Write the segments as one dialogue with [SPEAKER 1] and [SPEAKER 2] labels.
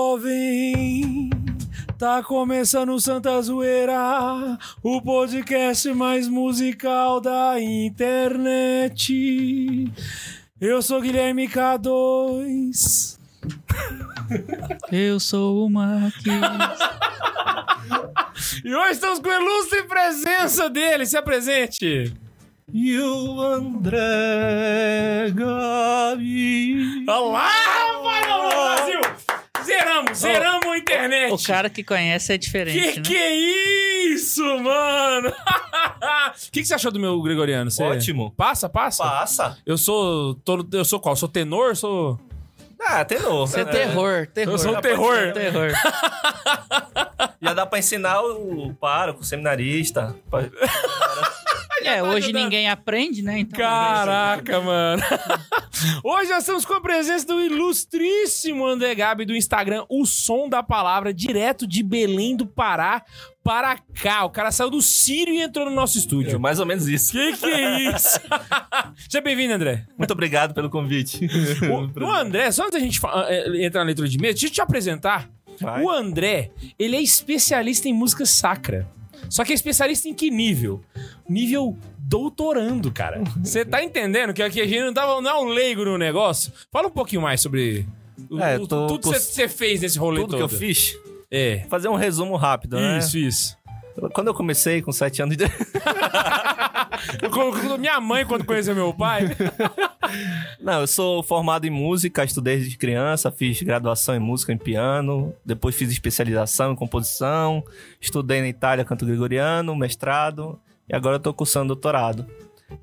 [SPEAKER 1] jovem. Tá começando o Santa Zoeira, o podcast mais musical da internet. Eu sou Guilherme K2.
[SPEAKER 2] Eu sou o Marquinhos.
[SPEAKER 1] E hoje estamos com a ilustre presença dele. Se apresente.
[SPEAKER 3] E o André Gabi.
[SPEAKER 1] Olá, rapaz! Olá, Brasil! Zeramos, zeramos a internet.
[SPEAKER 2] o cara que conhece é diferente,
[SPEAKER 1] Que
[SPEAKER 2] né?
[SPEAKER 1] que é isso, mano? O que, que você achou do meu gregoriano? Você-
[SPEAKER 3] Ótimo.
[SPEAKER 1] Passa, passa?
[SPEAKER 3] Passa.
[SPEAKER 1] Eu sou. todo- eu sou qual? Sou tenor? Sou.
[SPEAKER 3] Ah, até novo.
[SPEAKER 2] Você é terror, terror.
[SPEAKER 1] Eu sou o
[SPEAKER 2] o
[SPEAKER 1] um terror.
[SPEAKER 2] terror.
[SPEAKER 3] Já dá pra ensinar o pároco, o seminarista. Pra-
[SPEAKER 2] É, hoje
[SPEAKER 1] ajudando.
[SPEAKER 2] ninguém aprende, né? Então,
[SPEAKER 1] Caraca, mano. Hoje nós estamos com a presença do ilustríssimo André Gabi do Instagram, o som da palavra, direto de Belém do Pará para cá. O cara saiu do Sírio e entrou no nosso
[SPEAKER 3] É
[SPEAKER 1] estúdio.
[SPEAKER 3] mais ou menos isso.
[SPEAKER 1] Que que é isso? Seja bem-vindo, André.
[SPEAKER 3] Muito obrigado pelo convite.
[SPEAKER 1] O, o André, só antes da gente fa- eh, entrar na leitura de mesa, deixa eu te apresentar.
[SPEAKER 3] Vai.
[SPEAKER 1] O André, ele é especialista em música sacra. Só que é especialista em que nível? Nível doutorando, cara. Você tá entendendo que aqui a gente não, tava, não é um leigo no negócio? Fala um pouquinho mais sobre o-
[SPEAKER 3] É,
[SPEAKER 1] o-
[SPEAKER 3] tô
[SPEAKER 1] tudo que
[SPEAKER 3] cons-
[SPEAKER 1] você fez nesse rolê
[SPEAKER 3] Tudo que
[SPEAKER 1] todo.
[SPEAKER 3] eu fiz.
[SPEAKER 1] É.
[SPEAKER 3] Fazer um resumo rápido, né?
[SPEAKER 1] Isso, isso.
[SPEAKER 3] Quando eu comecei com 7 anos de
[SPEAKER 1] Eu coloco- minha mãe, quando conheceu meu pai,
[SPEAKER 3] Não, eu sou formado em música, estudei desde criança, fiz graduação em música em piano, depois fiz especialização em composição, estudei na Itália canto gregoriano, mestrado, e agora eu tô cursando doutorado.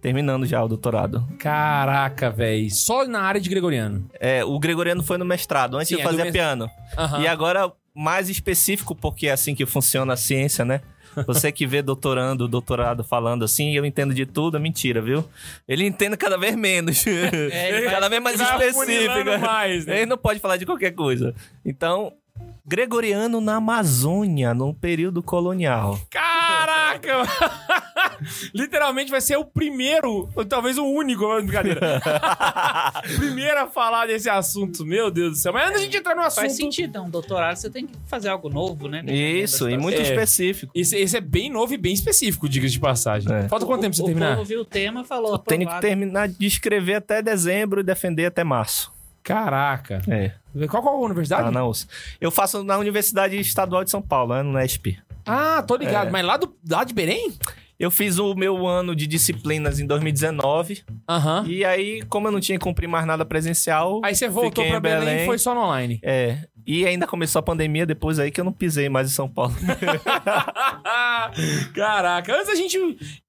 [SPEAKER 3] Terminando já o doutorado.
[SPEAKER 1] caraca, velho. Só na área de gregoriano.
[SPEAKER 3] É, o gregoriano foi no mestrado, antes
[SPEAKER 1] Sim,
[SPEAKER 3] eu
[SPEAKER 1] é do
[SPEAKER 3] fazia
[SPEAKER 1] mes-
[SPEAKER 3] piano.
[SPEAKER 1] Aham.
[SPEAKER 3] E agora, mais específico, porque é assim que funciona a ciência, né? Você que vê doutorando, doutorado falando assim, eu entendo de tudo, é mentira, viu? Ele entende cada vez menos.
[SPEAKER 2] ele vai-
[SPEAKER 3] cada vez é mais
[SPEAKER 1] É,
[SPEAKER 3] É
[SPEAKER 1] Vai afunilando
[SPEAKER 3] específico.
[SPEAKER 1] mais, né?
[SPEAKER 3] Ele não pode falar de qualquer coisa. Então, Gregoriano na Amazônia, num período colonial.
[SPEAKER 1] Caraca! Literalmente vai ser o primeiro, ou talvez o único, brincadeira. primeiro a falar desse assunto, meu Deus do céu. Mas antes da gente entrar no assunto.
[SPEAKER 2] Faz sentido, é um doutorado, você tem que fazer algo novo, né? Dependendo
[SPEAKER 3] Isso,
[SPEAKER 2] da
[SPEAKER 3] e
[SPEAKER 2] situação.
[SPEAKER 3] muito
[SPEAKER 1] É.
[SPEAKER 3] específico.
[SPEAKER 1] Esse, esse é bem novo e bem específico, diga de passagem.
[SPEAKER 3] É.
[SPEAKER 1] Falta quanto tempo pra você
[SPEAKER 2] o, O
[SPEAKER 1] terminar?
[SPEAKER 2] povo viu o tema e falou,
[SPEAKER 3] Eu tenho que
[SPEAKER 2] aprovado.
[SPEAKER 3] terminar de escrever até dezembro e defender até março.
[SPEAKER 1] Caraca.
[SPEAKER 3] É,
[SPEAKER 1] Qual, qual a
[SPEAKER 3] tá
[SPEAKER 1] universidade?
[SPEAKER 3] na USP. Eu faço na Universidade Estadual de São Paulo, né, no Nesp.
[SPEAKER 1] Ah, tô ligado.
[SPEAKER 3] É.
[SPEAKER 1] Mas lá, do, lá de Belém?
[SPEAKER 3] Eu fiz o meu ano de disciplinas em 2019,
[SPEAKER 1] Aham.
[SPEAKER 3] e aí, como eu não tinha que cumprir mais nada presencial,
[SPEAKER 1] Aí você voltou
[SPEAKER 3] Fiquei em
[SPEAKER 1] pra Belém, e
[SPEAKER 3] Belém.
[SPEAKER 1] foi só no online.
[SPEAKER 3] é, e ainda começou a pandemia depois aí que eu não pisei mais em São Paulo.
[SPEAKER 1] Caraca, antes da gente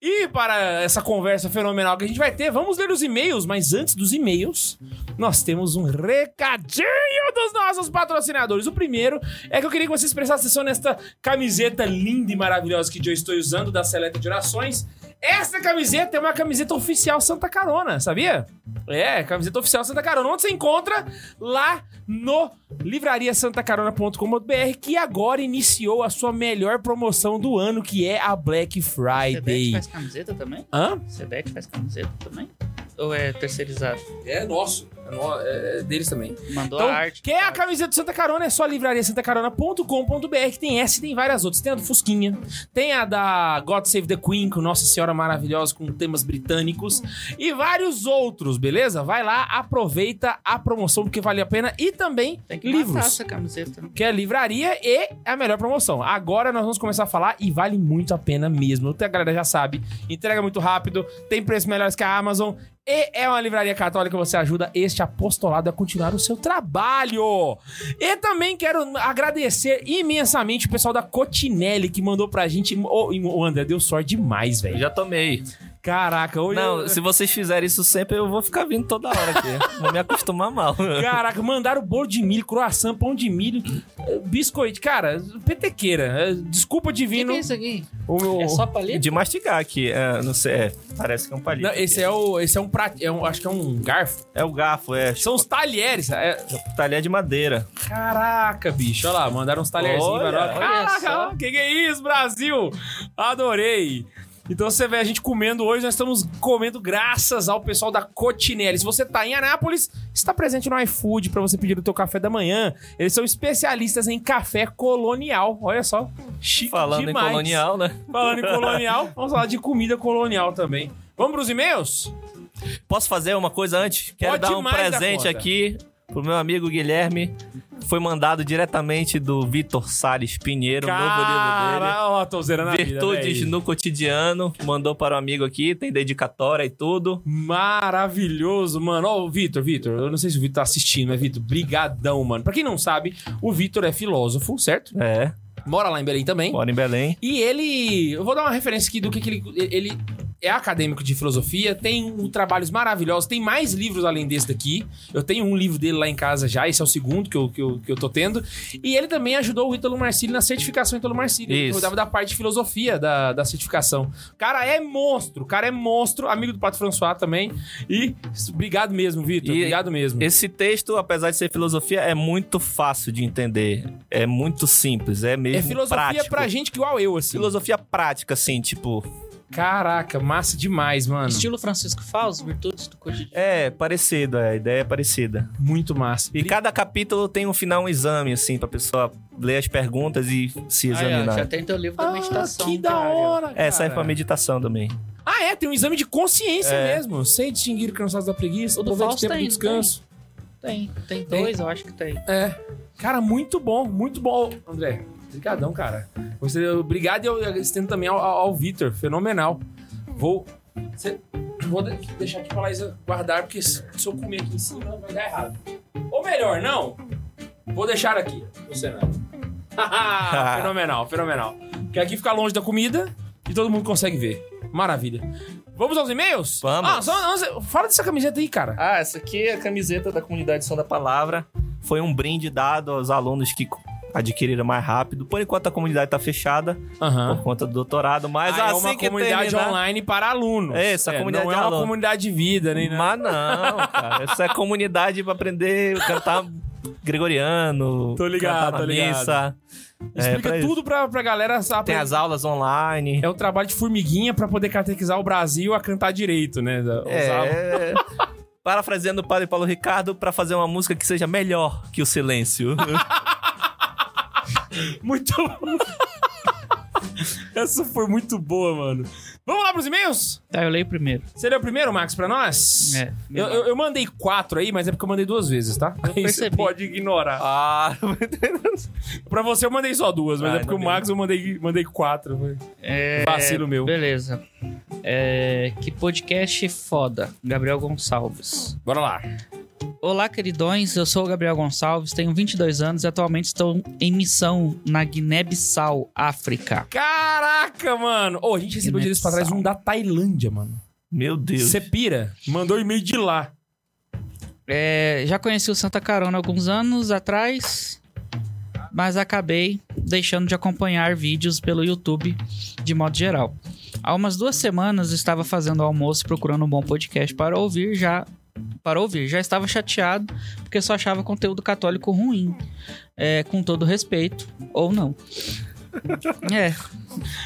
[SPEAKER 1] ir para essa conversa fenomenal que a gente vai ter, vamos ler os e-mails, mas antes dos e-mails, nós temos um recadinho dos nossos patrocinadores. O primeiro é que eu queria que vocês prestassem atenção nesta camiseta linda e maravilhosa que eu estou usando da Seleta de Orações. Essa camiseta é uma camiseta oficial Santa Carona, sabia? É, camiseta oficial Santa Carona, onde você encontra lá no livrariasantacarona.com.br, que agora iniciou a sua melhor promoção do ano, que é a Black
[SPEAKER 2] Cebete
[SPEAKER 1] Friday.
[SPEAKER 2] faz camiseta também?
[SPEAKER 1] Hã?
[SPEAKER 2] Cebete faz camiseta também? Ou é terceirizado?
[SPEAKER 1] É nosso. É, deles também.
[SPEAKER 2] Mandou
[SPEAKER 1] Então,
[SPEAKER 2] a arte.
[SPEAKER 1] quer a camiseta do Santa Carona? É só livrariasantacarona.com.br, que tem essa e tem várias outras. Tem a do Fusquinha, tem a da God Save the Queen, com Nossa Senhora Maravilhosa, com temas britânicos, e vários outros, beleza? Vai lá, aproveita a promoção, porque vale a pena. E também
[SPEAKER 2] Tem que
[SPEAKER 1] livros.
[SPEAKER 2] matar essa camiseta. né?
[SPEAKER 1] que é livraria e a melhor promoção. Agora nós vamos começar a falar e vale muito a pena mesmo. A galera já sabe, entrega muito rápido, tem preços melhores que a Amazon e é uma livraria católica. Você ajuda este apostolado a continuar o seu trabalho. E também quero agradecer imensamente o pessoal da Cotinelli que mandou pra gente. Ô, ô, André, deu sorte demais,
[SPEAKER 3] Eu
[SPEAKER 1] velho.
[SPEAKER 3] já tomei.
[SPEAKER 1] Caraca, hoje.
[SPEAKER 3] Não, se vocês fizerem isso sempre, eu vou ficar vindo toda hora aqui. vou me acostumar mal.
[SPEAKER 1] Caraca, mandaram bolo de milho, croissant, pão de milho, eh, biscoito. Cara, petequeira. eh, Desculpa
[SPEAKER 2] O que, que
[SPEAKER 1] divino.
[SPEAKER 2] é isso aqui?
[SPEAKER 1] O meu-
[SPEAKER 2] É só palito?
[SPEAKER 3] De mastigar aqui. É, não sei, é, parece que é um palito.
[SPEAKER 1] Não, esse é o. Esse é um prato. É um, acho que é um garfo.
[SPEAKER 3] É o garfo, é.
[SPEAKER 1] São os talheres. é-
[SPEAKER 3] Talher de madeira.
[SPEAKER 1] Caraca, bicho. Olha lá, mandaram uns talherzinhos pra
[SPEAKER 3] Olha,
[SPEAKER 1] nós.
[SPEAKER 2] olha
[SPEAKER 1] Caraca,
[SPEAKER 2] só.
[SPEAKER 1] que que é isso, Brasil? Adorei. Então você vê a gente comendo hoje, nós estamos comendo graças ao pessoal da Cotinelli. Se você tá em Anápolis, está presente no iFood para você pedir o teu café da manhã. Eles são especialistas em café colonial. Olha só, chique
[SPEAKER 3] Falando
[SPEAKER 1] demais.
[SPEAKER 3] em colonial, né?
[SPEAKER 1] Falando em colonial, vamos falar de comida colonial também. Vamos pros e-mails?
[SPEAKER 3] Posso fazer uma coisa antes? Quero
[SPEAKER 1] Pode
[SPEAKER 3] dar um
[SPEAKER 1] mais dar
[SPEAKER 3] presente
[SPEAKER 1] conta.
[SPEAKER 3] aqui pro meu amigo Guilherme. Foi mandado diretamente do Vitor Salles Pinheiro, um novo livro dele.
[SPEAKER 1] Cara, ó, tô zerando a vida,
[SPEAKER 3] Virtudes
[SPEAKER 1] velho.
[SPEAKER 3] no cotidiano, mandou para o amigo aqui, tem dedicatória e tudo.
[SPEAKER 1] Maravilhoso, mano. Ó, o Vitor, Vitor, eu não sei se o Vitor tá assistindo, mas Vitor, brigadão, mano. Pra quem não sabe, o Vitor é filósofo, certo?
[SPEAKER 3] É,
[SPEAKER 1] Mora lá em Belém também.
[SPEAKER 3] mora em Belém.
[SPEAKER 1] E ele. Eu vou dar uma referência aqui do que, que ele. Ele é acadêmico de filosofia, tem um, trabalhos maravilhosos, tem mais livros além desse daqui. Eu tenho um livro dele lá em casa já, esse é o segundo que eu, que eu, que eu tô tendo. E ele também ajudou o Ítalo Marcílio na certificação Ítalo Marcílio. Ele
[SPEAKER 3] Isso.
[SPEAKER 1] cuidava da parte de filosofia da, da certificação. O cara é monstro, o cara é monstro, amigo do Pato François também. E obrigado mesmo, Vitor.
[SPEAKER 3] E-
[SPEAKER 1] Obrigado mesmo.
[SPEAKER 3] Esse texto, apesar de ser filosofia, é muito fácil de entender. É muito simples, é mesmo
[SPEAKER 1] É filosofia
[SPEAKER 3] prático.
[SPEAKER 1] pra gente que igual eu, assim.
[SPEAKER 3] Filosofia prática, assim, tipo...
[SPEAKER 1] Caraca, massa demais, mano.
[SPEAKER 2] Estilo Francisco Fausto, virtudes do cotidiano.
[SPEAKER 3] É, parecido, é, a ideia é parecida.
[SPEAKER 1] Muito massa.
[SPEAKER 3] E cada capítulo tem um final, um exame, assim, pra pessoa ler as perguntas e se
[SPEAKER 2] Aí, ó, já
[SPEAKER 3] examinar.
[SPEAKER 2] tem teu livro da
[SPEAKER 1] Ah,
[SPEAKER 2] meditação.
[SPEAKER 1] que da
[SPEAKER 2] cara.
[SPEAKER 1] hora,
[SPEAKER 3] É, serve pra
[SPEAKER 1] cara.
[SPEAKER 3] meditação também.
[SPEAKER 1] Ah, é, tem um exame de consciência mesmo. Sem distinguir cansados da preguiça,
[SPEAKER 2] O do
[SPEAKER 1] aproveite o
[SPEAKER 2] Fausto
[SPEAKER 1] tempo
[SPEAKER 2] tem,
[SPEAKER 1] de descanso.
[SPEAKER 2] Tem, tem
[SPEAKER 1] Tem.
[SPEAKER 2] dois, eu acho que tem.
[SPEAKER 1] É. Cara, muito bom, muito bom. André, brigadão, cara. Você, obrigado e eu estendo também ao, ao, ao Vitor, fenomenal. Vou... cê- vou de- deixar aqui pra Laísa guardar, porque se se eu comer aqui em cima, vai dar errado. Ou melhor, não. Vou deixar aqui, no cenário. fenomenal, fenomenal. Porque aqui fica longe da comida e todo mundo consegue ver. Maravilha. Vamos aos e-mails?
[SPEAKER 3] Vamos.
[SPEAKER 1] Ah, só- só- fala dessa camiseta aí, cara.
[SPEAKER 3] Ah, essa aqui é a camiseta da comunidade Som da Palavra. Foi um brinde dado aos alunos que adquiriram mais rápido. Por enquanto a comunidade tá fechada
[SPEAKER 1] Aham.
[SPEAKER 3] por conta do doutorado, mas
[SPEAKER 1] Ah,
[SPEAKER 3] assim
[SPEAKER 1] é uma
[SPEAKER 3] que
[SPEAKER 1] comunidade
[SPEAKER 3] terminar...
[SPEAKER 1] online para alunos.
[SPEAKER 3] É, essa comunidade
[SPEAKER 1] não
[SPEAKER 3] de
[SPEAKER 1] é uma
[SPEAKER 3] aluno.
[SPEAKER 1] comunidade de vida, nem nada.
[SPEAKER 3] Mas não, cara. Essa é comunidade pra aprender a cantar gregoriano,
[SPEAKER 1] Tô ligado,
[SPEAKER 3] cantar na
[SPEAKER 1] tô ligado.
[SPEAKER 3] missa. É,
[SPEAKER 1] Explica
[SPEAKER 3] pra isso.
[SPEAKER 1] tudo pra, pra galera saber.
[SPEAKER 3] Tem as aulas online.
[SPEAKER 1] É um trabalho de formiguinha pra poder catequizar o Brasil a cantar direito, né? Usar-
[SPEAKER 3] É. Parafraseando o padre Paulo Ricardo pra fazer uma música que seja melhor que o silêncio.
[SPEAKER 1] Muito bom. Essa foi muito boa, mano. Vamos lá pros e-mails?
[SPEAKER 2] Tá, eu leio primeiro.
[SPEAKER 1] Seria o primeiro, Max, pra nós?
[SPEAKER 2] É.
[SPEAKER 1] Eu, eu, eu mandei quatro aí, mas é porque eu mandei duas vezes, tá? Aí você
[SPEAKER 2] percebi.
[SPEAKER 1] pode ignorar.
[SPEAKER 3] ah,
[SPEAKER 1] Pra você eu mandei só duas, mas
[SPEAKER 3] Ah,
[SPEAKER 1] é porque o
[SPEAKER 3] ainda
[SPEAKER 1] Max eu mandei, mandei quatro. foi.
[SPEAKER 2] É,
[SPEAKER 1] Vacilo meu.
[SPEAKER 2] Beleza. É, que podcast foda. Gabriel Gonçalves.
[SPEAKER 1] Bora lá.
[SPEAKER 2] Olá, queridões. Eu sou o Gabriel Gonçalves, tenho 22 anos e atualmente estou em missão na Guiné-Bissau, África.
[SPEAKER 1] Caraca, mano! Ô, a gente recebeu direitos pra trás um da Tailândia, mano.
[SPEAKER 3] meu Deus.
[SPEAKER 1] Sepira mandou e-mail de lá.
[SPEAKER 2] É, já conheci o Santa Carona alguns anos atrás, mas acabei deixando de acompanhar vídeos pelo YouTube de modo geral. Há umas duas semanas estava fazendo almoço e procurando um bom podcast para ouvir já para ouvir. Já estava chateado porque só achava conteúdo católico ruim, É, com todo respeito ou não. é.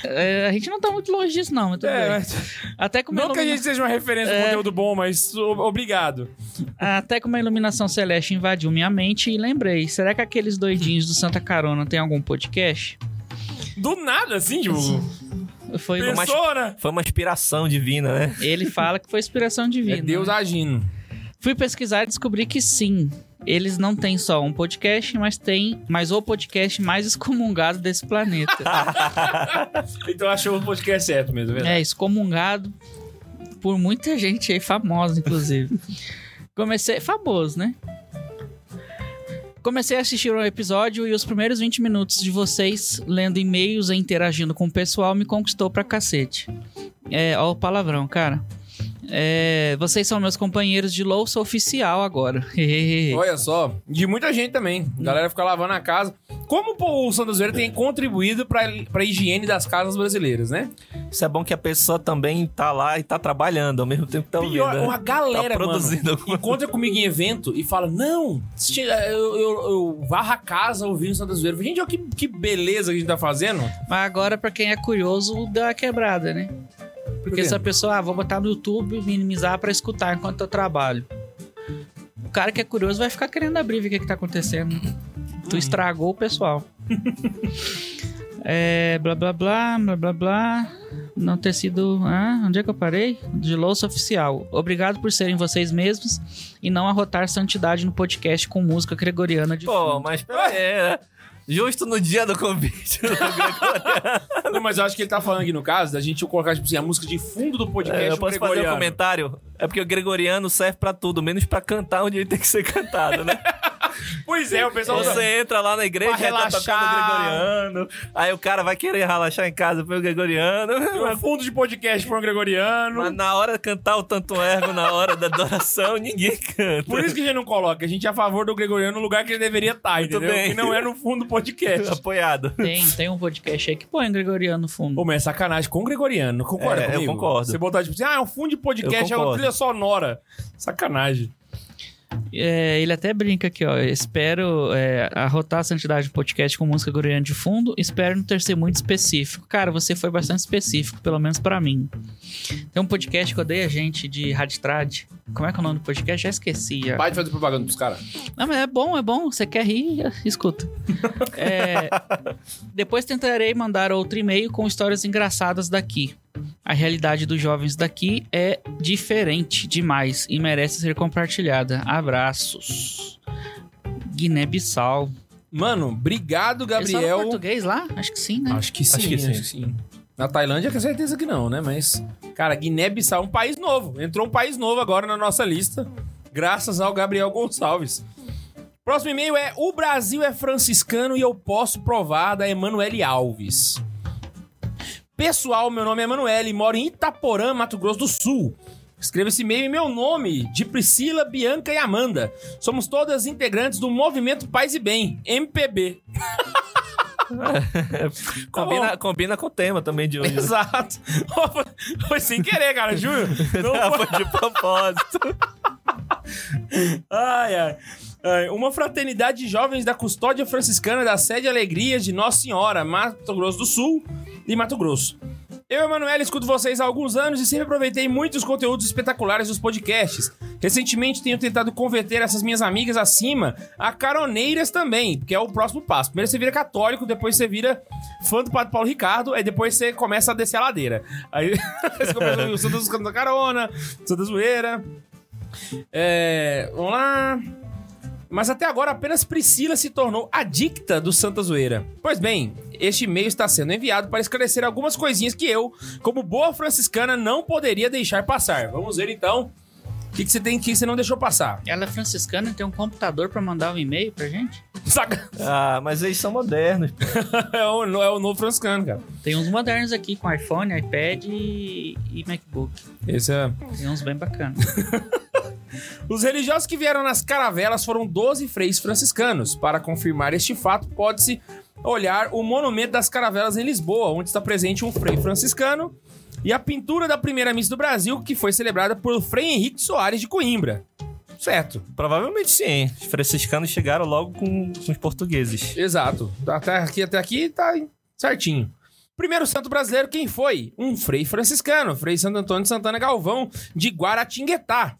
[SPEAKER 2] É, a gente não tá muito longe disso não, É, mas tudo bem. Até com o meu
[SPEAKER 1] É, não que a
[SPEAKER 2] nome-
[SPEAKER 1] gente seja uma referência de conteúdo bom, mas o- obrigado.
[SPEAKER 2] Até que uma iluminação celeste invadiu minha mente e lembrei: será que aqueles doidinhos do Santa Carona têm algum podcast?
[SPEAKER 1] Do nada, assim, tipo,
[SPEAKER 2] Foi
[SPEAKER 3] mas-
[SPEAKER 1] pensou, né?
[SPEAKER 3] Foi uma inspiração divina, né?
[SPEAKER 2] Ele fala que foi inspiração divina.
[SPEAKER 1] É Deus
[SPEAKER 2] né?
[SPEAKER 1] agindo.
[SPEAKER 2] Fui pesquisar e descobri que sim. Eles não têm só um podcast, mas tem, mas o podcast mais excomungado desse planeta.
[SPEAKER 1] Então achou o podcast certo mesmo, é verdade.
[SPEAKER 2] é, excomungado por muita gente aí famosa, inclusive. Comecei famoso, né? Comecei a assistir um episódio e os primeiros 20 minutos de vocês lendo e-mails e interagindo com o pessoal me conquistou pra cacete. É, ó o palavrão, cara. É, vocês são meus companheiros de louça oficial agora.
[SPEAKER 1] Olha só, de muita gente também. A galera fica lavando a casa. Como pô, o Santa Zoeira tem contribuído pra, pra higiene das casas brasileiras, né?
[SPEAKER 3] Isso é bom que a pessoa também tá lá e tá trabalhando ao mesmo tempo que tá ouvindo.
[SPEAKER 1] Pior,
[SPEAKER 3] né?
[SPEAKER 1] uma galera,
[SPEAKER 3] tá produzindo
[SPEAKER 1] mano,
[SPEAKER 3] alguma
[SPEAKER 1] encontra comigo em evento e fala, não, assisti- eu, eu, eu varro a casa ouvindo Santa Zoeira. Gente, olha que, que beleza que a gente tá fazendo.
[SPEAKER 2] Mas agora, pra quem é curioso, deu a quebrada, né?
[SPEAKER 1] Por
[SPEAKER 2] Porque
[SPEAKER 1] quê?
[SPEAKER 2] se a pessoa, ah, vou botar no YouTube, minimizar pra escutar enquanto eu trabalho. O cara que é curioso vai ficar querendo abrir ver o que, que tá acontecendo.
[SPEAKER 1] Hum.
[SPEAKER 2] Tu estragou o pessoal. é, blá blá blá, blá blá blá. Não ter sido. Ah, onde é que eu parei? De louça oficial. Obrigado por serem vocês mesmos e não arrotar santidade no podcast com música gregoriana de.
[SPEAKER 3] Pô,
[SPEAKER 2] fundo.
[SPEAKER 3] mas pera aí, né? Justo no dia do convite.
[SPEAKER 1] Não, mas eu acho que ele tá falando aqui no caso da gente colocar, tipo assim, a música de fundo do podcast.
[SPEAKER 3] É, eu
[SPEAKER 1] o
[SPEAKER 3] posso fazer um
[SPEAKER 1] gregoriano.
[SPEAKER 3] comentário? É porque o gregoriano serve pra tudo, menos pra cantar onde ele tem que ser cantado, né?
[SPEAKER 1] Pois é, o pessoal. usa-
[SPEAKER 3] Então Você entra lá na igreja,
[SPEAKER 1] Pra
[SPEAKER 3] aí tá tocando
[SPEAKER 1] relaxar.
[SPEAKER 3] gregoriano. Aí o cara vai querer relaxar em casa pelo gregoriano.
[SPEAKER 1] O fundo de podcast foi um gregoriano.
[SPEAKER 3] é Mas na hora de cantar o tanto ergo, na hora da adoração, ninguém canta.
[SPEAKER 1] Por isso que a gente não coloca. A gente é a favor do Gregoriano no lugar que ele deveria estar,
[SPEAKER 3] Muito
[SPEAKER 1] entendeu?
[SPEAKER 3] bem.
[SPEAKER 1] Que não é no fundo do podcast.
[SPEAKER 3] Apoiado.
[SPEAKER 2] Tem, tem um podcast aí que põe gregoriano no fundo.
[SPEAKER 1] Pô, mas é sacanagem com o Gregoriano, não concorda
[SPEAKER 3] É, eu
[SPEAKER 1] comigo?
[SPEAKER 3] concordo.
[SPEAKER 1] Você botar tipo assim, ah, é um fundo de
[SPEAKER 3] Eu
[SPEAKER 1] podcast, é uma
[SPEAKER 3] concordo.
[SPEAKER 1] trilha sonora. Sacanagem.
[SPEAKER 2] É, ele até brinca aqui, ó. Espero é, arrotar a santidade do podcast com música gregoriana de fundo. Espero não ter sido muito específico. Cara, você foi bastante específico, pelo menos pra mim. Tem um podcast que eu dei a gente de Raditrad. Como é que é o nome do podcast? Já esqueci. Já.
[SPEAKER 1] Para de fazer propaganda pros caras.
[SPEAKER 2] Não, mas é bom, é bom. Você quer rir, escuta. É, depois tentarei mandar outro e-mail com histórias engraçadas daqui. A realidade dos jovens daqui é diferente demais e merece ser compartilhada. Abraços. Guiné-Bissau.
[SPEAKER 1] Mano, obrigado,
[SPEAKER 2] Eles falam
[SPEAKER 1] Gabriel.
[SPEAKER 2] português lá? Acho que sim, né?
[SPEAKER 1] Acho que sim, acho
[SPEAKER 3] Acho
[SPEAKER 1] que
[SPEAKER 3] que
[SPEAKER 1] sim.
[SPEAKER 3] sim.
[SPEAKER 1] Na Tailândia, com certeza que não, né? Mas, cara, Guiné-Bissau é um país novo. Entrou um país novo agora na nossa lista, graças ao Gabriel Gonçalves. Próximo e-mail é O Brasil é franciscano e eu posso provar, da Emanuele Alves. Pessoal, meu nome é Emanuele, moro em Itaporã, Mato Grosso do Sul. Escreva esse e-mail em meu nome, de Priscila, Bianca e Amanda. Somos todas integrantes do Movimento Paz e Bem, MPB. Tá
[SPEAKER 3] Combina, combina com o tema também de hoje.
[SPEAKER 1] Exato. Foi- Foi sem querer, cara, juro. Não foi-
[SPEAKER 3] Foi Tá, de propósito.
[SPEAKER 1] Ai, ai. Ai, Uma fraternidade de jovens da custódia franciscana da sede Alegria de Nossa Senhora, Mato Grosso do Sul e Mato Grosso. Eu, Emanuel, escuto vocês há alguns anos e sempre aproveitei muitos conteúdos espetaculares dos podcasts. Recentemente tenho tentado converter essas minhas amigas acima a caroneiras também, que é o próximo passo. Primeiro você vira católico, depois você vira fã do Padre Paulo Ricardo, aí depois você começa a descer a ladeira. Aí você começa a ouvir o Santa Zoeira, Carona, Santa Zoeira. É, vamos lá. Mas até agora apenas Priscila se tornou adicta do Santa Zoeira. Pois bem, este e-mail está sendo enviado para esclarecer algumas coisinhas que eu, como boa franciscana, não poderia deixar passar. Vamos ver então o que, que você tem que você não deixou passar.
[SPEAKER 2] Ela é franciscana e tem um computador pra mandar um e-mail pra gente?
[SPEAKER 1] Saca?
[SPEAKER 3] Ah, mas eles são modernos. pô.
[SPEAKER 1] É o, é o novo franciscano, cara.
[SPEAKER 2] Tem uns modernos aqui com iPhone, iPad e, e MacBook.
[SPEAKER 1] Esse é.
[SPEAKER 2] Tem uns bem bacanas.
[SPEAKER 1] Os religiosos que vieram nas caravelas foram 12 freios franciscanos. Para confirmar este fato, pode-se olhar o Monumento das Caravelas em Lisboa, onde está presente um freio franciscano, e a pintura da primeira missa do Brasil, que foi celebrada por Frei Henrique Soares de Coimbra. Certo,
[SPEAKER 3] Provavelmente sim. Os franciscanos chegaram logo com, com os portugueses.
[SPEAKER 1] exato. Até aqui, até aqui tá certinho. Primeiro santo brasileiro, quem foi? Um frei franciscano, Frei Santo Antônio de Santana Galvão, de Guaratinguetá.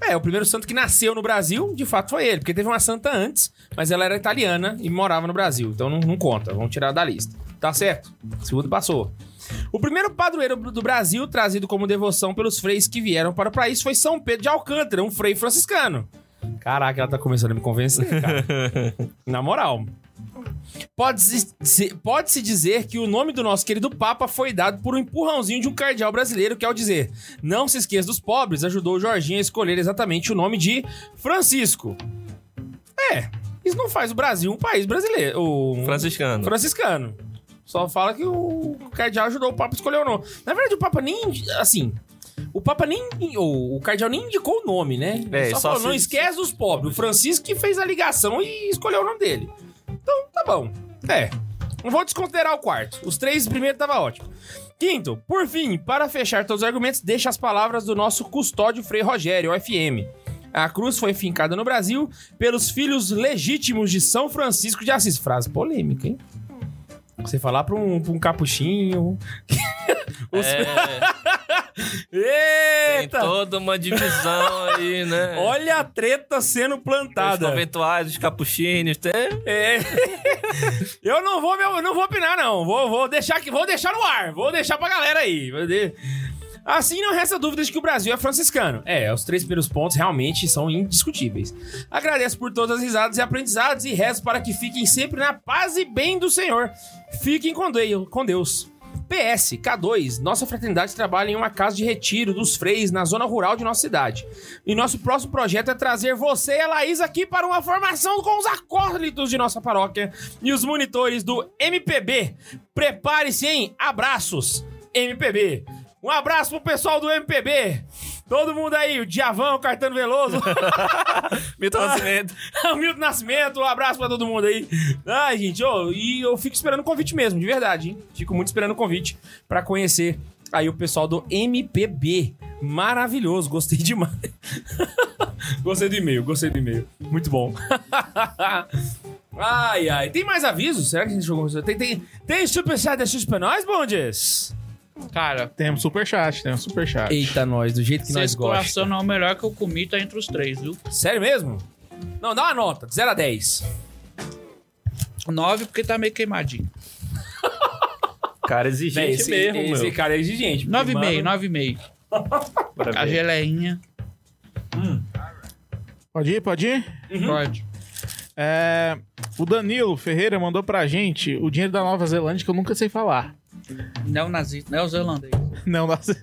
[SPEAKER 1] É, o primeiro santo que nasceu no Brasil, de fato, foi ele, porque teve uma santa antes, mas ela era italiana e morava no Brasil. Então não, não conta, vamos tirar da lista. Tá certo? Segundo passou. O primeiro padroeiro do Brasil, trazido como devoção pelos freis que vieram para o país, foi São Pedro de Alcântara, um frei franciscano. Caraca, ela tá começando a me convencer, cara. Na moral. Pode-se pode dizer que o nome do nosso querido Papa foi dado por um empurrãozinho de um cardeal brasileiro, que ao dizer não se esqueça dos pobres, ajudou o Jorginho a escolher exatamente o nome de Francisco. É, isso não faz o Brasil um país brasileiro. Um
[SPEAKER 3] Franciscano.
[SPEAKER 1] franciscano. Só fala que o cardeal ajudou o Papa a escolher o nome. Na verdade, o Papa nem. indi- Assim. O Papa nem. ou o cardeal nem indicou o nome, né?
[SPEAKER 3] É,
[SPEAKER 1] só,
[SPEAKER 3] só
[SPEAKER 1] falou,
[SPEAKER 3] se-
[SPEAKER 1] não esquece dos pobres. O Francisco que fez a ligação e escolheu o nome dele. Então, tá bom. É. Não vou desconsiderar o quarto. Os três primeiros tava ótimo. Quinto, por fim, para fechar todos os argumentos, deixa as palavras do nosso custódio Frei Rogério, FM. A cruz foi fincada no Brasil pelos filhos legítimos de São Francisco de Assis. Frase polêmica, hein? Você falar pra um, pra um capuchinho. Os-
[SPEAKER 3] É, Tem
[SPEAKER 1] Eita!
[SPEAKER 3] toda uma divisão aí, né?
[SPEAKER 1] Olha a treta sendo
[SPEAKER 3] Os
[SPEAKER 1] plantada.
[SPEAKER 3] conventuais, os capuchinhos, tem...
[SPEAKER 1] É. Eu não vou, meu, não vou opinar não. Vou, vou deixar que vou deixar no ar. Vou deixar pra galera aí. Vou de- Assim não resta dúvida de que o Brasil é franciscano. É, os três primeiros pontos realmente são indiscutíveis. Agradeço por todas as risadas e aprendizados e rezo para que fiquem sempre na paz e bem do Senhor. Fiquem com Deu- com Deus. PS, K2, nossa fraternidade trabalha em uma casa de retiro dos freios na zona rural de nossa cidade. E nosso próximo projeto é trazer você e a Laís aqui para uma formação com os acólitos de nossa paróquia e os monitores do MPB. Prepare-se, hein? Abraços, MPB. Um abraço pro pessoal do MPB. Todo mundo aí, o Diavão, o Cartano Veloso.
[SPEAKER 3] Milton
[SPEAKER 1] Ah.
[SPEAKER 3] Nascimento.
[SPEAKER 1] Hamilton Nascimento, um abraço pra todo mundo aí. Ai, gente, ô, e eu fico esperando o convite mesmo, de verdade, hein? Fico muito esperando o convite pra conhecer aí o pessoal do MPB. Maravilhoso, gostei demais. gostei do e-mail, gostei do e-mail. Muito bom. ai, ai. Tem mais avisos? Será que a gente jogou? Tem, tem, tem superchat da X pra nós, Bondes?
[SPEAKER 2] Cara,
[SPEAKER 4] Temos superchat, temos superchat.
[SPEAKER 1] Eita, nós, do jeito que nós
[SPEAKER 2] vocês
[SPEAKER 1] gostamos.
[SPEAKER 2] coração não é o melhor que eu comi, tá entre os três, viu?
[SPEAKER 1] Sério mesmo? Não, dá uma nota, de 0 a 10.
[SPEAKER 2] Nove, porque tá meio queimadinho.
[SPEAKER 3] Cara exigente
[SPEAKER 1] Esse,
[SPEAKER 3] mesmo,
[SPEAKER 1] esse
[SPEAKER 3] meu.
[SPEAKER 1] cara é exigente.
[SPEAKER 2] Nove e
[SPEAKER 1] porque,
[SPEAKER 2] meio,
[SPEAKER 1] mano,
[SPEAKER 2] nove e meio.
[SPEAKER 3] Pra
[SPEAKER 2] A
[SPEAKER 3] ver.
[SPEAKER 2] geleinha.
[SPEAKER 4] Pode ir, pode ir?
[SPEAKER 1] Uhum.
[SPEAKER 2] Pode.
[SPEAKER 4] É, o Danilo Ferreira mandou pra gente o dinheiro da Nova Zelândia que eu nunca sei falar.
[SPEAKER 2] Não é nazista, neozelandês.
[SPEAKER 4] Não, nossa.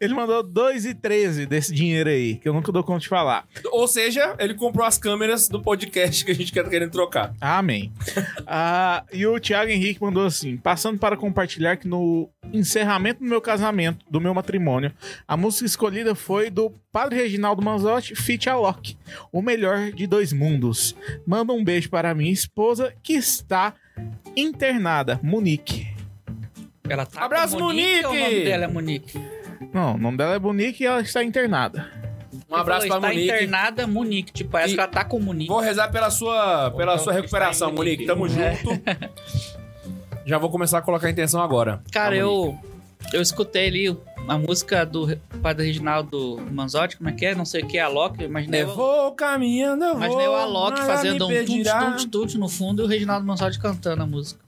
[SPEAKER 4] Ele mandou 2,13 desse dinheiro aí, que eu nunca dou conta de falar.
[SPEAKER 1] Ou seja, ele comprou as câmeras do podcast que a gente quer querendo trocar.
[SPEAKER 4] Amém. Ah, e o Thiago Henrique mandou assim: passando para compartilhar que no encerramento do meu casamento, do meu matrimônio, a música escolhida foi do Padre Reginaldo Manzotti, Fit Alok, o melhor de dois mundos. Manda um beijo para a minha esposa que está internada, Monique.
[SPEAKER 2] Ela tá com
[SPEAKER 1] Abraço,
[SPEAKER 2] Monique! ou O
[SPEAKER 1] Monique!
[SPEAKER 2] nome dela é Monique.
[SPEAKER 4] Não, o nome dela é Monique e ela está internada.
[SPEAKER 1] Um abraço
[SPEAKER 2] Ela está
[SPEAKER 1] pra Monique.
[SPEAKER 2] internada Monique. Tipo, parece
[SPEAKER 1] E-
[SPEAKER 2] que ela tá com Monique.
[SPEAKER 1] Vou rezar pela sua, pela
[SPEAKER 2] Então,
[SPEAKER 1] sua recuperação,
[SPEAKER 2] está em
[SPEAKER 1] Monique.
[SPEAKER 2] Monique.
[SPEAKER 1] Tamo
[SPEAKER 2] É.
[SPEAKER 1] junto. Já vou começar a colocar a intenção agora.
[SPEAKER 2] Cara,
[SPEAKER 1] Tá,
[SPEAKER 2] eu, eu escutei ali a música do Re- Padre Reginaldo Manzotti, como é que é? Não sei o que, a Loki, imaginei,
[SPEAKER 1] Eu Né, vou caminhando, eu vou.
[SPEAKER 2] imaginei o Alok
[SPEAKER 1] nada
[SPEAKER 2] fazendo um
[SPEAKER 1] me impedirá.
[SPEAKER 2] tut-tut-tut no fundo e o Reginaldo Manzotti cantando a música.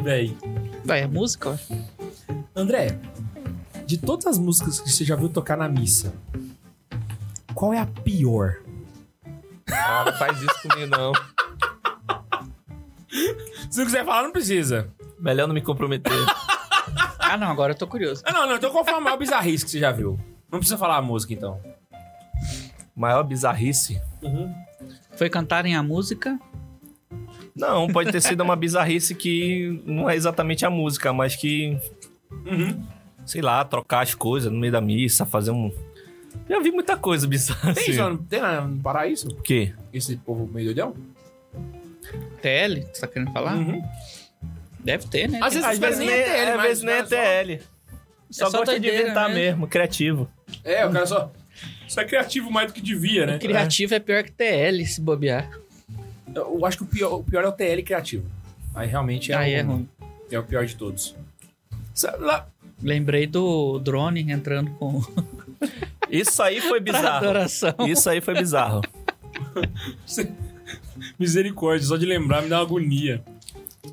[SPEAKER 1] Véi.
[SPEAKER 2] Vai, é música? ó.
[SPEAKER 1] André, de todas as músicas que você já viu tocar na missa, qual é a pior?
[SPEAKER 3] Ah, não faz isso comigo, não.
[SPEAKER 1] Se não quiser falar, não precisa.
[SPEAKER 3] Melhor não me comprometer.
[SPEAKER 2] Ah, não, agora eu tô curioso.
[SPEAKER 1] Ah, não, não. Então qual foi a maior bizarrice que você já viu? Não precisa falar a música, então.
[SPEAKER 3] Maior bizarrice.
[SPEAKER 2] Foi cantarem a música?
[SPEAKER 3] Não, pode ter sido uma bizarrice que não é exatamente a música, mas que.
[SPEAKER 2] Uhum.
[SPEAKER 3] Sei lá, trocar as coisas no meio da missa, fazer um. Já vi muita coisa bizarra.
[SPEAKER 1] Tem,
[SPEAKER 3] assim.
[SPEAKER 1] isso, lá- tem lá no Pará isso?
[SPEAKER 3] O quê?
[SPEAKER 1] Esse povo meio doidão?
[SPEAKER 2] TL, que você tá querendo falar?
[SPEAKER 1] Uhum.
[SPEAKER 2] Deve ter, né?
[SPEAKER 1] Às vezes-
[SPEAKER 3] Às vezes
[SPEAKER 1] nem
[SPEAKER 3] nem
[SPEAKER 1] é TL,
[SPEAKER 3] é, às
[SPEAKER 1] mas-
[SPEAKER 3] vezes nem é
[SPEAKER 1] mas só-
[SPEAKER 3] TL. Só,
[SPEAKER 2] só
[SPEAKER 3] gosta de
[SPEAKER 2] doideira né?
[SPEAKER 3] inventar
[SPEAKER 1] né?
[SPEAKER 2] mesmo.
[SPEAKER 3] mesmo. criativo.
[SPEAKER 1] É, o cara só. Só é criativo mais do que devia, né?
[SPEAKER 2] Criativo é pior que TL, se bobear.
[SPEAKER 1] É, Eu acho que o pior, o pior é o TL criativo. Aí realmente é,
[SPEAKER 2] Aí
[SPEAKER 1] o,
[SPEAKER 2] é
[SPEAKER 3] um.
[SPEAKER 2] ruim.
[SPEAKER 1] é o pior de todos. Sa- lá-
[SPEAKER 2] Lembrei do drone entrando com
[SPEAKER 3] Isso aí foi
[SPEAKER 2] pra
[SPEAKER 3] bizarro.
[SPEAKER 2] adoração.
[SPEAKER 3] Isso aí foi bizarro.
[SPEAKER 1] Misericórdia, só de lembrar me dá uma agonia.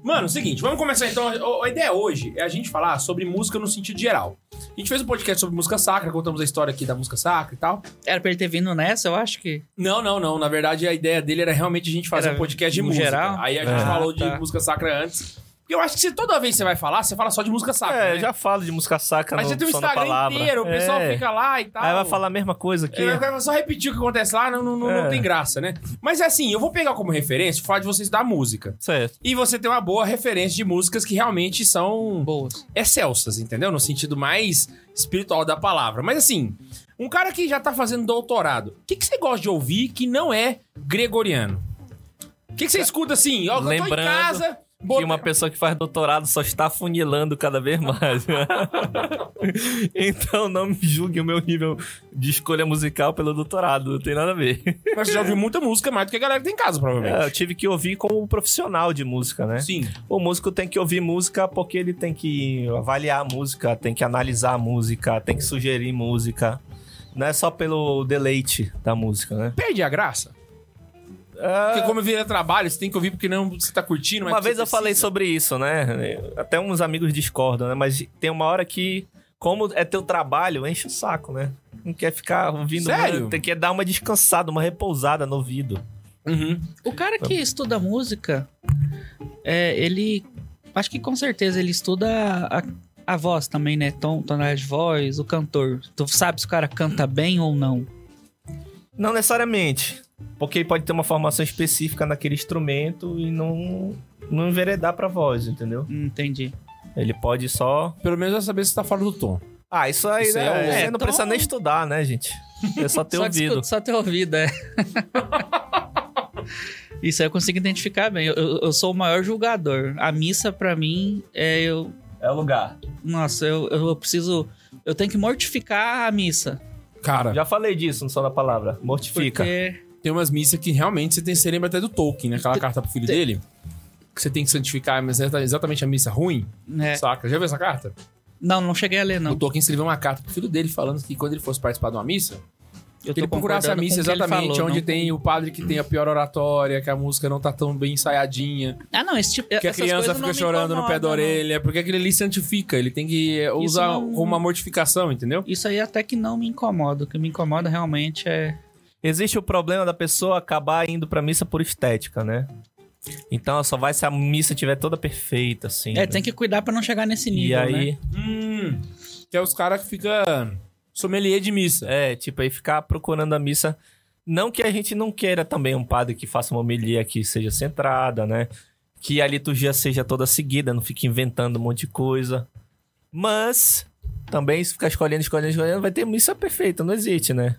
[SPEAKER 1] Mano, seguinte, vamos começar então. A- A ideia hoje é a gente falar sobre música no sentido geral. A gente fez um podcast sobre música sacra, contamos a história aqui da música sacra e tal.
[SPEAKER 2] Era pra ele ter vindo nessa, eu acho que.
[SPEAKER 1] Não, não, não. Na verdade, a ideia dele era realmente a gente fazer
[SPEAKER 2] Era
[SPEAKER 1] um podcast de
[SPEAKER 2] no
[SPEAKER 1] música.
[SPEAKER 2] geral?
[SPEAKER 1] Aí a gente
[SPEAKER 3] Ah,
[SPEAKER 1] falou de
[SPEAKER 2] tá.
[SPEAKER 1] música sacra antes. Porque eu acho que se toda vez que você vai falar, você fala só de música sacra.
[SPEAKER 3] É,
[SPEAKER 1] né?
[SPEAKER 3] eu já falo de música sacra
[SPEAKER 1] Mas
[SPEAKER 3] no
[SPEAKER 1] você tem um
[SPEAKER 3] Só na
[SPEAKER 1] Instagram
[SPEAKER 3] palavra.
[SPEAKER 1] inteiro, o pessoal
[SPEAKER 3] É.
[SPEAKER 1] fica lá e tal.
[SPEAKER 3] Aí vai falar a mesma coisa aqui.
[SPEAKER 1] É, vai só repetir o que acontece lá, não, não, não- não
[SPEAKER 3] É.
[SPEAKER 1] tem graça, né? Mas assim, eu vou pegar como referência o fato de vocês da música.
[SPEAKER 3] Certo.
[SPEAKER 1] E você tem uma boa referência de músicas que realmente são
[SPEAKER 2] Boas.
[SPEAKER 1] excelsas, é entendeu? No sentido mais espiritual da palavra. Mas assim, um cara que já tá fazendo doutorado, o que, que você gosta de ouvir que não é gregoriano? O que, que você escuta assim? Ó, eu tô em
[SPEAKER 3] Lembrando-
[SPEAKER 1] casa,
[SPEAKER 3] que uma pessoa que faz doutorado só está funilando cada vez mais. então não me julgue o meu nível de escolha musical pelo doutorado, não tem nada a ver.
[SPEAKER 1] Mas você já ouviu muita música mais do que a galera que tem em casa, provavelmente.
[SPEAKER 3] É, eu tive que ouvir como profissional de música, né?
[SPEAKER 1] Sim.
[SPEAKER 3] O músico tem que ouvir música porque ele tem que avaliar a música, tem que analisar a música, tem que sugerir música. Não é só pelo deleite da música, né?
[SPEAKER 1] Perde a graça. Porque como vira trabalho, você tem que ouvir porque não você tá curtindo. mas
[SPEAKER 3] Uma
[SPEAKER 1] você
[SPEAKER 3] vez eu
[SPEAKER 1] precisa.
[SPEAKER 3] falei sobre isso, né? Até uns amigos discordam, né? Mas tem uma hora que, como é teu trabalho, enche o saco, né? Não quer ficar ouvindo.
[SPEAKER 1] Sério?
[SPEAKER 3] muito, Tem que dar uma descansada, uma repousada no ouvido.
[SPEAKER 1] Uhum.
[SPEAKER 2] O cara que estuda música, é, ele. Acho que com certeza ele estuda a, a voz também, né? Tom, tonalidade de voz, o cantor. Tu sabe se o cara canta bem ou não.
[SPEAKER 3] Não necessariamente. Porque ele pode ter uma formação específica naquele instrumento e não, não enveredar pra voz, entendeu?
[SPEAKER 2] Hum, Entendi.
[SPEAKER 3] Ele pode só.
[SPEAKER 1] Pelo menos vai saber se tá fora do tom.
[SPEAKER 3] Ah, isso aí
[SPEAKER 1] Isso
[SPEAKER 3] né?
[SPEAKER 1] é o-
[SPEAKER 3] você
[SPEAKER 2] É,
[SPEAKER 3] não
[SPEAKER 2] então-
[SPEAKER 3] precisa nem estudar, né, gente? É só ter
[SPEAKER 2] só que
[SPEAKER 3] ouvido.
[SPEAKER 2] escuta- só ter ouvido, é. Isso aí eu consigo identificar bem. Eu, eu- eu sou o maior julgador. A missa, pra mim, é eu.
[SPEAKER 3] É o lugar.
[SPEAKER 2] Nossa, eu, eu preciso. Eu tenho que mortificar a missa.
[SPEAKER 1] Cara,
[SPEAKER 3] Já falei disso, não só na palavra. Mortifica.
[SPEAKER 2] Porque.
[SPEAKER 1] tem umas missas que realmente você tem você lembra até do Tolkien, né? Aquela carta pro filho dele. Que você tem que santificar mas é exatamente a missa ruim,
[SPEAKER 2] né?
[SPEAKER 1] saca? Já viu essa carta?
[SPEAKER 2] Não, não cheguei a ler,
[SPEAKER 1] O
[SPEAKER 2] não.
[SPEAKER 1] Tolkien escreveu uma carta pro filho dele falando que quando ele fosse participar de uma missa,
[SPEAKER 2] Eu
[SPEAKER 1] que ele
[SPEAKER 2] tô
[SPEAKER 1] procurasse a
[SPEAKER 2] concordando
[SPEAKER 1] missa
[SPEAKER 2] com o que ele
[SPEAKER 1] exatamente
[SPEAKER 2] falou,
[SPEAKER 1] onde
[SPEAKER 2] não-
[SPEAKER 1] tem o padre que tem a pior oratória, que a música não tá tão bem ensaiadinha,
[SPEAKER 2] Ah, não, esse tipo.
[SPEAKER 1] que a
[SPEAKER 2] essas
[SPEAKER 1] criança
[SPEAKER 2] coisas não
[SPEAKER 1] fica
[SPEAKER 2] me
[SPEAKER 1] chorando no pé
[SPEAKER 2] incomodam,
[SPEAKER 1] da
[SPEAKER 2] não.
[SPEAKER 1] orelha, porque aquele ali santifica, ele tem que eh, usar
[SPEAKER 2] não-
[SPEAKER 1] como uma mortificação, entendeu?
[SPEAKER 2] Isso aí até que não me incomoda. O que me incomoda realmente é.
[SPEAKER 3] Existe o problema da pessoa acabar indo pra missa por estética, né? Então só vai se a missa tiver toda perfeita, assim.
[SPEAKER 2] É, tem que cuidar pra não chegar nesse nível.
[SPEAKER 3] E
[SPEAKER 2] né?
[SPEAKER 3] aí,
[SPEAKER 1] Hum, que é os caras que fica sommelier de missa.
[SPEAKER 3] é, tipo, aí ficar procurando a missa. Não que a gente não queira também um padre que faça uma homilia que seja centrada, né? Que a liturgia seja toda seguida, não fique inventando um monte de coisa. Mas também se ficar escolhendo, escolhendo, escolhendo, vai ter missa perfeita, não existe, né?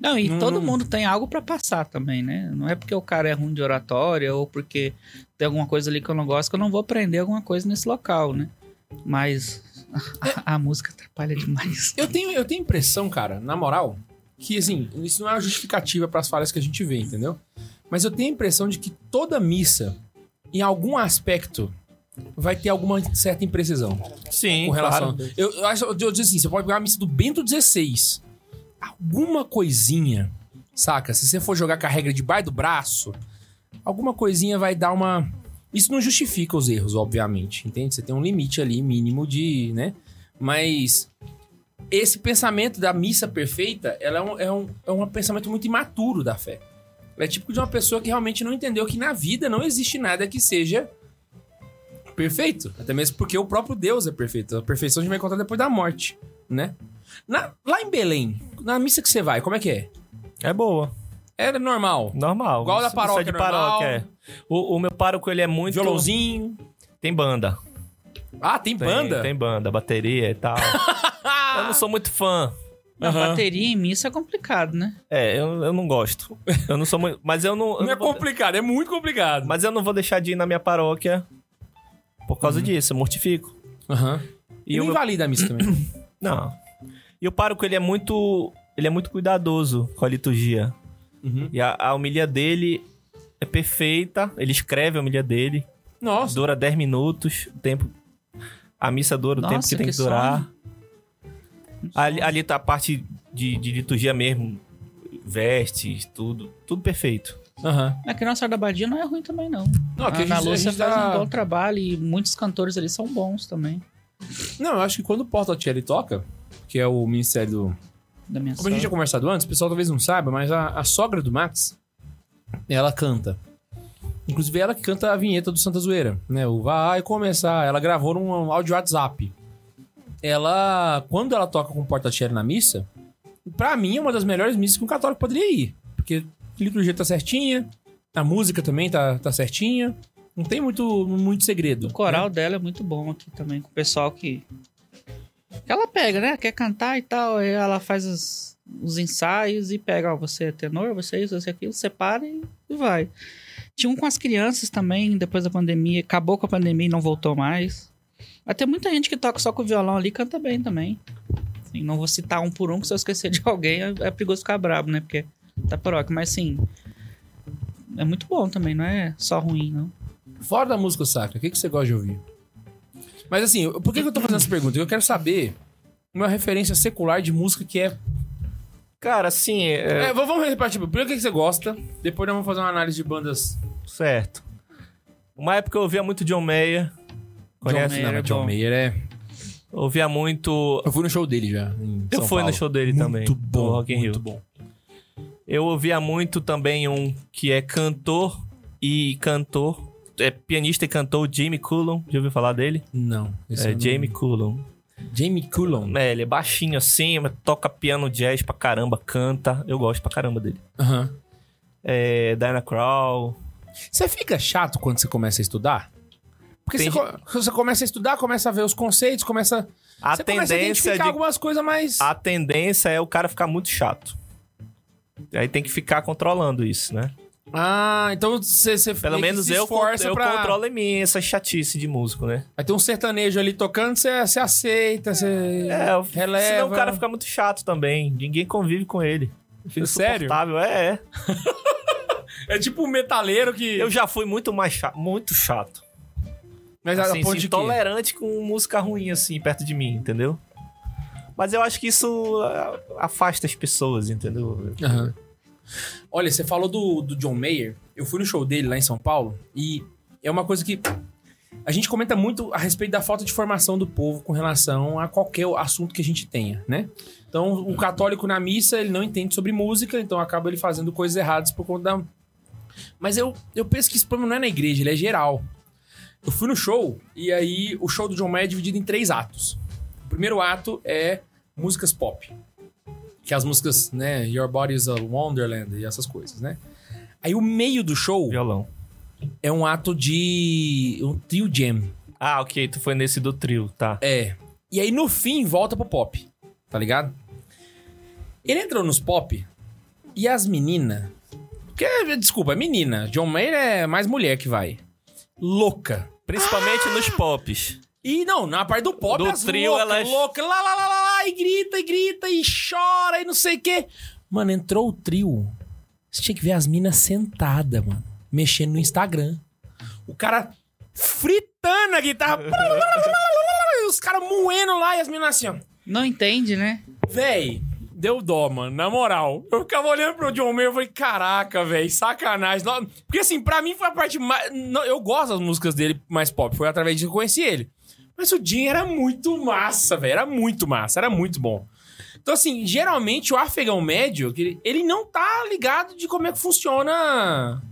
[SPEAKER 2] Não, e
[SPEAKER 1] Não-
[SPEAKER 2] todo mundo tem algo pra passar também, né? Não é porque o cara é ruim de oratória ou porque tem alguma coisa ali que eu não gosto que eu não vou aprender alguma coisa nesse local, né? Mas a, a música atrapalha demais.
[SPEAKER 1] Eu tenho, eu tenho impressão, cara, na moral, que assim, isso não é uma justificativa pras falhas que a gente vê, entendeu? Mas eu tenho a impressão de que toda missa, em algum aspecto, vai ter alguma certa imprecisão
[SPEAKER 3] Sim,
[SPEAKER 1] com relação. Eu, eu acho, eu digo assim, você pode pegar a missa do Bento XVI. Alguma coisinha, saca? Se você for jogar com a regra debaixo do braço, alguma coisinha vai dar uma. Isso não justifica os erros, obviamente, entende? Você tem um limite ali mínimo de, né? Mas esse pensamento da missa perfeita, ela é um, é um, é um pensamento muito imaturo da fé. Ela é típico de uma pessoa que realmente não entendeu que na vida não existe nada que seja perfeito. Até mesmo porque o próprio Deus é perfeito. A perfeição a gente vai encontrar depois da morte, né? Na- lá em Belém, na missa que você vai, como é que é?
[SPEAKER 3] É boa.
[SPEAKER 1] É normal.
[SPEAKER 3] Normal.
[SPEAKER 1] Igual da
[SPEAKER 3] Isso- isso é
[SPEAKER 1] paróquia,
[SPEAKER 3] de
[SPEAKER 1] normal.
[SPEAKER 3] paróquia, é. O, o meu pároco, ele é muito...
[SPEAKER 1] Violãozinho.
[SPEAKER 3] Tem banda.
[SPEAKER 1] Ah, tem
[SPEAKER 3] Tem-
[SPEAKER 1] banda?
[SPEAKER 3] Tem banda, bateria e tal. eu não sou muito fã.
[SPEAKER 2] A
[SPEAKER 1] Aham.
[SPEAKER 2] bateria em missa é complicado, né?
[SPEAKER 3] É, eu, eu não gosto. Eu não sou muito... Mas eu não... eu
[SPEAKER 1] Não é
[SPEAKER 3] não vou,
[SPEAKER 1] complicado, é muito complicado.
[SPEAKER 3] mas eu não vou deixar de ir na minha paróquia por causa
[SPEAKER 1] Uhum.
[SPEAKER 3] disso. Eu mortifico.
[SPEAKER 1] Aham.
[SPEAKER 3] E
[SPEAKER 1] E
[SPEAKER 3] o
[SPEAKER 1] não
[SPEAKER 3] meu-
[SPEAKER 1] invalida a missa também.
[SPEAKER 3] Não. E o pároco, ele é muito... Ele é muito cuidadoso com a liturgia.
[SPEAKER 1] Uhum.
[SPEAKER 3] E a, a homilia dele é perfeita. Ele escreve a homilia dele.
[SPEAKER 1] Nossa.
[SPEAKER 3] Dura 10 minutos. O tempo... A missa dura o
[SPEAKER 2] Nossa,
[SPEAKER 3] tempo que tem
[SPEAKER 2] que
[SPEAKER 3] que durar.
[SPEAKER 2] sonho.
[SPEAKER 3] Ali, ali tá a parte de, de liturgia mesmo. Vestes, tudo. Tudo perfeito.
[SPEAKER 1] Aham.
[SPEAKER 2] Mas que Nossa Senhora da Badia não é ruim também, não.
[SPEAKER 1] Não, aqui Ah,
[SPEAKER 2] a Ana
[SPEAKER 1] a gente- a
[SPEAKER 2] Lúcia
[SPEAKER 1] gente
[SPEAKER 2] faz
[SPEAKER 1] tá-
[SPEAKER 2] um bom trabalho e muitos cantores ali são bons também.
[SPEAKER 1] Não, eu acho que quando o Portaltieri toca, que é o ministério do,
[SPEAKER 2] Da minha
[SPEAKER 1] Como a gente tinha
[SPEAKER 2] sogra.
[SPEAKER 1] conversado antes, o pessoal talvez não saiba, mas a, a sogra do Max, ela canta. Inclusive, ela que canta a vinheta do Santa Zoeira, né? O Vai Começar. Ela gravou num áudio WhatsApp. Ela, quando ela toca com o porta na missa, pra mim é uma das melhores missas que um católico poderia ir. Porque a liturgia tá certinha, a música também tá, tá certinha. Não tem muito, muito segredo.
[SPEAKER 2] O coral dela é muito bom aqui também, com o pessoal que. que Ela pega, né? Quer cantar e tal, aí ela faz os, os ensaios e pega, ó, você é tenor, você é isso, você é aquilo, separa e, e vai. Tinha um com as crianças também, depois da pandemia. Acabou com a pandemia e não voltou mais. Mas tem muita gente que toca só com o violão ali e canta bem também. Assim, não vou citar um por um, que se eu esquecer de alguém é, é perigoso ficar brabo, né? Porque tá paroca. Mas assim, é muito bom também, não é só ruim, não.
[SPEAKER 1] Fora da música sacra, o que, que você gosta de ouvir? Mas assim, eu- por que, que eu tô fazendo essa pergunta? Eu quero saber uma referência secular de música que é.
[SPEAKER 3] Cara, assim, é-
[SPEAKER 1] É, v- vamos repartir. Primeiro, o que, que você gosta? Depois, nós vamos fazer uma análise de bandas. tá
[SPEAKER 2] É.
[SPEAKER 3] certo. Uma época eu ouvia muito John Mayer.
[SPEAKER 1] John
[SPEAKER 3] Conhece?
[SPEAKER 2] Mayer
[SPEAKER 1] Mayer,
[SPEAKER 2] é
[SPEAKER 1] John
[SPEAKER 2] bom.
[SPEAKER 1] Mayer é.
[SPEAKER 3] Ouvia muito.
[SPEAKER 1] Eu fui no show dele já. em
[SPEAKER 3] Eu
[SPEAKER 1] São
[SPEAKER 3] fui no
[SPEAKER 1] Paulo.
[SPEAKER 3] show dele
[SPEAKER 1] muito
[SPEAKER 3] também. do
[SPEAKER 1] Bom,
[SPEAKER 3] Rock in
[SPEAKER 1] muito
[SPEAKER 3] Rio.
[SPEAKER 1] bom.
[SPEAKER 3] Eu ouvia muito também um que é cantor e cantor. É pianista e cantor, Jamie Cullum. Já ouviu falar dele?
[SPEAKER 1] Não. esse
[SPEAKER 3] é
[SPEAKER 1] eu não-
[SPEAKER 3] Jamie Cullum.
[SPEAKER 1] Jamie Cullum.
[SPEAKER 3] É, ele é baixinho assim, mas toca piano jazz pra caramba, canta. Eu gosto pra caramba dele.
[SPEAKER 1] Aham.
[SPEAKER 3] É, Diana Krall.
[SPEAKER 1] Você fica chato quando você começa a estudar? Porque
[SPEAKER 3] Tem
[SPEAKER 1] você, co- você começa a estudar, começa a ver os conceitos, começa,
[SPEAKER 3] A
[SPEAKER 1] você começa a
[SPEAKER 3] tendência
[SPEAKER 1] identificar
[SPEAKER 3] de
[SPEAKER 1] algumas coisas mais...
[SPEAKER 3] a tendência é o cara ficar muito chato. Aí tem que ficar controlando isso, né?
[SPEAKER 1] Ah, então você, você
[SPEAKER 3] Pelo
[SPEAKER 1] meio que
[SPEAKER 3] menos
[SPEAKER 1] se
[SPEAKER 3] eu, con-
[SPEAKER 1] esforça
[SPEAKER 3] eu
[SPEAKER 1] pra...
[SPEAKER 3] controlo em mim essa chatice de músico, né?
[SPEAKER 1] Aí tem um sertanejo ali tocando, você, você aceita, você
[SPEAKER 3] É, eu-
[SPEAKER 1] releva.
[SPEAKER 3] senão o cara fica muito chato também. Ninguém convive com ele. Fica
[SPEAKER 1] Sério?
[SPEAKER 3] insuportável, É, é.
[SPEAKER 1] É tipo um metaleiro que...
[SPEAKER 3] Eu já fui muito mais chato, muito chato.
[SPEAKER 1] Mas a é.
[SPEAKER 3] assim,
[SPEAKER 1] ponto de quê?
[SPEAKER 3] intolerante com música ruim, assim, perto de mim, entendeu? Mas eu acho que isso ah, afasta as pessoas, entendeu?
[SPEAKER 1] Aham. Olha, você falou do, do John Mayer. Eu fui no show dele lá em São Paulo e é uma coisa que a gente comenta muito a respeito da falta de formação do povo com relação a qualquer assunto que a gente tenha, né? Então, o católico na missa, ele não entende sobre música, então acaba ele fazendo coisas erradas por conta da... Mas eu, eu penso que esse problema não é na igreja, ele é geral. Eu fui no show e aí o show do John Mayer é dividido em três atos. O primeiro ato é músicas pop que é as músicas, né, Your Body is a Wonderland e essas coisas, né? Aí o meio do show
[SPEAKER 3] Violão.
[SPEAKER 1] é um ato de um trio jam.
[SPEAKER 3] Ah, ok, tu foi nesse do trio, tá.
[SPEAKER 1] É. E aí no fim volta pro pop, tá ligado? Ele entrou nos pop e as meninas. Porque, desculpa, é menina. John Mayer é mais mulher que vai. Louca.
[SPEAKER 3] Principalmente
[SPEAKER 1] Ah!
[SPEAKER 3] nos pops.
[SPEAKER 1] E não, na parte do pop,
[SPEAKER 3] Do
[SPEAKER 1] as
[SPEAKER 3] trio,
[SPEAKER 1] louca,
[SPEAKER 3] elas-
[SPEAKER 1] louca, lá, lá, lá, lá, lá, e grita, e grita, e chora, e não sei o quê. Mano, entrou o trio. Você tinha que ver as minas sentadas, mano, mexendo no Instagram. O cara fritando a guitarra. e os caras moendo lá e as minas assim, ó.
[SPEAKER 2] Não entende, né?
[SPEAKER 1] Véi, deu dó, mano, na moral. Eu ficava olhando pro John Mayer e falei, caraca, véi, sacanagem. Não- Porque assim, pra mim foi a parte mais... não, eu gosto das músicas dele mais pop, foi através disso que eu conheci ele. Mas o Jim era muito massa, velho, era muito massa, era muito bom. Então assim, geralmente o afegão médio, que ele- ele não tá ligado de como é que funciona...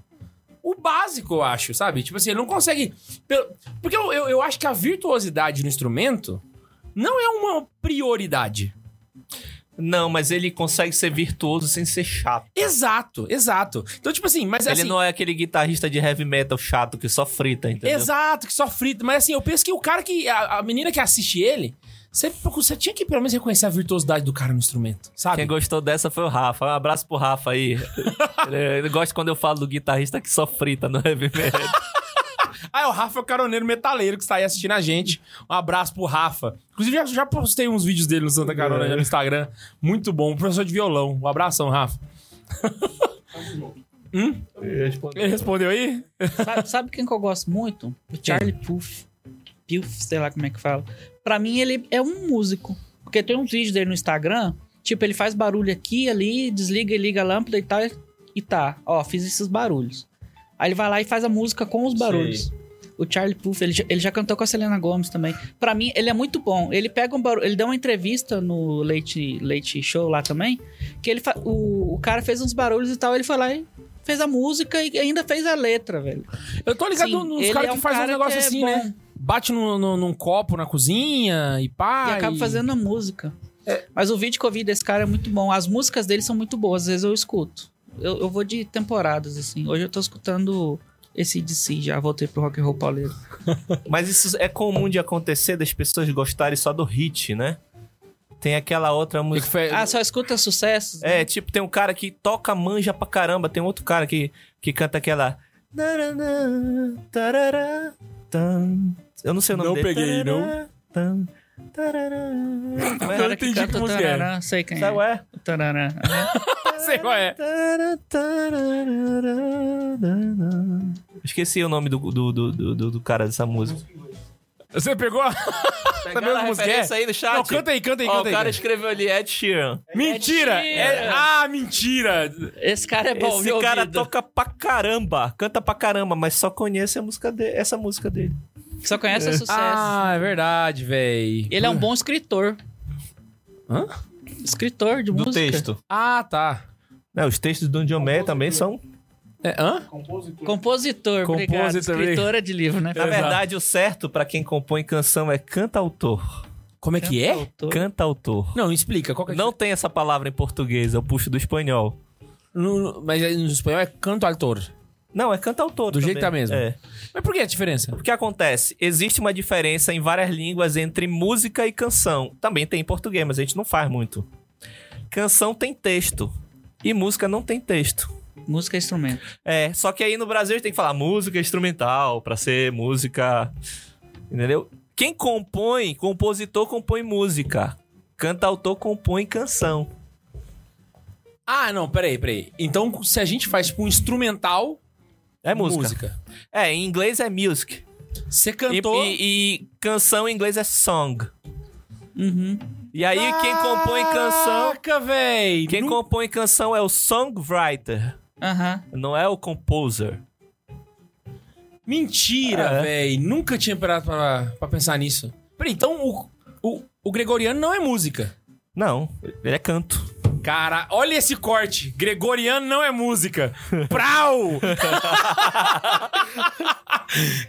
[SPEAKER 1] O básico, eu acho, sabe? Tipo assim, ele não consegue. pelo- Porque eu- eu, eu acho que a virtuosidade no instrumento não é uma prioridade.
[SPEAKER 3] Não, mas ele consegue ser virtuoso sem ser chato.
[SPEAKER 1] Exato, exato. Então, tipo assim, mas
[SPEAKER 3] Ele
[SPEAKER 1] assim.
[SPEAKER 3] não é aquele guitarrista de heavy metal chato que só frita, entendeu?
[SPEAKER 1] Exato, que só frita. Mas assim, eu penso que o cara que. A, a menina que assiste ele, você, você tinha que pelo menos reconhecer a virtuosidade do cara no instrumento, sabe?
[SPEAKER 3] Quem gostou dessa foi o Rafa. Um abraço pro Rafa aí. ele, ele gosta quando eu falo do guitarrista que só frita no heavy metal.
[SPEAKER 1] Ah, é o Rafa é o caroneiro metaleiro que está aí assistindo a gente. Um abraço pro Rafa. Inclusive, já, já postei uns vídeos dele no Santa Carona
[SPEAKER 3] É.
[SPEAKER 1] já no Instagram. Muito bom. Professor de violão. Um abração, Rafa. Ele respondeu aí?
[SPEAKER 2] Sabe, sabe quem que eu gosto muito? O Charlie Puth. Puth, sei lá como é que fala. Pra mim, ele é um músico. Porque tem uns vídeos dele no Instagram, tipo, ele faz barulho aqui, ali, desliga e liga a lâmpada e tal. E tá, ó, fiz esses barulhos. Aí ele vai lá e faz a música com os barulhos. O Charlie Puth, ele, já- ele já cantou com a Selena Gomes também. Pra mim, ele é muito bom. Ele pega um barulho. Ele deu uma entrevista no Late, Late Show lá também. Que ele fa- o, o cara fez uns barulhos e tal. Ele foi lá e fez a música e ainda fez a letra, velho.
[SPEAKER 1] Eu tô ligado
[SPEAKER 2] Sim,
[SPEAKER 1] nos
[SPEAKER 2] ele
[SPEAKER 1] caras
[SPEAKER 2] é
[SPEAKER 1] que
[SPEAKER 2] um
[SPEAKER 1] fazem um
[SPEAKER 2] cara
[SPEAKER 1] negócio
[SPEAKER 2] que é
[SPEAKER 1] assim,
[SPEAKER 2] bom.
[SPEAKER 1] né? Bate no, no- num copo na cozinha e pá.
[SPEAKER 2] e acaba fazendo a música. Mas o vídeo que eu vi desse cara é muito bom. As músicas dele são muito boas, às vezes eu escuto. Eu, eu vou de temporadas, assim. Hoje eu tô escutando esse DC já, voltei pro rock and roll pauleiro.
[SPEAKER 3] Mas isso é comum de acontecer das pessoas gostarem só do hit, né? Tem aquela outra
[SPEAKER 1] E que
[SPEAKER 3] música.
[SPEAKER 1] fe-
[SPEAKER 2] Ah, só escuta sucessos?
[SPEAKER 3] um É, tipo, tem um cara que toca manja pra caramba, tem outro cara que, que canta aquela. Taranã, tarará, tan. Eu não sei o nome
[SPEAKER 5] Não
[SPEAKER 3] dele.
[SPEAKER 5] peguei, não.
[SPEAKER 3] Tarará, tan, tarará.
[SPEAKER 2] O
[SPEAKER 3] Mas-
[SPEAKER 5] Não
[SPEAKER 2] cara que
[SPEAKER 5] entendi
[SPEAKER 2] canta
[SPEAKER 5] que
[SPEAKER 2] o
[SPEAKER 5] música é.
[SPEAKER 2] tarará, sei quem
[SPEAKER 3] Sabe
[SPEAKER 2] é.
[SPEAKER 3] qual é?
[SPEAKER 2] O Tarará.
[SPEAKER 1] Sei qual é.
[SPEAKER 3] Esqueci o nome do, do, do, do- do- do cara dessa música.
[SPEAKER 1] Você pegou a...
[SPEAKER 5] Pegaram a
[SPEAKER 1] a música é?
[SPEAKER 5] referência aí do chat?
[SPEAKER 1] Não, canta aí, canta aí,
[SPEAKER 5] Ó,
[SPEAKER 1] canta
[SPEAKER 5] o
[SPEAKER 1] aí.
[SPEAKER 5] cara escreveu ali Ed Sheeran.
[SPEAKER 1] Mentira!
[SPEAKER 2] Mentira!
[SPEAKER 1] É- Ah, mentira!
[SPEAKER 2] Esse cara é bom,
[SPEAKER 3] Esse
[SPEAKER 2] viu,
[SPEAKER 3] cara
[SPEAKER 2] ouvido?
[SPEAKER 3] toca pra caramba, canta pra caramba, mas só conhece a música de- essa música dele.
[SPEAKER 2] Só conhece o sucesso.
[SPEAKER 1] Ah, é verdade, véi.
[SPEAKER 2] Ele é um bom escritor.
[SPEAKER 1] Hã?
[SPEAKER 2] Escritor de
[SPEAKER 3] Do
[SPEAKER 2] música.
[SPEAKER 3] texto.
[SPEAKER 1] Ah, tá.
[SPEAKER 3] Não, É, os textos do John Mayer também são.
[SPEAKER 1] É, hã?
[SPEAKER 2] Compositor, obrigado.
[SPEAKER 1] Compositor,
[SPEAKER 2] Escritora de livro, né?
[SPEAKER 3] Na verdade, o certo pra quem compõe canção é cantautor.
[SPEAKER 1] Como é que é?
[SPEAKER 2] Autor.
[SPEAKER 3] Cantautor.
[SPEAKER 1] Não, explica. Qual que é
[SPEAKER 3] Não tem essa palavra em português, eu puxo do espanhol.
[SPEAKER 1] No- no- mas no espanhol é canto autor.
[SPEAKER 3] Não, é cantautor.
[SPEAKER 1] Do jeito que tá
[SPEAKER 3] também.
[SPEAKER 1] mesmo.
[SPEAKER 3] É.
[SPEAKER 1] Mas por que a diferença?
[SPEAKER 3] O que acontece? Existe uma diferença em várias línguas entre música e canção. Também tem em português, mas a gente não faz muito. Canção tem texto. E música não tem texto.
[SPEAKER 2] Música é instrumento.
[SPEAKER 3] É, só que aí no Brasil a gente tem que falar música instrumental pra ser música. Entendeu? Quem compõe, compositor compõe música. Cantautor compõe canção.
[SPEAKER 1] Ah, não, peraí, peraí. Então, se a gente faz tipo um instrumental,
[SPEAKER 3] É música. É, em inglês é music.
[SPEAKER 1] Você
[SPEAKER 3] E,
[SPEAKER 1] cantou.
[SPEAKER 3] e- e canção em inglês é song.
[SPEAKER 2] Uhum.
[SPEAKER 3] E aí quem compõe canção.
[SPEAKER 1] Caraca, véi.
[SPEAKER 3] Quem
[SPEAKER 1] Nu-
[SPEAKER 3] compõe canção é o songwriter,
[SPEAKER 2] Aham.
[SPEAKER 3] não é o composer.
[SPEAKER 1] Mentira,
[SPEAKER 3] É.
[SPEAKER 1] véi. Nunca tinha parado pra, pra pensar nisso. Peraí, então o, o, o gregoriano não é música.
[SPEAKER 3] Não, ele é canto.
[SPEAKER 1] Cara, olha esse corte. Gregoriano não é música. Prau!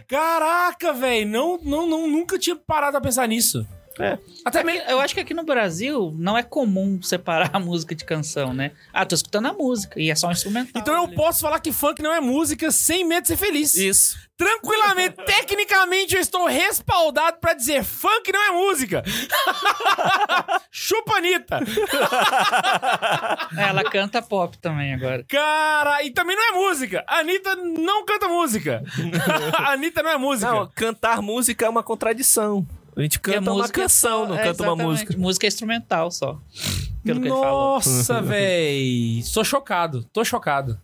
[SPEAKER 1] Caraca, velho. Não, não, não, nunca tinha parado a pensar nisso.
[SPEAKER 3] É.
[SPEAKER 1] Até meio.
[SPEAKER 2] Eu acho que aqui no Brasil não é comum separar a música de canção, né? Ah, tô escutando a música e é só um instrumental.
[SPEAKER 1] Então eu
[SPEAKER 2] né?
[SPEAKER 1] posso falar que funk não é música sem medo de ser feliz.
[SPEAKER 3] Isso.
[SPEAKER 1] Tranquilamente, tecnicamente eu estou respaldado pra dizer funk não é música. Chupa Anitta.
[SPEAKER 3] Então-
[SPEAKER 2] É, Ela canta pop também agora.
[SPEAKER 1] Cara, e também não é música. Anitta não canta música. Anitta não é música.
[SPEAKER 3] Não, cantar música é uma contradição. A gente
[SPEAKER 2] Porque
[SPEAKER 3] canta uma
[SPEAKER 2] música é só-
[SPEAKER 3] canção, não
[SPEAKER 2] é,
[SPEAKER 3] canta uma
[SPEAKER 2] exatamente.
[SPEAKER 3] música.
[SPEAKER 2] Música é instrumental só. Pelo que ele falou.
[SPEAKER 1] Nossa, véi. Tô chocado, tô chocado.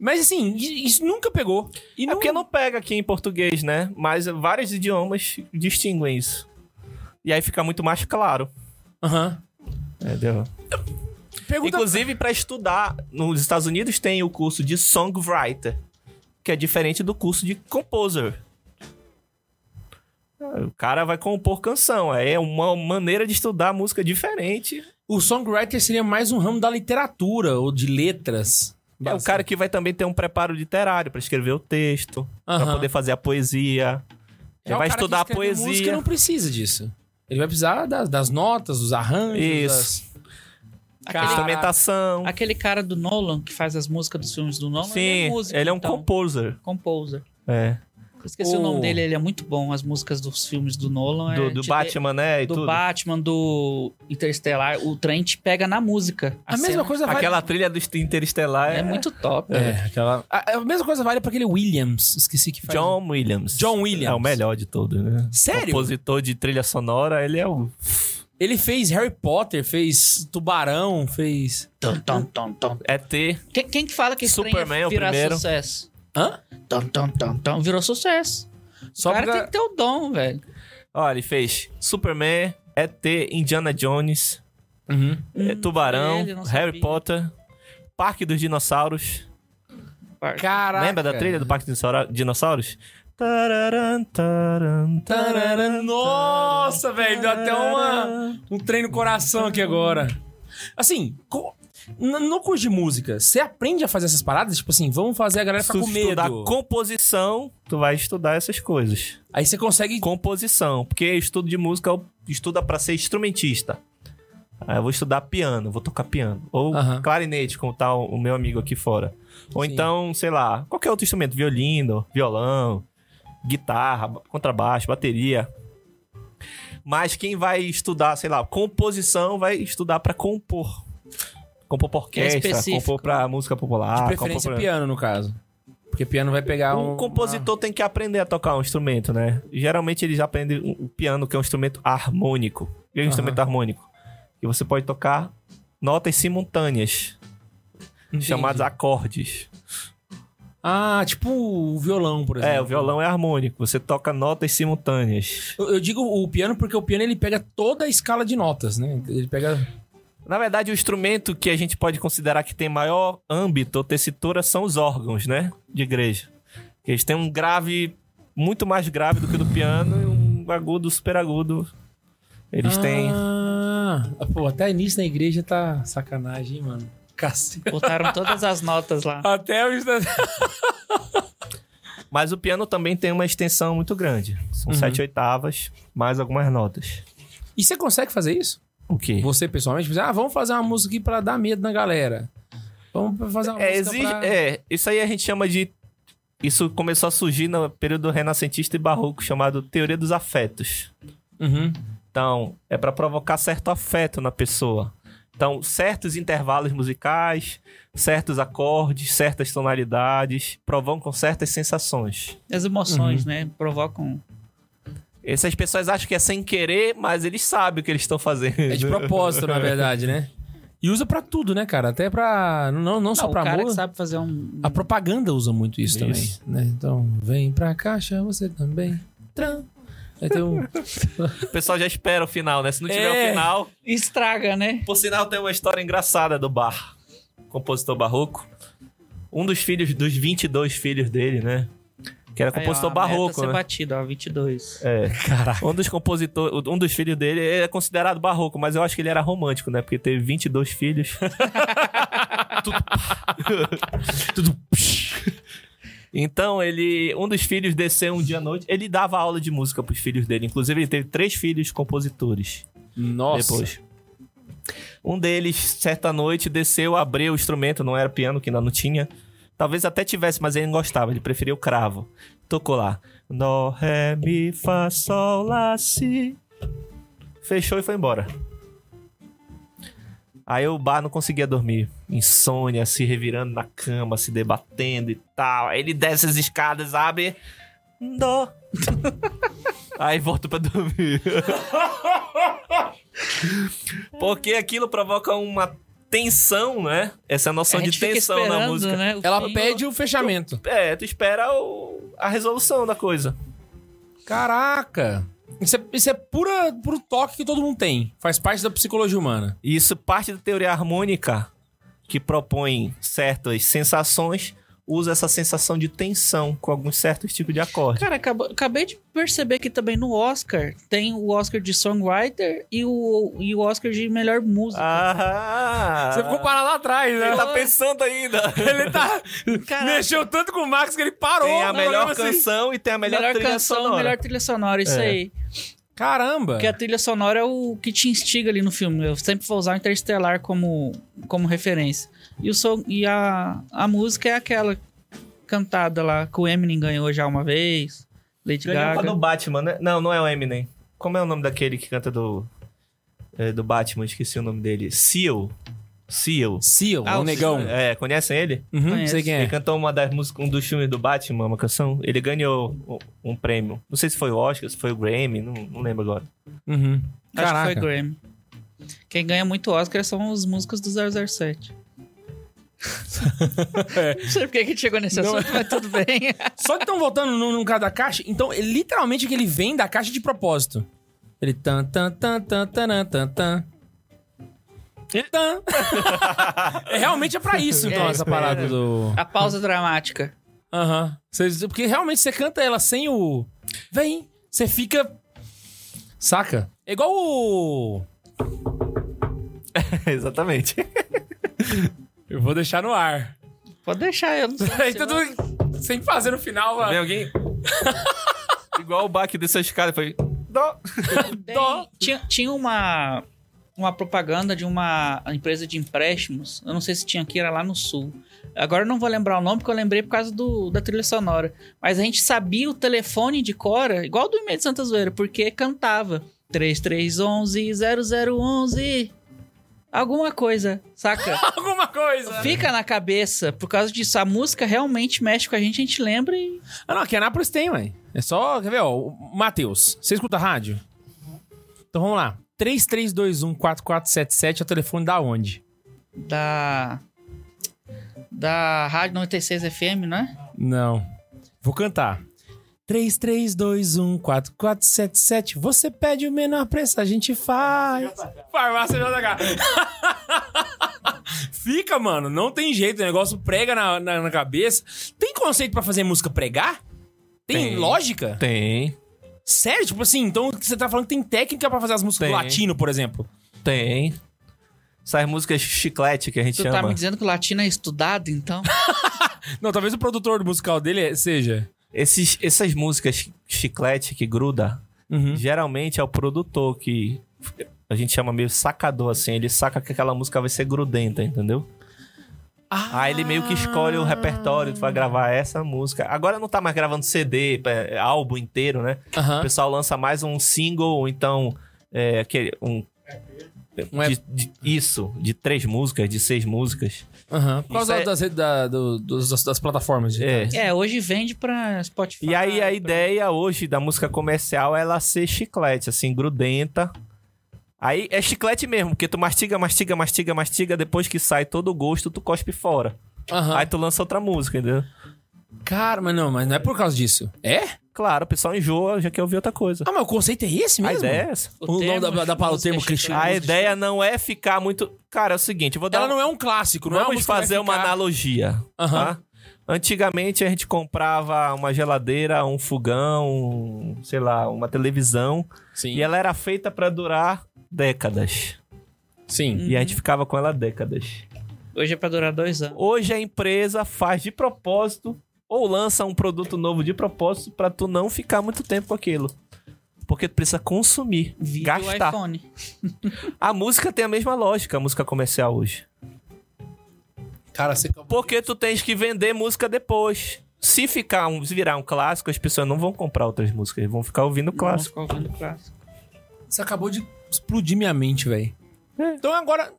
[SPEAKER 1] Mas assim, i- isso nunca pegou. E
[SPEAKER 3] É porque não pega aqui em português, né? Mas vários idiomas distinguem isso. E aí fica muito mais claro.
[SPEAKER 1] Aham.
[SPEAKER 3] Entendeu?
[SPEAKER 1] Pergunta...
[SPEAKER 3] Inclusive, pra estudar, nos Estados Unidos tem o curso de songwriter, que é diferente do curso de composer. O cara vai compor canção, é uma maneira de estudar música diferente. É
[SPEAKER 1] O songwriter seria mais um ramo da literatura ou de letras.
[SPEAKER 3] É o cara que vai também ter um preparo literário pra escrever o texto, pra
[SPEAKER 1] Aham.
[SPEAKER 3] poder fazer a poesia.
[SPEAKER 2] é
[SPEAKER 1] Já
[SPEAKER 3] Ele
[SPEAKER 2] um
[SPEAKER 1] o
[SPEAKER 3] vai
[SPEAKER 1] cara que
[SPEAKER 3] estudar a
[SPEAKER 1] escreve Música
[SPEAKER 3] poesia.
[SPEAKER 1] não precisa disso. Ele vai precisar das, das notas, dos arranjos.
[SPEAKER 3] Isso.
[SPEAKER 1] das-
[SPEAKER 3] a
[SPEAKER 1] Cara,
[SPEAKER 3] Instrumentação.
[SPEAKER 2] Aquele cara do Nolan que faz as músicas dos filmes do Nolan, Ah,
[SPEAKER 3] Sim,
[SPEAKER 2] ele é músico.
[SPEAKER 3] ele é um
[SPEAKER 2] então.
[SPEAKER 3] composer.
[SPEAKER 2] composer.
[SPEAKER 3] É.
[SPEAKER 2] Esqueci o...
[SPEAKER 1] O-
[SPEAKER 2] nome dele, ele é muito bom. As músicas dos filmes do Nolan. é-
[SPEAKER 3] Do, do
[SPEAKER 2] te-
[SPEAKER 3] Batman, né? E
[SPEAKER 2] Do
[SPEAKER 3] tudo.
[SPEAKER 2] Batman, do Interstellar. O trem te pega na música.
[SPEAKER 1] A mesma
[SPEAKER 2] cena.
[SPEAKER 1] coisa vale...
[SPEAKER 3] Aquela trilha do Interestelar é,
[SPEAKER 2] É muito top.
[SPEAKER 1] É, aquela... A, a mesma coisa vale pra aquele Williams. Esqueci que faz... um
[SPEAKER 3] John Williams.
[SPEAKER 1] John Williams.
[SPEAKER 3] É o melhor de todos, né?
[SPEAKER 1] Sério?
[SPEAKER 3] Compositor de trilha sonora, ele é o.
[SPEAKER 1] Ele fez Harry Potter, fez Tubarão, fez...
[SPEAKER 2] Tum, tum, tum, tum.
[SPEAKER 3] É T.
[SPEAKER 2] Quem, quem que fala que esse
[SPEAKER 3] Superman é
[SPEAKER 2] trem
[SPEAKER 3] o
[SPEAKER 2] virar
[SPEAKER 3] primeiro.
[SPEAKER 2] sucesso?
[SPEAKER 1] Hã?
[SPEAKER 2] Tum, tum, tum, tum. Então Virou sucesso.
[SPEAKER 1] Só
[SPEAKER 2] o cara
[SPEAKER 1] pra-
[SPEAKER 2] tem que ter o dom, velho.
[SPEAKER 3] Olha, ele fez Superman, ET, Indiana Jones,
[SPEAKER 1] Uhum.
[SPEAKER 3] é Tubarão,
[SPEAKER 2] Hum, ele, eu não
[SPEAKER 3] Harry
[SPEAKER 2] sabia.
[SPEAKER 3] Potter, Parque dos Dinossauros.
[SPEAKER 1] Caraca.
[SPEAKER 3] Lembra da trilha do Parque dos Dinossauro- Dinossauros? Tararam, tararam,
[SPEAKER 1] Tarará.
[SPEAKER 3] tararam,
[SPEAKER 1] Nossa, velho, deu até uma, um trem no coração aqui agora. Assim, co- n- no curso de música, você aprende a fazer essas paradas? Tipo assim, vamos fazer a galera
[SPEAKER 3] Se
[SPEAKER 1] ficar
[SPEAKER 3] tu
[SPEAKER 1] com medo.
[SPEAKER 3] estudar composição, tu vai estudar essas coisas.
[SPEAKER 1] Aí você consegue...
[SPEAKER 3] Composição, porque estudo de música eu- estuda pra ser instrumentista. Aí eu vou estudar piano, vou tocar piano. Ou
[SPEAKER 1] Aham.
[SPEAKER 3] clarinete, como tá o, o meu amigo aqui fora. Ou
[SPEAKER 1] Sim.
[SPEAKER 3] então, sei lá, qualquer outro instrumento, violino, violão, guitarra, ba- contrabaixo, bateria. Mas quem vai estudar, sei lá, composição, vai estudar pra compor. Compor pra
[SPEAKER 2] Que é
[SPEAKER 3] orquestra,
[SPEAKER 2] específico,
[SPEAKER 3] compor pra música popular.
[SPEAKER 1] de preferência
[SPEAKER 3] compor pra-
[SPEAKER 1] piano, no caso. Porque piano vai pegar um.
[SPEAKER 3] O compositor tem que aprender a tocar um instrumento, né? Geralmente eles aprendem o o piano, que é um instrumento harmônico. O que é um
[SPEAKER 1] Aham.
[SPEAKER 3] instrumento harmônico? Que você pode tocar notas simultâneas,
[SPEAKER 1] Entendi.
[SPEAKER 3] chamados acordes.
[SPEAKER 1] Ah, tipo o violão, por exemplo.
[SPEAKER 3] É, o violão é harmônico, você toca notas simultâneas.
[SPEAKER 1] Eu, eu digo o piano porque o piano ele pega toda a escala de notas, né? Ele pega.
[SPEAKER 3] Na verdade, o instrumento que a gente pode considerar que tem maior âmbito ou tessitura são os órgãos, né? De igreja. Eles têm um grave muito mais grave do que o do piano e um agudo super agudo. Eles têm.
[SPEAKER 1] Ah, pô, até nisso na igreja tá sacanagem, hein, mano. Cacete.
[SPEAKER 2] Botaram todas as notas lá.
[SPEAKER 1] Até o.
[SPEAKER 3] Mas o piano também tem uma extensão muito grande. São sete oitavas, mais algumas notas.
[SPEAKER 1] E você consegue fazer isso?
[SPEAKER 3] O quê?
[SPEAKER 1] Você pessoalmente? Tipo, Ah, vamos fazer uma música aqui pra dar medo na galera. Vamos fazer uma
[SPEAKER 3] É,
[SPEAKER 1] música.
[SPEAKER 3] exige-
[SPEAKER 1] pra...
[SPEAKER 3] é, isso aí a gente chama de. Isso começou a surgir no período renascentista e barroco, chamado teoria dos afetos.
[SPEAKER 1] Uhum.
[SPEAKER 3] Então, é para provocar certo afeto na pessoa. Então, certos intervalos musicais, certos acordes, certas tonalidades provocam certas sensações.
[SPEAKER 2] As emoções,
[SPEAKER 3] Uhum.
[SPEAKER 2] né? Provocam.
[SPEAKER 3] Essas pessoas acham que é sem querer, mas eles sabem o que eles estão fazendo.
[SPEAKER 1] É de propósito, na verdade, né? E usa pra tudo, né, cara? Até pra. Não, não só
[SPEAKER 2] Não, o
[SPEAKER 1] pra
[SPEAKER 2] cara que
[SPEAKER 1] música.
[SPEAKER 2] sabe fazer um.
[SPEAKER 1] A propaganda usa muito isso,
[SPEAKER 3] Isso.
[SPEAKER 1] também, né? Então, vem pra caixa, você também. Tram. Aí tem um-
[SPEAKER 3] O pessoal já espera o final, né? Se não tiver
[SPEAKER 1] É.
[SPEAKER 3] o final.
[SPEAKER 2] Estraga, né?
[SPEAKER 3] Por sinal, tem uma história engraçada do Bar, compositor barroco. Um dos filhos, dos 22 filhos dele, né? Que era
[SPEAKER 2] Aí, ó,
[SPEAKER 3] compositor
[SPEAKER 2] a meta
[SPEAKER 3] barroco,
[SPEAKER 2] ser
[SPEAKER 3] né?
[SPEAKER 2] batido, ó, 22.
[SPEAKER 3] É. Caraca. Um dos compositores, um dos filhos dele ele é considerado barroco, mas eu acho que ele era romântico, né? Porque teve 22 filhos. Tudo- Então, ele, um dos filhos desceu um dia à noite, ele dava aula de música pros filhos dele. Inclusive, ele teve três filhos compositores
[SPEAKER 1] Nossa.
[SPEAKER 3] depois. Um deles, certa noite, desceu, abriu o instrumento, não era piano, que ainda não tinha. Talvez até tivesse, mas ele não gostava, ele preferia o cravo. Tocou lá. Dó, ré, mi, fá, sol, lá, si. Fechou e foi embora. Aí o bar não conseguia dormir. Insônia, se revirando na cama, se debatendo e tal. Aí ele desce as escadas, abre. Dó. Aí volta pra dormir. Porque aquilo provoca uma tensão, né? Essa noção
[SPEAKER 2] a gente
[SPEAKER 3] de
[SPEAKER 2] É, fica
[SPEAKER 3] tensão na
[SPEAKER 2] esperando,
[SPEAKER 3] música.
[SPEAKER 2] né? o
[SPEAKER 1] Ela
[SPEAKER 2] fim.
[SPEAKER 1] pede o fechamento.
[SPEAKER 3] É, tu espera o- a resolução da coisa.
[SPEAKER 1] Caraca! Isso é, isso é pura, puro toque que todo mundo tem. Faz parte da psicologia humana.
[SPEAKER 3] E isso parte da teoria harmônica, que propõe certas sensações, usa essa sensação de tensão com alguns certos tipos de acordes.
[SPEAKER 2] Cara, acabo- acabei de perceber que também no Oscar tem o Oscar de Songwriter e o, e o Oscar de melhor música.
[SPEAKER 3] Ah!
[SPEAKER 1] Você ficou parado lá atrás,
[SPEAKER 3] Ele
[SPEAKER 1] né?
[SPEAKER 3] tá pensando ainda.
[SPEAKER 1] Ele tá.
[SPEAKER 2] Caraca.
[SPEAKER 1] Mexeu tanto com o Max que ele parou.
[SPEAKER 3] Tem
[SPEAKER 1] no
[SPEAKER 3] a
[SPEAKER 1] programa
[SPEAKER 3] melhor
[SPEAKER 1] assim.
[SPEAKER 3] canção e tem a melhor,
[SPEAKER 2] melhor
[SPEAKER 3] trilha
[SPEAKER 2] canção,
[SPEAKER 3] sonora.
[SPEAKER 2] melhor trilha sonora, isso
[SPEAKER 3] É.
[SPEAKER 2] aí.
[SPEAKER 1] Caramba!
[SPEAKER 2] Porque a trilha sonora é o que te instiga ali no filme. Eu sempre vou usar o Interstellar como, como referência. E, o som, e a, a música é aquela cantada lá que o Eminem ganhou já uma vez. Lady
[SPEAKER 3] Ganhou a do
[SPEAKER 2] Gaga.
[SPEAKER 3] Batman, né? Não, não é o Eminem. Como é o nome daquele que canta do é, do Batman? Esqueci o nome dele. Seal. Seal.
[SPEAKER 1] Seal,
[SPEAKER 2] Ah,
[SPEAKER 1] o
[SPEAKER 2] o
[SPEAKER 1] negão.
[SPEAKER 3] É, conhecem ele?
[SPEAKER 1] Uhum,
[SPEAKER 2] Conheço.
[SPEAKER 1] sei quem
[SPEAKER 3] Ele
[SPEAKER 1] é.
[SPEAKER 3] cantou uma das músicas, um dos filmes do Batman, uma canção. Ele ganhou um- um prêmio. Não sei se foi o Oscar, se foi o Grammy, não, não lembro agora.
[SPEAKER 1] Uhum.
[SPEAKER 2] Acho que foi
[SPEAKER 1] Caraca.
[SPEAKER 2] Grammy. Quem ganha muito Oscar são as músicas do 007. Não sei por que que a gente chegou nesse
[SPEAKER 1] Não,
[SPEAKER 2] assunto, mas tudo bem.
[SPEAKER 1] Só que estão voltando num, num cara da caixa, então ele- literalmente que ele vem da caixa de propósito. Ele tan tan tan tan tan tan tan. Ele tan. é, realmente é pra isso, então,
[SPEAKER 2] É,
[SPEAKER 1] essa parada do.
[SPEAKER 2] A pausa dramática.
[SPEAKER 3] é.
[SPEAKER 1] Aham. Cês- Porque realmente você canta ela sem o. Vem. Você fica. Saca? É igual o.
[SPEAKER 3] Exatamente.
[SPEAKER 1] Eu vou deixar no ar.
[SPEAKER 2] Pode deixar, eu não sei.
[SPEAKER 1] Aí todo mundo- Sem fazer no final.
[SPEAKER 3] Vem
[SPEAKER 1] a-
[SPEAKER 3] alguém? Igual o Bach desceu a escada e foi... Dó.
[SPEAKER 2] Tem-
[SPEAKER 1] Dó.
[SPEAKER 2] Tinha, tinha uma, uma propaganda de uma empresa de empréstimos. Eu não sei se tinha aqui, era lá no sul. Agora eu não vou lembrar o nome, porque eu lembrei por causa do, da trilha sonora. Mas a gente sabia o telefone de Cora, igual do e-mail de Santa Zoeira, porque cantava 3311 0011. alguma coisa, saca?
[SPEAKER 1] Alguma coisa.
[SPEAKER 2] Fica na cabeça, por causa disso. A música realmente mexe com a gente, a gente lembra e.
[SPEAKER 1] Ah, não, aqui em Anápolis tem, ué. É só, quer ver, ó, o Matheus, você escuta rádio? Então vamos lá. 3321-4477 é o telefone da onde?
[SPEAKER 2] Da. Da Rádio 96 FM, né?
[SPEAKER 1] Não. Vou cantar. 3321-4477, você pede o menor preço, a gente faz. Farmácia JH. Fica, mano, não tem jeito, o negócio prega na, na, na cabeça. Tem conceito pra fazer música pregar? Tem,
[SPEAKER 3] Tem.
[SPEAKER 1] lógica?
[SPEAKER 3] Tem,
[SPEAKER 1] Sério? Tipo assim, então você tá falando que tem técnica pra fazer as músicas
[SPEAKER 3] Tem.
[SPEAKER 1] do latino, por exemplo.
[SPEAKER 3] tem. Essas músicas chiclete que a gente
[SPEAKER 2] Tu
[SPEAKER 3] chama.
[SPEAKER 2] tá me dizendo que o latino é estudado, então?
[SPEAKER 1] Não, talvez o produtor musical dele é- seja.
[SPEAKER 3] Esses, essas músicas chi- chiclete que gruda,
[SPEAKER 2] Hum?
[SPEAKER 1] Uhum.
[SPEAKER 3] geralmente é o produtor que a gente chama meio sacador, assim. Ele saca que aquela música vai ser grudenta, entendeu?
[SPEAKER 1] Ah,
[SPEAKER 3] Aí ele meio que escolhe o repertório, tu vai gravar essa música. Agora não tá mais gravando CD, é, álbum inteiro, né? O
[SPEAKER 1] Aham.
[SPEAKER 3] pessoal lança mais um single, ou então é, aquele, um...
[SPEAKER 1] Um EP.
[SPEAKER 3] de- de- isso, de três músicas, de seis músicas.
[SPEAKER 1] Aham. Por causa
[SPEAKER 3] Isso é-
[SPEAKER 1] das, da- do- dos- das, das plataformas. de-
[SPEAKER 3] É.
[SPEAKER 2] É, hoje vende pra Spotify.
[SPEAKER 3] E aí a
[SPEAKER 2] pra-
[SPEAKER 3] ideia hoje da música comercial é ela ser chiclete, assim, grudenta. Aí é chiclete mesmo, porque tu mastiga, mastiga, mastiga, mastiga, depois que sai todo o gosto, tu cospe fora.
[SPEAKER 1] Aham.
[SPEAKER 3] Aí tu lança outra música, entendeu?
[SPEAKER 1] Cara, mas não, mas não é por causa disso. É?
[SPEAKER 3] Claro, o pessoal enjoa, já quer ouvir outra coisa.
[SPEAKER 1] Ah, mas o conceito é esse
[SPEAKER 3] A
[SPEAKER 1] mesmo?
[SPEAKER 3] ideia é essa.
[SPEAKER 1] O nome da-
[SPEAKER 2] termo
[SPEAKER 1] da-
[SPEAKER 2] de
[SPEAKER 1] da- o
[SPEAKER 2] música
[SPEAKER 1] termo
[SPEAKER 2] é
[SPEAKER 1] cristão.
[SPEAKER 2] chamado
[SPEAKER 3] A
[SPEAKER 2] de-
[SPEAKER 3] ideia não é ficar muito. Cara, é o seguinte, eu vou dar.
[SPEAKER 1] Ela não é um clássico, não é uma
[SPEAKER 3] Vamos
[SPEAKER 1] música que
[SPEAKER 3] fazer
[SPEAKER 1] vai
[SPEAKER 3] uma
[SPEAKER 1] ficar-
[SPEAKER 3] analogia.
[SPEAKER 1] Aham.
[SPEAKER 3] tá? Antigamente a gente comprava uma geladeira, um fogão, um, sei lá, uma televisão.
[SPEAKER 1] Sim.
[SPEAKER 3] tá? E ela era feita pra durar décadas.
[SPEAKER 1] Sim.
[SPEAKER 3] E a gente ficava com ela décadas.
[SPEAKER 2] Hoje é pra durar dois anos.
[SPEAKER 3] Hoje a empresa faz de propósito ou lança um produto novo de propósito pra tu não ficar muito tempo com aquilo. Porque tu precisa consumir,
[SPEAKER 2] Vídeo
[SPEAKER 3] gastar.
[SPEAKER 2] iPhone.
[SPEAKER 3] A música tem a mesma lógica, a música comercial hoje.
[SPEAKER 1] Cara, você.
[SPEAKER 3] Porque tu tens que vender música depois. Se ficar um, se virar um clássico, as pessoas não vão comprar outras músicas, vão ficar ouvindo o clássico.
[SPEAKER 2] Não, ficou ouvindo clássico.
[SPEAKER 1] Você acabou de explodir minha mente, velho. Então agora.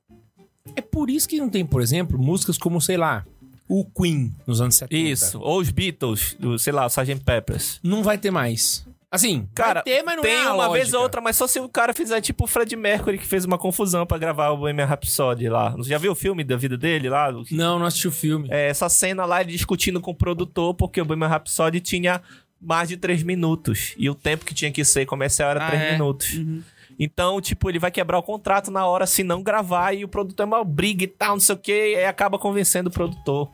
[SPEAKER 1] É por isso que não tem, por exemplo, músicas como, sei lá, o Queen nos anos 70.
[SPEAKER 3] Isso. Ou os Beatles, o- sei lá, o Sgt. Peppers.
[SPEAKER 1] Não vai ter mais. Assim,
[SPEAKER 3] Cara,
[SPEAKER 1] vai ter, mas não
[SPEAKER 3] Tem
[SPEAKER 1] é a
[SPEAKER 3] uma
[SPEAKER 1] lógica.
[SPEAKER 3] vez ou outra, mas só se o cara fizer tipo o Fred Mercury que fez uma confusão pra gravar o Bohemian Rhapsody lá. Você já viu o filme da vida dele lá? O-
[SPEAKER 1] Não, não assisti o filme.
[SPEAKER 3] É, essa cena lá ele discutindo com o produtor porque o Bohemian Rhapsody tinha mais de 3 minutos e o tempo que tinha que ser comercial era
[SPEAKER 2] Ah,
[SPEAKER 3] 3
[SPEAKER 2] é?
[SPEAKER 3] minutos.
[SPEAKER 2] Uhum.
[SPEAKER 3] Então, tipo, ele vai quebrar o contrato na hora se não gravar e o produtor é uma briga e tal, não sei o que, e aí acaba convencendo o produtor.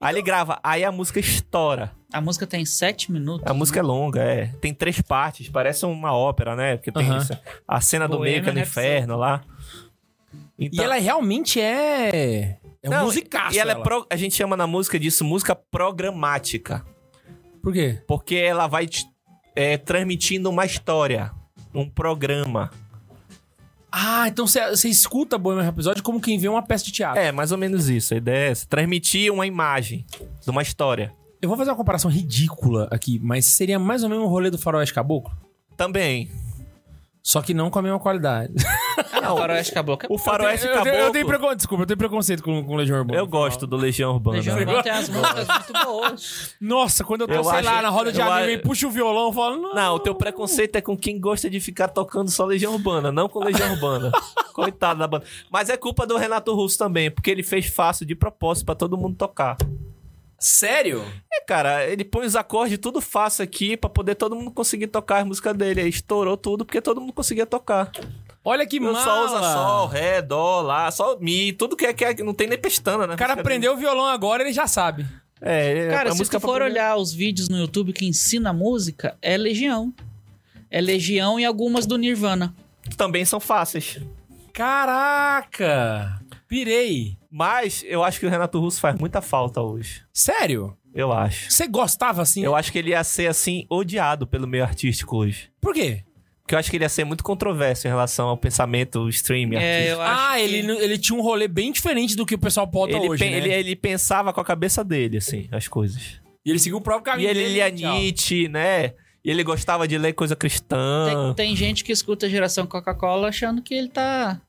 [SPEAKER 3] Aí ele grava, aí a música estoura.
[SPEAKER 2] A música tem sete minutos.
[SPEAKER 3] A música é longa, é. Tem três partes, parece uma ópera, né? Porque tem
[SPEAKER 1] Aham.
[SPEAKER 3] isso- a cena do
[SPEAKER 2] Bohemian
[SPEAKER 3] meio que é no
[SPEAKER 2] Rhapsody.
[SPEAKER 3] inferno lá.
[SPEAKER 1] E ela realmente é. É um
[SPEAKER 3] então Não,
[SPEAKER 1] musicaço.
[SPEAKER 3] E ela, É pro- a gente chama na música disso música programática.
[SPEAKER 1] Por quê?
[SPEAKER 3] Porque ela vai te- é, transmitindo uma história, um programa.
[SPEAKER 1] Ah, então você você escuta Bohemian Rhapsody como quem vê uma peça de teatro.
[SPEAKER 3] É, mais ou menos isso. A ideia é essa. Transmitir uma imagem de uma história.
[SPEAKER 1] Eu vou fazer uma comparação ridícula aqui, mas seria mais ou menos um rolê do Faroeste Caboclo,
[SPEAKER 3] Também.
[SPEAKER 1] só que não com a mesma qualidade.
[SPEAKER 2] Ah, não, o Faroeste Caboclo.
[SPEAKER 3] O Faroeste
[SPEAKER 1] é eu, tenho, eu, tenho
[SPEAKER 3] Caboclo...
[SPEAKER 1] precon- Desculpa, eu tenho preconceito com, com Legião Urbana.
[SPEAKER 3] Eu gosto do Legião Urbana.
[SPEAKER 2] Legião Urbana tem as músicas muito boas.
[SPEAKER 1] Nossa, quando eu tô,
[SPEAKER 3] Eu
[SPEAKER 1] sei
[SPEAKER 3] acho-
[SPEAKER 1] lá, na roda de
[SPEAKER 3] eu
[SPEAKER 1] amigo
[SPEAKER 3] acho-
[SPEAKER 1] e puxa o violão, eu falo... Não,
[SPEAKER 3] Não, o teu preconceito é com quem gosta de ficar tocando só Legião Urbana, não com Legião Urbana. Coitado da banda. Mas é culpa do Renato Russo também, porque ele fez fácil de propósito pra todo mundo tocar.
[SPEAKER 1] sério?
[SPEAKER 3] É, cara, ele põe os acordes tudo fácil aqui pra poder todo mundo conseguir tocar as músicas dele. Aí estourou tudo porque todo mundo conseguia tocar.
[SPEAKER 1] Olha que
[SPEAKER 3] Não
[SPEAKER 1] mala.
[SPEAKER 3] só usa sol, ré, dó, lá, só mi, tudo que é que é- não tem nem pestana, né?
[SPEAKER 1] O cara aprendeu o violão agora, ele já sabe.
[SPEAKER 3] É, é,
[SPEAKER 2] Cara,
[SPEAKER 3] a
[SPEAKER 2] se
[SPEAKER 3] música
[SPEAKER 2] tu
[SPEAKER 3] pra
[SPEAKER 2] for
[SPEAKER 3] aprender.
[SPEAKER 2] olhar os vídeos no YouTube que ensina música, é Legião. É Legião e algumas do Nirvana.
[SPEAKER 3] também são fáceis.
[SPEAKER 1] Caraca! Pirei.
[SPEAKER 3] Mas eu acho que o Renato Russo faz muita falta hoje.
[SPEAKER 1] Sério?
[SPEAKER 3] Eu acho.
[SPEAKER 1] Você gostava assim?
[SPEAKER 3] Eu acho que ele ia ser, assim, odiado pelo meio artístico hoje.
[SPEAKER 1] Por quê?
[SPEAKER 3] Porque eu acho que ele ia ser muito controverso em relação ao pensamento streaming
[SPEAKER 2] É,
[SPEAKER 3] artístico.
[SPEAKER 2] eu acho
[SPEAKER 1] Ah,
[SPEAKER 2] que-
[SPEAKER 1] ele, ele tinha um rolê bem diferente do que o pessoal bota
[SPEAKER 3] Ele,
[SPEAKER 1] hoje,
[SPEAKER 3] pen-
[SPEAKER 1] né?
[SPEAKER 3] ele, é- ele pensava com a cabeça dele, assim, as coisas.
[SPEAKER 1] E ele seguiu o próprio
[SPEAKER 3] E
[SPEAKER 1] caminho
[SPEAKER 3] ele é
[SPEAKER 1] dele,
[SPEAKER 3] lia
[SPEAKER 1] tchau.
[SPEAKER 3] Nietzsche, né? E ele gostava de ler coisa cristã.
[SPEAKER 1] Ah.
[SPEAKER 2] Tem, tem gente que escuta a geração Coca-Cola achando que ele tá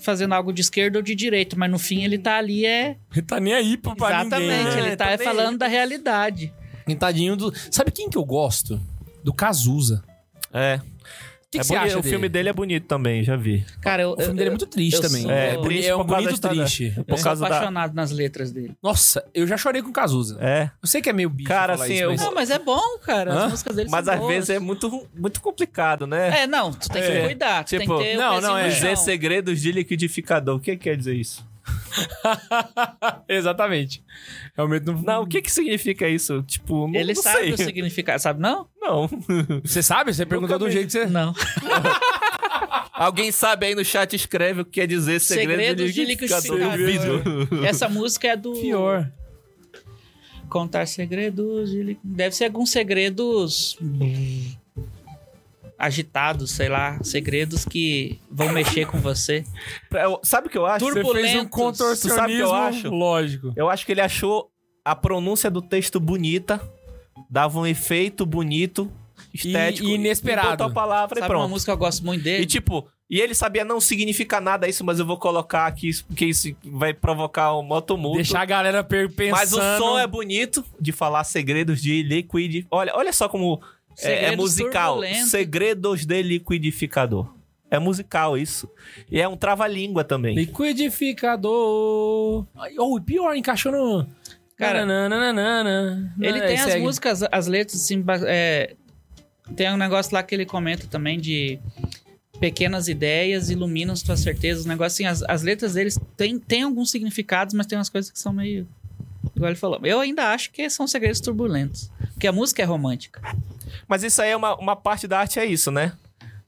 [SPEAKER 2] fazendo algo de esquerda ou de direita, mas no fim ele tá ali é
[SPEAKER 1] Ele tá nem aí pra, pra
[SPEAKER 2] exatamente,
[SPEAKER 1] ninguém, né?
[SPEAKER 5] né?
[SPEAKER 2] ele tá
[SPEAKER 5] Tá
[SPEAKER 2] é
[SPEAKER 5] nem
[SPEAKER 2] falando
[SPEAKER 5] aí.
[SPEAKER 2] da realidade.
[SPEAKER 1] E tadinho do... Sabe quem que eu gosto? Do Cazuza.
[SPEAKER 3] É.
[SPEAKER 1] O que,
[SPEAKER 3] É
[SPEAKER 1] que você
[SPEAKER 3] boni-
[SPEAKER 1] acha
[SPEAKER 3] o filme dele é bonito também, já vi.
[SPEAKER 2] Cara, eu,
[SPEAKER 1] O filme
[SPEAKER 2] eu-
[SPEAKER 1] dele é muito triste
[SPEAKER 2] eu
[SPEAKER 1] também.
[SPEAKER 2] sou-
[SPEAKER 1] É,
[SPEAKER 2] eu
[SPEAKER 1] boni- é um
[SPEAKER 3] por causa da
[SPEAKER 1] bonito
[SPEAKER 3] história.
[SPEAKER 1] triste.
[SPEAKER 3] Por
[SPEAKER 2] sou
[SPEAKER 3] causa da.
[SPEAKER 2] apaixonado nas letras dele.
[SPEAKER 1] Nossa, eu já chorei com o Cazuza.
[SPEAKER 3] É.
[SPEAKER 1] Eu sei que é meio bicho
[SPEAKER 3] Cara,
[SPEAKER 1] falar
[SPEAKER 3] assim,
[SPEAKER 1] isso,
[SPEAKER 3] eu-
[SPEAKER 1] mas-
[SPEAKER 2] Não, mas é bom, cara.
[SPEAKER 1] Hã?
[SPEAKER 2] As músicas dele
[SPEAKER 3] Mas
[SPEAKER 2] são
[SPEAKER 3] às
[SPEAKER 2] boas.
[SPEAKER 3] vezes é muito, muito complicado, né?
[SPEAKER 2] É, não, tu tem que
[SPEAKER 3] É.
[SPEAKER 2] cuidar. Tu tem
[SPEAKER 3] Tipo,
[SPEAKER 2] que ter o
[SPEAKER 1] não,
[SPEAKER 2] pezinho
[SPEAKER 1] não,
[SPEAKER 2] no
[SPEAKER 1] é.
[SPEAKER 2] chão.
[SPEAKER 3] Dizer segredos de liquidificador. O que quer dizer isso?
[SPEAKER 1] Exatamente. Realmente não...
[SPEAKER 3] Não, o que que significa isso? Tipo, não,
[SPEAKER 2] Ele
[SPEAKER 3] não
[SPEAKER 2] sabe
[SPEAKER 3] sei.
[SPEAKER 2] o significado, sabe não?
[SPEAKER 3] Não.
[SPEAKER 1] Você sabe? Você perguntou do
[SPEAKER 3] vi.
[SPEAKER 1] jeito que você...
[SPEAKER 2] Não.
[SPEAKER 3] Alguém sabe aí no chat, escreve o que quer dizer segredos,
[SPEAKER 2] Segredos de
[SPEAKER 3] de
[SPEAKER 2] liquidificador.
[SPEAKER 3] liquidificador. Duvido.
[SPEAKER 2] Essa música é do
[SPEAKER 1] Pior.
[SPEAKER 2] Contar segredos, de li- deve ser alguns segredos agitados, sei lá, segredos que vão mexer com você.
[SPEAKER 3] Pra- É, eu- Sabe o que eu acho?
[SPEAKER 2] Turbo-
[SPEAKER 1] Você fez um
[SPEAKER 2] Turbulentos.
[SPEAKER 1] contorcionismo
[SPEAKER 3] Sabe o que eu acho?
[SPEAKER 1] lógico.
[SPEAKER 3] Eu acho que ele achou a pronúncia do texto bonita, dava um efeito bonito, estético.
[SPEAKER 1] E- e inesperado.
[SPEAKER 3] E botou a palavra
[SPEAKER 2] Sabe
[SPEAKER 3] e
[SPEAKER 2] uma
[SPEAKER 3] pronto.
[SPEAKER 2] música que eu gosto muito dele?
[SPEAKER 3] E tipo, e ele sabia, não significa nada isso, mas eu vou colocar aqui, isso- porque isso vai provocar um motomulto.
[SPEAKER 1] Deixar a galera per- pensando...
[SPEAKER 3] Mas o som é bonito de falar segredos de liquid. Olha, olha só como é, é
[SPEAKER 2] Segredos
[SPEAKER 3] musical.
[SPEAKER 2] turbulentos.
[SPEAKER 3] Segredos de liquidificador. É musical isso. E é um trava-língua também.
[SPEAKER 1] Liquidificador. Ai, Oh, e pior, encaixou no.
[SPEAKER 2] Cara,
[SPEAKER 1] Nananana.
[SPEAKER 2] ele
[SPEAKER 1] Aí
[SPEAKER 2] tem as
[SPEAKER 1] é, segue.
[SPEAKER 2] músicas, as letras assim, ba- é, tem um negócio lá que ele comenta também de pequenas ideias iluminam suas certezas, um negócio assim, as, as letras deles tem, tem alguns significados, mas tem umas coisas que são meio igual ele falou. Eu ainda acho que são segredos turbulentos, porque a música é romântica.
[SPEAKER 3] Mas isso aí é uma, uma parte da arte, é isso, né?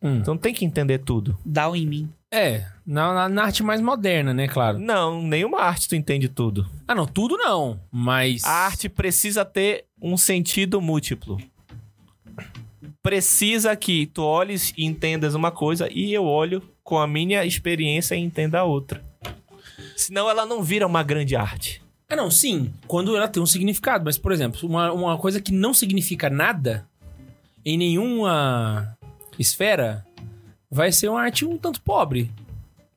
[SPEAKER 1] Hum.
[SPEAKER 3] Então tem que entender tudo.
[SPEAKER 2] Down um em mim.
[SPEAKER 1] É, na, na- na arte mais moderna, né, claro.
[SPEAKER 3] Não, nenhuma arte tu entende tudo.
[SPEAKER 1] Ah, não, tudo não, mas.
[SPEAKER 3] A arte precisa ter um sentido múltiplo. Precisa que tu olhes e entendas uma coisa e eu olho com a minha experiência e entenda a outra. Senão ela não vira uma grande arte.
[SPEAKER 1] Ah, não, sim, quando ela tem um significado, mas, por exemplo, uma, uma coisa que não significa nada em nenhuma esfera vai ser uma arte um tanto pobre.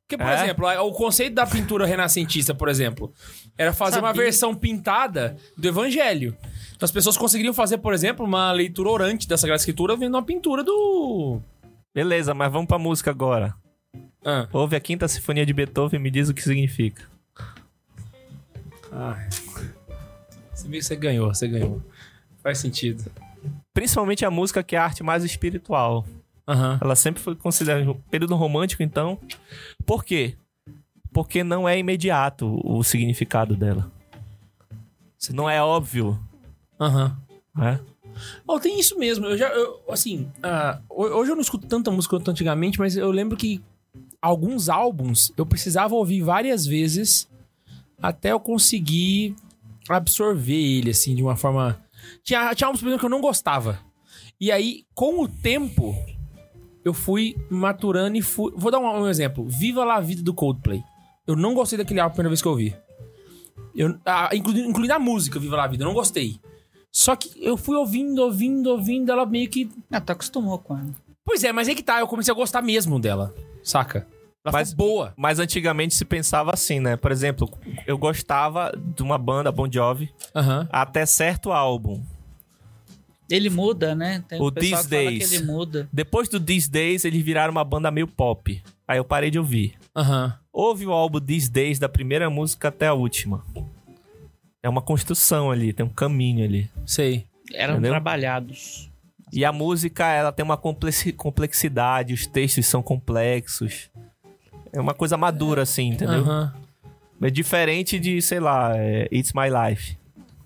[SPEAKER 1] Porque, por
[SPEAKER 3] É?
[SPEAKER 1] exemplo, a- o conceito da pintura renascentista, por exemplo, era fazer uma
[SPEAKER 2] Sabia.
[SPEAKER 1] versão pintada do evangelho. Então as pessoas conseguiriam fazer, por exemplo, uma leitura orante da Sagrada Escritura vendo uma pintura do.
[SPEAKER 3] Beleza, mas vamos pra música agora.
[SPEAKER 1] Ah.
[SPEAKER 3] Ouve a quinta sinfonia de Beethoven e me diz o que significa.
[SPEAKER 1] Você viu que você ganhou, você ganhou. Faz sentido.
[SPEAKER 3] Principalmente a música que é a arte mais espiritual.
[SPEAKER 1] Aham.
[SPEAKER 3] Ela sempre foi considerada um período romântico, então. Por quê? Porque não é imediato o significado dela. Não é óbvio,
[SPEAKER 1] Aham.
[SPEAKER 3] né?
[SPEAKER 1] Oh, tem isso mesmo. Eu já, eu, assim, ah, ho- hoje eu não escuto tanta música quanto antigamente, mas eu lembro que alguns álbuns eu precisava ouvir várias vezes até eu conseguir absorver ele, assim, de uma forma. Tinha, tinha álbuns, por exemplo, que eu não gostava. E aí, com o tempo, eu fui maturando e fui. Vou dar um, um exemplo. Viva La Vida do Coldplay. Eu não gostei daquele álbum a primeira vez que eu ouvi. Eu, ah, incluindo, incluindo a música Viva La Vida, eu não gostei. Só que eu fui ouvindo, ouvindo, ouvindo, ela meio que.
[SPEAKER 2] Ah, tu acostumou com ela.
[SPEAKER 1] Pois é, mas aí que tá, eu comecei a gostar mesmo dela, saca? Ela
[SPEAKER 3] Mas-
[SPEAKER 1] ficou boa.
[SPEAKER 3] Mas antigamente se pensava assim, né? Por exemplo, eu gostava de uma banda, Bon Jovi,
[SPEAKER 1] Aham.
[SPEAKER 3] até certo álbum.
[SPEAKER 2] Ele muda, né? Tem
[SPEAKER 3] O
[SPEAKER 2] pessoal
[SPEAKER 3] These
[SPEAKER 2] que fala
[SPEAKER 3] Days.
[SPEAKER 2] que ele muda.
[SPEAKER 3] Depois do These Days, eles viraram uma banda meio pop. Aí eu parei de ouvir.
[SPEAKER 1] Aham.
[SPEAKER 3] Ouve o álbum These Days, da primeira música até a última. É uma construção ali, tem um caminho ali.
[SPEAKER 1] Sei.
[SPEAKER 2] Eram
[SPEAKER 3] Entendeu?
[SPEAKER 2] trabalhados.
[SPEAKER 3] E a música, ela tem uma complexi- complexidade, os textos são complexos. É uma coisa madura, assim, entendeu?
[SPEAKER 1] Aham.
[SPEAKER 3] É diferente de, sei lá, é, It's My Life.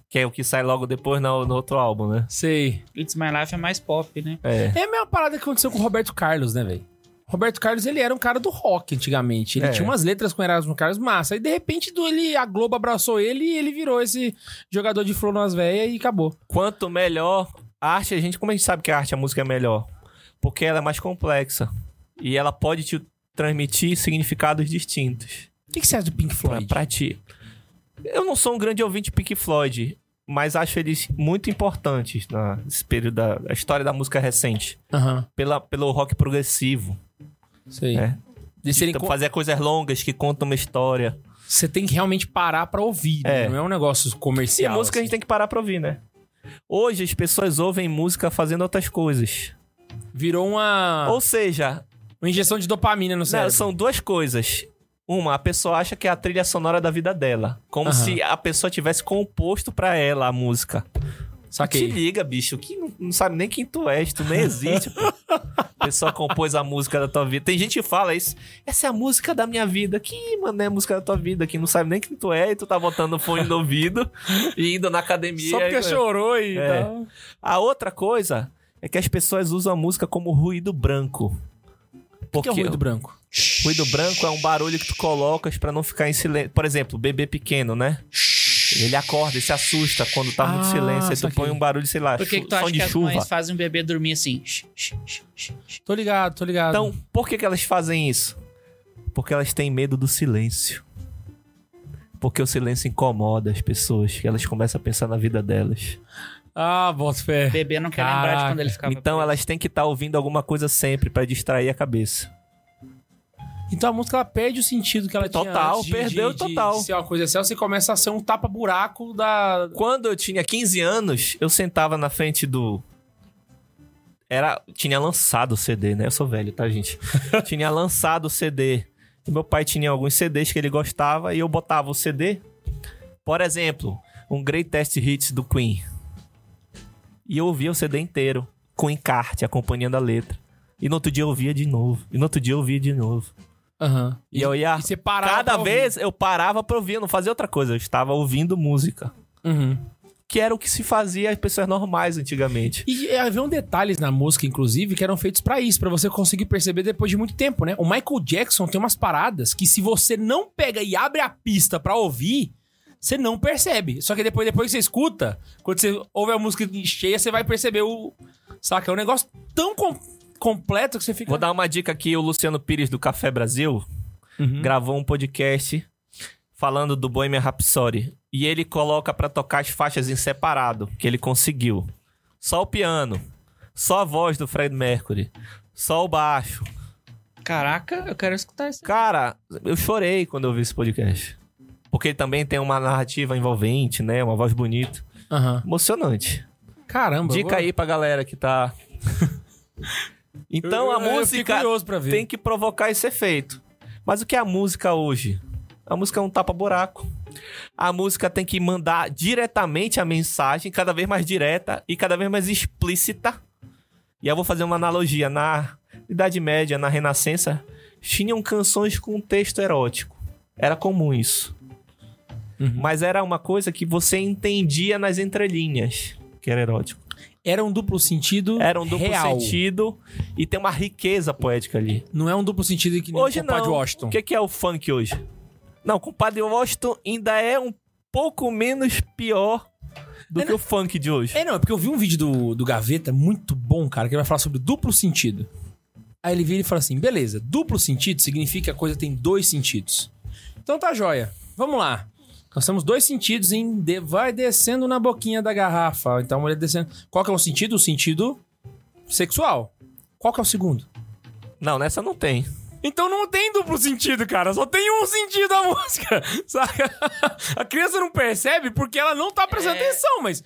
[SPEAKER 3] Que é o que sai logo depois no, no outro álbum, né?
[SPEAKER 1] Sei.
[SPEAKER 2] It's My Life é mais pop, né?
[SPEAKER 3] É.
[SPEAKER 1] É a mesma parada que aconteceu com o Roberto Carlos, né, velho? Roberto Carlos, ele era um cara do rock antigamente. Ele
[SPEAKER 3] É.
[SPEAKER 1] tinha umas letras com Erasmo Carlos massa. E de repente, do ele, a Globo abraçou ele e ele virou esse jogador de flor nas velhas e acabou.
[SPEAKER 3] Quanto melhor a arte, a gente, como a gente sabe que a arte, a música é melhor? Porque ela é mais complexa. E ela pode te transmitir significados distintos.
[SPEAKER 1] O que, que você acha do Pink
[SPEAKER 3] pra,
[SPEAKER 1] Floyd?
[SPEAKER 3] pra ti. Eu não sou um grande ouvinte de Pink Floyd, mas acho eles muito importantes na- nesse período da da história da música recente,
[SPEAKER 1] Aham.
[SPEAKER 3] pela, pelo rock progressivo.
[SPEAKER 1] Sei.
[SPEAKER 3] É.
[SPEAKER 1] De serem
[SPEAKER 3] Então,
[SPEAKER 1] co-
[SPEAKER 3] fazer coisas longas que contam uma história.
[SPEAKER 1] Você tem que realmente parar pra ouvir, né?
[SPEAKER 3] É.
[SPEAKER 1] não é um negócio
[SPEAKER 3] E
[SPEAKER 1] comercial.
[SPEAKER 3] música a gente tem que parar pra ouvir, né? Hoje as pessoas ouvem música fazendo outras coisas.
[SPEAKER 1] assim. Virou uma,
[SPEAKER 3] Ou seja,
[SPEAKER 1] uma injeção de dopamina no
[SPEAKER 3] né,
[SPEAKER 1] cérebro.
[SPEAKER 3] são duas coisas. Uma, a pessoa acha que é a trilha sonora da vida dela. Como
[SPEAKER 1] Aham.
[SPEAKER 3] se a pessoa tivesse composto pra ela a música. Te
[SPEAKER 1] Saquei.
[SPEAKER 3] liga, bicho, que não, não sabe nem quem tu és, tu nem existe, pô. A pessoa compôs a música da tua vida. Tem gente que fala isso. Essa é a música da minha vida. Que, mano, é a música da tua vida? Que não sabe nem quem tu é e tu tá botando fone no ouvido e indo na academia.
[SPEAKER 1] Só porque
[SPEAKER 3] e-
[SPEAKER 1] chorou e
[SPEAKER 3] É.
[SPEAKER 1] tal.
[SPEAKER 3] A outra coisa é que as pessoas usam a música como ruído branco.
[SPEAKER 1] Por que
[SPEAKER 3] Porque
[SPEAKER 1] é o ruído branco?
[SPEAKER 3] ruído branco é um barulho que tu colocas pra não ficar em silêncio. Por exemplo, bebê pequeno, né? Ele acorda e se assusta quando tá muito
[SPEAKER 1] Ah,
[SPEAKER 3] silêncio. Aí tu
[SPEAKER 1] saquei.
[SPEAKER 3] põe um barulho, sei lá,
[SPEAKER 2] Por que,
[SPEAKER 3] chu-
[SPEAKER 2] que tu
[SPEAKER 3] som
[SPEAKER 2] acha
[SPEAKER 3] de
[SPEAKER 1] é
[SPEAKER 2] que as
[SPEAKER 3] chuva.
[SPEAKER 2] mães fazem um bebê dormir assim? Shh, shh, shh, shh, shh.
[SPEAKER 1] Tô ligado, tô ligado.
[SPEAKER 3] Então, por que, que elas fazem isso? Porque elas têm medo do silêncio. Porque o silêncio incomoda as pessoas, que elas começam a pensar na vida delas.
[SPEAKER 1] Ah, bota fé.
[SPEAKER 2] O bebê não quer lembrar de quando ele ficava.
[SPEAKER 3] Então elas têm que estar ouvindo alguma coisa sempre pra distrair a cabeça.
[SPEAKER 1] Então a música ela perde o sentido que ela tinha.
[SPEAKER 3] Total,
[SPEAKER 1] antes
[SPEAKER 3] perdeu total.
[SPEAKER 1] De ser uma coisa assim, você começa a ser um tapa-buraco da.
[SPEAKER 3] Quando eu tinha 15 anos, eu sentava na frente do. Era. Tinha lançado o CD, né? Eu sou velho, tá, gente? tinha lançado o CD. E meu pai tinha alguns CDs que ele gostava e eu botava o CD. Por exemplo, um Great Test Hits do Queen. E eu ouvia o CD inteiro, com encarte, acompanhando a letra. E no outro dia eu ouvia de novo. E no outro dia eu ouvia de novo.
[SPEAKER 1] Aham.
[SPEAKER 3] E eu ia.
[SPEAKER 1] E você parava.
[SPEAKER 3] Cada
[SPEAKER 1] pra ouvir.
[SPEAKER 3] vez eu parava pra ouvir, eu não fazia outra coisa. Eu estava ouvindo música
[SPEAKER 1] Uhum.
[SPEAKER 3] que era o que se fazia as pessoas normais antigamente.
[SPEAKER 1] E é, haviam detalhes na música, inclusive, que eram feitos pra isso, pra você conseguir perceber depois de muito tempo, né? O Michael Jackson tem umas paradas que se você não pega e abre a pista pra ouvir, você não percebe. Só que depois, depois que você escuta, quando você ouve a música cheia, você vai perceber o... Saca? É um negócio tão com- completo que você fica...
[SPEAKER 3] Vou dar uma dica aqui, o Luciano Pires do Café Brasil
[SPEAKER 1] Uhum.
[SPEAKER 3] gravou um podcast falando do Bohemian Rhapsody e ele coloca pra tocar as faixas em separado, que ele conseguiu. Só o piano, só a voz do Fred Mercury, só o baixo.
[SPEAKER 2] Caraca, eu quero escutar isso.
[SPEAKER 3] Cara, eu chorei quando eu vi esse podcast. Porque ele também tem uma narrativa envolvente, né? Uma voz bonita.
[SPEAKER 1] Aham.
[SPEAKER 3] Emocionante.
[SPEAKER 1] Caramba.
[SPEAKER 3] Dica aí pra galera que tá. Então
[SPEAKER 1] Então
[SPEAKER 3] a música
[SPEAKER 1] curioso pra ver.
[SPEAKER 3] tem que provocar esse efeito. Mas o que é a música hoje? A música é um tapa-buraco. A música tem que mandar diretamente a mensagem, cada vez mais direta e cada vez mais explícita. E eu vou fazer uma analogia. Na Idade Média, na Renascença, tinham canções com texto erótico. Era comum isso.
[SPEAKER 1] Uhum.
[SPEAKER 3] Mas era uma coisa que você entendia nas entrelinhas que era erótico.
[SPEAKER 1] Era um duplo sentido
[SPEAKER 3] Era um duplo
[SPEAKER 1] real.
[SPEAKER 3] sentido e tem uma riqueza poética ali.
[SPEAKER 1] Não é um duplo sentido que nem
[SPEAKER 3] Hoje
[SPEAKER 1] o compadre
[SPEAKER 3] não.
[SPEAKER 1] Washington.
[SPEAKER 3] O que, que é o funk hoje? Não, o compadre Washington ainda é um pouco menos pior do
[SPEAKER 1] É,
[SPEAKER 3] que o funk de hoje.
[SPEAKER 1] É, não, é porque eu vi um vídeo do, do Gaveta muito bom, cara, que ele vai falar sobre duplo sentido. Aí ele vira e fala assim: beleza, duplo sentido significa que a coisa tem dois sentidos. Então tá joia. Vamos lá. Nós temos dois sentidos em. de- vai descendo na boquinha da garrafa. Então a mulher descendo. Qual que é o sentido? O sentido sexual. Qual que é o segundo?
[SPEAKER 3] Não, nessa não tem.
[SPEAKER 1] Então não tem duplo sentido, cara. Só tem um sentido a música. Saca? A criança não percebe porque ela não tá prestando atenção, mas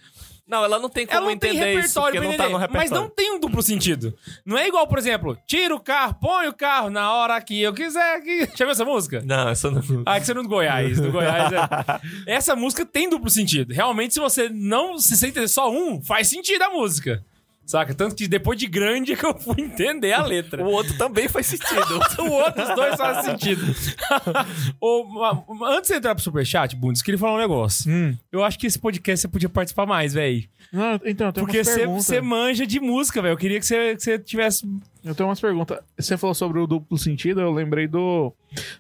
[SPEAKER 3] Não, ela não tem como
[SPEAKER 1] ela não tem
[SPEAKER 3] entender isso,
[SPEAKER 1] repertório
[SPEAKER 3] porque
[SPEAKER 1] pra
[SPEAKER 3] não
[SPEAKER 1] entender,
[SPEAKER 3] tá no repertório.
[SPEAKER 1] mas não tem um duplo sentido. Não é igual, por exemplo, tira o carro, põe o carro na hora que eu quiser. Que... Já viu essa música?
[SPEAKER 3] Não, essa não...
[SPEAKER 1] Ah, que você não é do Goiás. Do Goiás é... Essa música tem duplo sentido. Realmente, se você não se sente só um, faz sentido a música. Saca? Tanto que depois de grande é que eu fui entender a letra.
[SPEAKER 3] é. O outro também faz sentido.
[SPEAKER 1] O outro, os dois fazem sentido. Ô, ma- ma- antes de entrar pro superchat, Bundes, queria falar um negócio.
[SPEAKER 4] Hum.
[SPEAKER 1] Eu acho que esse podcast você podia participar mais, velho.
[SPEAKER 4] Não, então, eu tenho
[SPEAKER 1] Porque
[SPEAKER 4] umas perguntas.
[SPEAKER 1] você manja de música, velho. Eu queria que você tivesse.
[SPEAKER 4] Eu tenho umas perguntas. Você falou sobre o duplo sentido, eu lembrei do.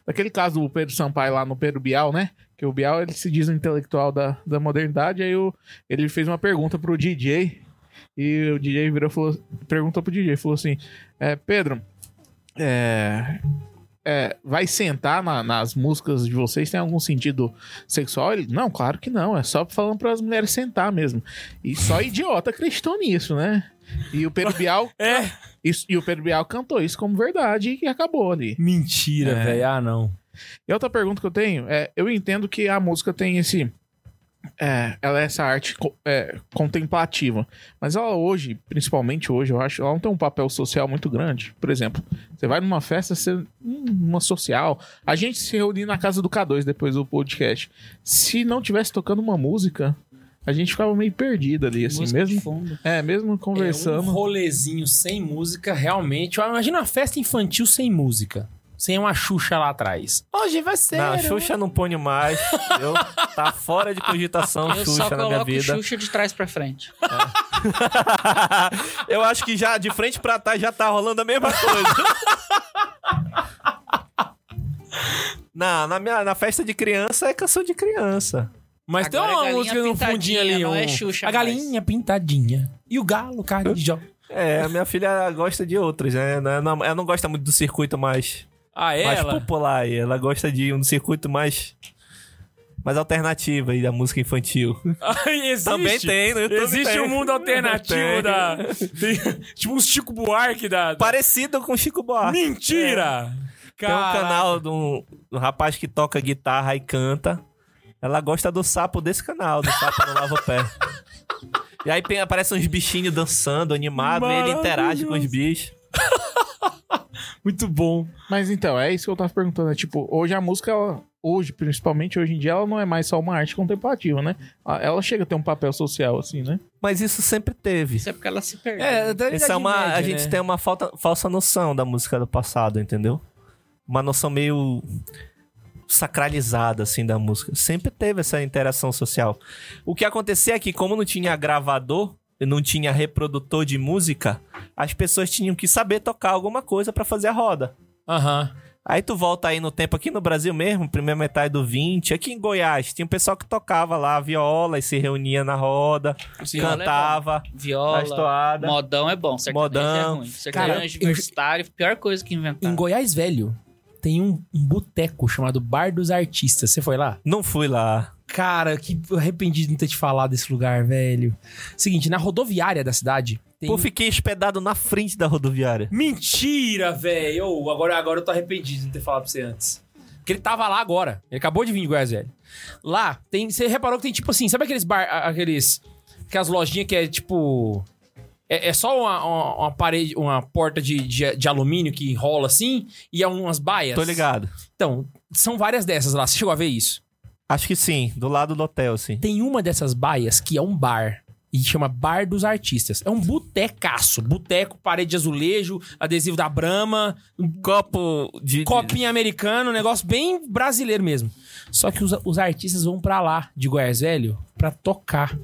[SPEAKER 4] Daquele caso do Pedro Sampaio lá no Pedro Bial, né? Que o Bial ele se diz um intelectual da, da modernidade, aí o, ele fez uma pergunta pro DJ. E o DJ virou e falou, perguntou pro DJ, falou assim: é, Pedro, é, é, vai sentar na- nas músicas de vocês? Tem algum sentido sexual? Ele, não, claro que não. É só falando para as mulheres sentar mesmo. E só idiota acreditou nisso, né? E o Pedro Bial.
[SPEAKER 1] É.
[SPEAKER 4] isso- e o Pedro Bial cantou isso como verdade e acabou ali.
[SPEAKER 1] Mentira, velho. Ah, não.
[SPEAKER 4] E outra pergunta que eu tenho é: eu entendo que a música tem esse. é, ela é essa arte co- é, contemplativa. Mas ela hoje, principalmente hoje, eu acho, ela não tem um papel social muito grande. Por exemplo, você vai numa festa, você, hum, uma social. A gente se reuniu na casa do K2 depois do podcast. Se não tivesse tocando uma música, a gente ficava meio perdido ali, assim,
[SPEAKER 2] Música de
[SPEAKER 4] mesmo.
[SPEAKER 2] fundo.
[SPEAKER 4] É, mesmo
[SPEAKER 1] É, um
[SPEAKER 4] conversando.
[SPEAKER 1] rolezinho sem música, realmente. Imagina uma festa infantil sem música. Sem uma Xuxa lá atrás. Hoje vai ser.
[SPEAKER 3] Não,
[SPEAKER 1] né?
[SPEAKER 3] Xuxa não ponho mais. Eu, tá fora de cogitação
[SPEAKER 2] Eu só
[SPEAKER 3] Xuxa na minha
[SPEAKER 2] coloco
[SPEAKER 3] vida.
[SPEAKER 2] Xuxa de trás pra frente.
[SPEAKER 3] eu acho que já de frente pra trás já tá rolando a mesma coisa. Não, na, minha, na festa de criança é canção de criança.
[SPEAKER 1] Mas
[SPEAKER 2] Agora é
[SPEAKER 1] tem uma
[SPEAKER 2] galinha
[SPEAKER 1] música no
[SPEAKER 2] pintadinha,
[SPEAKER 1] fundinho ali.
[SPEAKER 2] não
[SPEAKER 1] um-
[SPEAKER 2] é Xuxa
[SPEAKER 1] A galinha pintadinha. E o galo, carijó.
[SPEAKER 3] É, a minha filha gosta de outras, né? Ela não, ela não gosta muito do circuito mais,
[SPEAKER 1] Ah,
[SPEAKER 3] mais
[SPEAKER 1] ela?
[SPEAKER 3] popular. aí. Ela gosta de um circuito mais, mais alternativo aí da música infantil.
[SPEAKER 1] existe.
[SPEAKER 3] Também tem, no YouTube
[SPEAKER 1] Existe
[SPEAKER 3] tem.
[SPEAKER 1] um mundo alternativo
[SPEAKER 3] Tem.
[SPEAKER 1] da. tem- tipo um Chico Buarque da. da-
[SPEAKER 3] Parecido com Chico Buarque.
[SPEAKER 1] Mentira!
[SPEAKER 3] Tem um
[SPEAKER 1] Caraca.
[SPEAKER 3] canal de um, um rapaz que toca guitarra e canta. Ela gosta do sapo desse canal, do sapo no lava pé. E aí tem- aparecem uns bichinhos dançando, animado, e ele interage com os bichos.
[SPEAKER 1] Muito bom.
[SPEAKER 4] Mas então, é isso que eu tava perguntando. É, tipo, hoje a música, ela, hoje, principalmente hoje em dia, ela não é mais só uma arte contemplativa, né? A- Ela chega a ter um papel social, assim, né?
[SPEAKER 3] Mas isso sempre teve.
[SPEAKER 2] Isso é porque ela se perdeu.
[SPEAKER 1] até
[SPEAKER 3] Isso é uma, a gente
[SPEAKER 2] né?
[SPEAKER 1] né?
[SPEAKER 3] tem uma falta- falsa noção da música do passado, entendeu? Uma noção meio sacralizada, assim, da música. Sempre teve essa interação social. O que acontecia é que, como não tinha gravador, não tinha reprodutor de música, as pessoas tinham que saber tocar alguma coisa pra fazer a roda.
[SPEAKER 1] Aham.
[SPEAKER 3] Aí tu volta aí no tempo, aqui no Brasil mesmo, primeira metade do 20, aqui em Goiás, tinha um pessoal que tocava lá a viola e se reunia na roda,
[SPEAKER 2] Viola é bom.
[SPEAKER 3] cantava,
[SPEAKER 2] Viola,
[SPEAKER 3] astoada.
[SPEAKER 2] modão é bom, sertanejo
[SPEAKER 3] Modão.
[SPEAKER 2] é ruim. Sertanejo
[SPEAKER 1] Cara,
[SPEAKER 2] universitário, pior coisa que
[SPEAKER 1] Em
[SPEAKER 2] inventaram.
[SPEAKER 1] Goiás Velho tem um, um boteco chamado Bar dos Artistas. Você foi lá?
[SPEAKER 3] Não fui lá.
[SPEAKER 1] Cara, que arrependido de não ter te falado desse lugar, velho. Seguinte, na rodoviária da cidade tem. um
[SPEAKER 3] Pô, fiquei hospedado na frente da rodoviária.
[SPEAKER 1] Mentira, velho! Ô, Agora, agora eu tô arrependido de não ter falado pra você antes. Porque ele tava lá agora. Ele acabou de vir de Goiás Velho. Lá, tem. Você reparou que tem tipo assim, sabe aqueles bar. a- aqueles. Aquelas lojinhas que é tipo. É, é só uma, uma- uma parede, uma porta de, de, de alumínio que enrola assim e é umas baias.
[SPEAKER 3] Tô ligado.
[SPEAKER 1] Então, são várias dessas lá. Você chegou a ver isso?
[SPEAKER 3] Acho que sim, do lado do hotel, sim.
[SPEAKER 1] Tem uma dessas baias que é um bar. E chama Bar dos Artistas. É um botecaço. Boteco, parede de azulejo, adesivo da Brahma,
[SPEAKER 3] Um Copo de.
[SPEAKER 1] copinha americano, um negócio bem brasileiro mesmo. Só que os, os artistas vão pra lá, de Goiás Velho, pra tocar.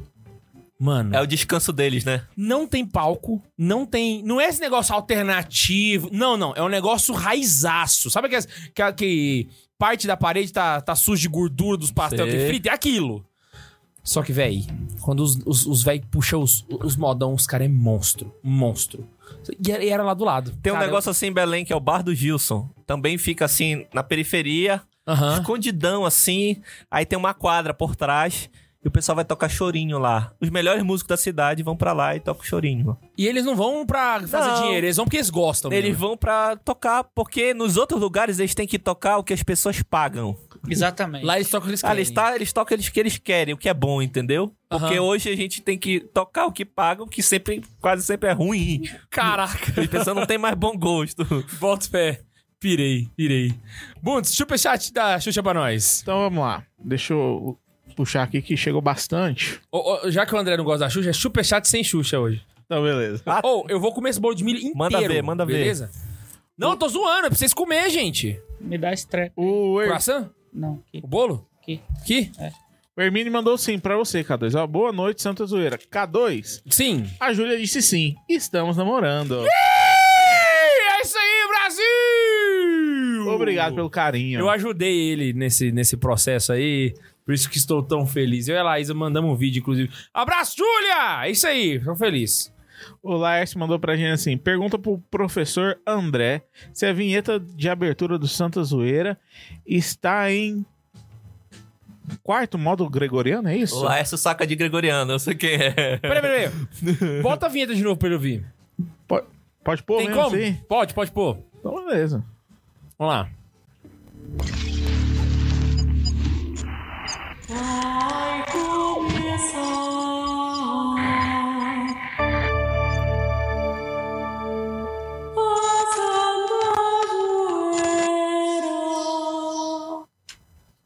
[SPEAKER 1] Mano,
[SPEAKER 3] É o descanso deles, né?
[SPEAKER 1] não tem palco, não tem. Não é esse negócio alternativo. Não, não. É um negócio raizaço. Sabe que, as- que, que parte da parede tá, tá suja de gordura dos pastel que
[SPEAKER 3] Sei.
[SPEAKER 1] frita? É aquilo. Só que, véi, quando os, os, os véi puxam os, os modão, os caras é monstro. Monstro. E era, e era lá do lado.
[SPEAKER 3] Tem um
[SPEAKER 1] Cara,
[SPEAKER 3] negócio assim em Belém que é o Bar do Gilson. Também fica assim na periferia,
[SPEAKER 1] eu- Aham.
[SPEAKER 3] escondidão assim. Aí tem uma quadra por trás e o pessoal vai tocar chorinho lá. Os melhores músicos da cidade vão pra lá e tocam chorinho.
[SPEAKER 1] E eles não vão pra fazer
[SPEAKER 3] Não.
[SPEAKER 1] dinheiro, eles vão porque eles gostam.
[SPEAKER 3] Eles
[SPEAKER 1] mesmo.
[SPEAKER 3] vão pra tocar porque nos outros lugares eles têm que tocar o que as pessoas pagam.
[SPEAKER 2] Exatamente.
[SPEAKER 1] Lá eles tocam o que eles
[SPEAKER 3] Ah,
[SPEAKER 1] querem.
[SPEAKER 3] eles, tá, eles tocam eles que eles querem, o que é bom, entendeu? Porque
[SPEAKER 1] Aham.
[SPEAKER 3] hoje a gente tem que tocar o que paga, o que sempre, quase sempre é ruim.
[SPEAKER 1] Caraca,
[SPEAKER 3] A pessoa não tem mais bom gosto.
[SPEAKER 1] bota o pé. Pirei, pirei. Bundes, chupa chat da Xuxa pra nós.
[SPEAKER 4] Então vamos lá. Deixa eu puxar aqui que chegou bastante.
[SPEAKER 1] Ô, ô, já que o André não gosta da Xuxa, é super chat sem Xuxa hoje.
[SPEAKER 4] Então, beleza.
[SPEAKER 3] Ah.
[SPEAKER 1] Ou eu vou comer esse bolo de milho inteiro.
[SPEAKER 3] Manda ver, manda ver.
[SPEAKER 1] Beleza? Não, eu tô zoando, é pra vocês comer, gente.
[SPEAKER 2] Me dá esse treco.
[SPEAKER 4] O,
[SPEAKER 1] O
[SPEAKER 4] Her-
[SPEAKER 1] Croissant?
[SPEAKER 2] Não, que
[SPEAKER 1] O bolo?
[SPEAKER 2] Aqui.
[SPEAKER 1] Aqui?
[SPEAKER 4] o Hermine mandou sim pra você, K2. Ó, boa noite, Santa Zoeira. K2,
[SPEAKER 1] Sim.
[SPEAKER 4] a Júlia disse sim. Estamos namorando.
[SPEAKER 1] É isso aí, Brasil!
[SPEAKER 4] Obrigado pelo carinho.
[SPEAKER 1] Eu ajudei ele nesse, nesse processo aí, por isso que estou tão feliz. Eu e a Laísa mandamos um vídeo, inclusive. Abraço, Júlia! É isso aí, estou feliz.
[SPEAKER 4] O Laércio mandou pra gente assim: pergunta pro professor André se a vinheta de abertura do Santa Zoeira está em quarto modo gregoriano, é isso?
[SPEAKER 3] O Laércio saca de Gregoriano, eu sei quem é.
[SPEAKER 1] Peraí, peraí, peraí. Bota a vinheta de novo pra ele ouvir.
[SPEAKER 4] Po- Pode pôr
[SPEAKER 1] Tem
[SPEAKER 4] mesmo
[SPEAKER 1] como?
[SPEAKER 4] assim?
[SPEAKER 1] Pode, pode pôr.
[SPEAKER 4] Então, beleza.
[SPEAKER 1] Vamos lá.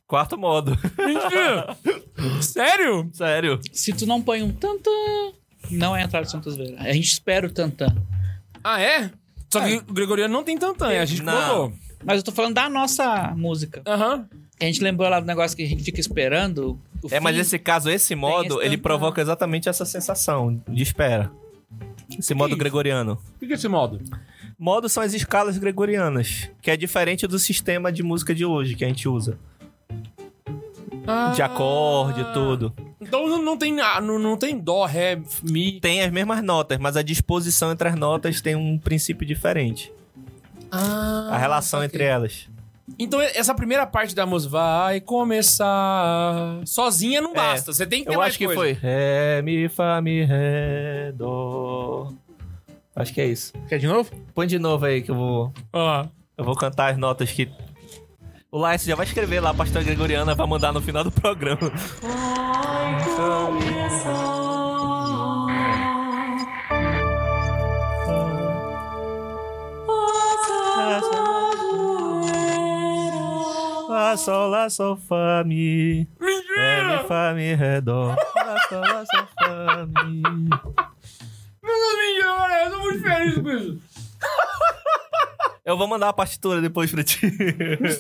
[SPEAKER 3] Quarto modo.
[SPEAKER 1] Mentira! Sério?
[SPEAKER 3] Sério.
[SPEAKER 2] Se tu não põe um tantã, não é a tradução brasileira. A gente espera o tantã.
[SPEAKER 1] Ah, é? Só que o Gregoriano não tem tantã, a gente
[SPEAKER 3] Não.
[SPEAKER 1] colocou.
[SPEAKER 2] Mas eu tô falando da nossa música.
[SPEAKER 1] Aham.
[SPEAKER 2] A gente lembrou lá do negócio que a gente fica esperando. o
[SPEAKER 3] É, mas
[SPEAKER 2] fim.
[SPEAKER 3] esse caso, esse modo,
[SPEAKER 2] esse
[SPEAKER 3] ele
[SPEAKER 2] tantã.
[SPEAKER 3] provoca exatamente essa sensação de espera. Esse modo
[SPEAKER 1] isso?
[SPEAKER 3] gregoriano.
[SPEAKER 1] O que que é esse modo?
[SPEAKER 3] Modos são as escalas gregorianas, que é diferente do sistema de música de hoje que a gente usa. De acorde e tudo.
[SPEAKER 1] Ah. Então não, não tem, ah, não, não tem dó, ré, mi.
[SPEAKER 3] Tem as mesmas notas, mas a disposição entre as notas tem um princípio diferente.
[SPEAKER 1] Ah,
[SPEAKER 3] a relação
[SPEAKER 1] saquei.
[SPEAKER 3] entre elas.
[SPEAKER 1] Então essa primeira parte da música vai começar. Sozinha não basta. Você tem que ter
[SPEAKER 3] É. Eu
[SPEAKER 1] mais
[SPEAKER 3] acho que
[SPEAKER 1] coisa.
[SPEAKER 3] foi. Ré, mi, fá, mi, ré, dó. Acho que é isso.
[SPEAKER 4] Quer de novo?
[SPEAKER 3] Põe de novo aí que eu vou.
[SPEAKER 1] Ah.
[SPEAKER 3] Eu vou cantar as notas que. O Laércio já vai escrever lá a pastora gregoriana vai mandar no final do programa. É, Lá, sol, lá, sol, fá, mi. Ré,
[SPEAKER 1] Mentira!
[SPEAKER 3] mi, fá, mi, ré, dó. Lá, sol, lá, sol, fá, mi.
[SPEAKER 1] Não, mentira, olha, eu tô muito feliz com isso.
[SPEAKER 3] Eu vou mandar a partitura depois pra ti.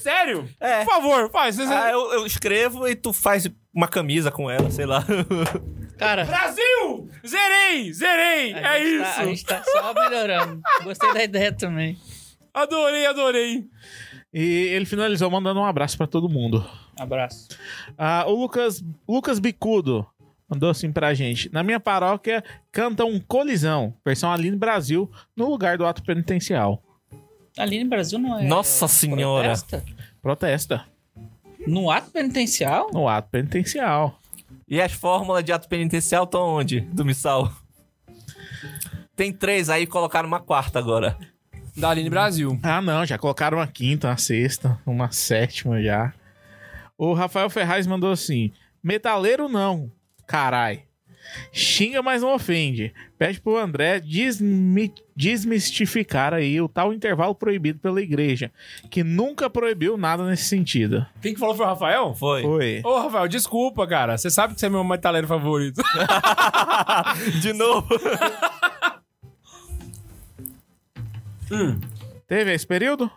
[SPEAKER 1] Sério?
[SPEAKER 3] É.
[SPEAKER 1] Por favor, faz. Você-
[SPEAKER 3] Ah, eu, eu escrevo e tu faz uma camisa com ela, sei lá.
[SPEAKER 2] Cara,
[SPEAKER 1] Brasil! Zerei! Zerei!
[SPEAKER 2] a
[SPEAKER 1] é
[SPEAKER 2] gente
[SPEAKER 1] isso!
[SPEAKER 2] tá- a gente tá só melhorando. Gostei da ideia também.
[SPEAKER 1] Adorei, adorei.
[SPEAKER 4] E ele finalizou mandando um abraço pra todo mundo.
[SPEAKER 2] Abraço.
[SPEAKER 4] Ah, o Lucas, Lucas Bicudo mandou assim pra gente. Na minha paróquia, canta um colisão, versão Aline Brasil, no lugar do ato penitencial.
[SPEAKER 2] Ali no Brasil não é.
[SPEAKER 3] Nossa senhora.
[SPEAKER 2] protesta?
[SPEAKER 4] Protesta
[SPEAKER 2] No ato penitencial?
[SPEAKER 4] no ato penitencial.
[SPEAKER 3] E as fórmulas de ato penitencial estão onde? Do missal. Tem três aí, colocaram uma quarta agora.
[SPEAKER 1] Da Aline Brasil.
[SPEAKER 4] Ah, não, já colocaram uma quinta, uma sexta, uma sétima já. O Rafael Ferraz mandou assim: Metaleiro não, carai. Xinga, mas não ofende. Pede pro André desmi- desmistificar aí o tal intervalo proibido pela igreja, que nunca proibiu nada nesse sentido.
[SPEAKER 1] Quem que falou foi o Rafael?
[SPEAKER 3] Foi.
[SPEAKER 4] Oi.
[SPEAKER 1] Ô, Rafael, desculpa, cara. Você sabe que você é meu metaleiro favorito.
[SPEAKER 3] De novo.
[SPEAKER 4] Teve esse período?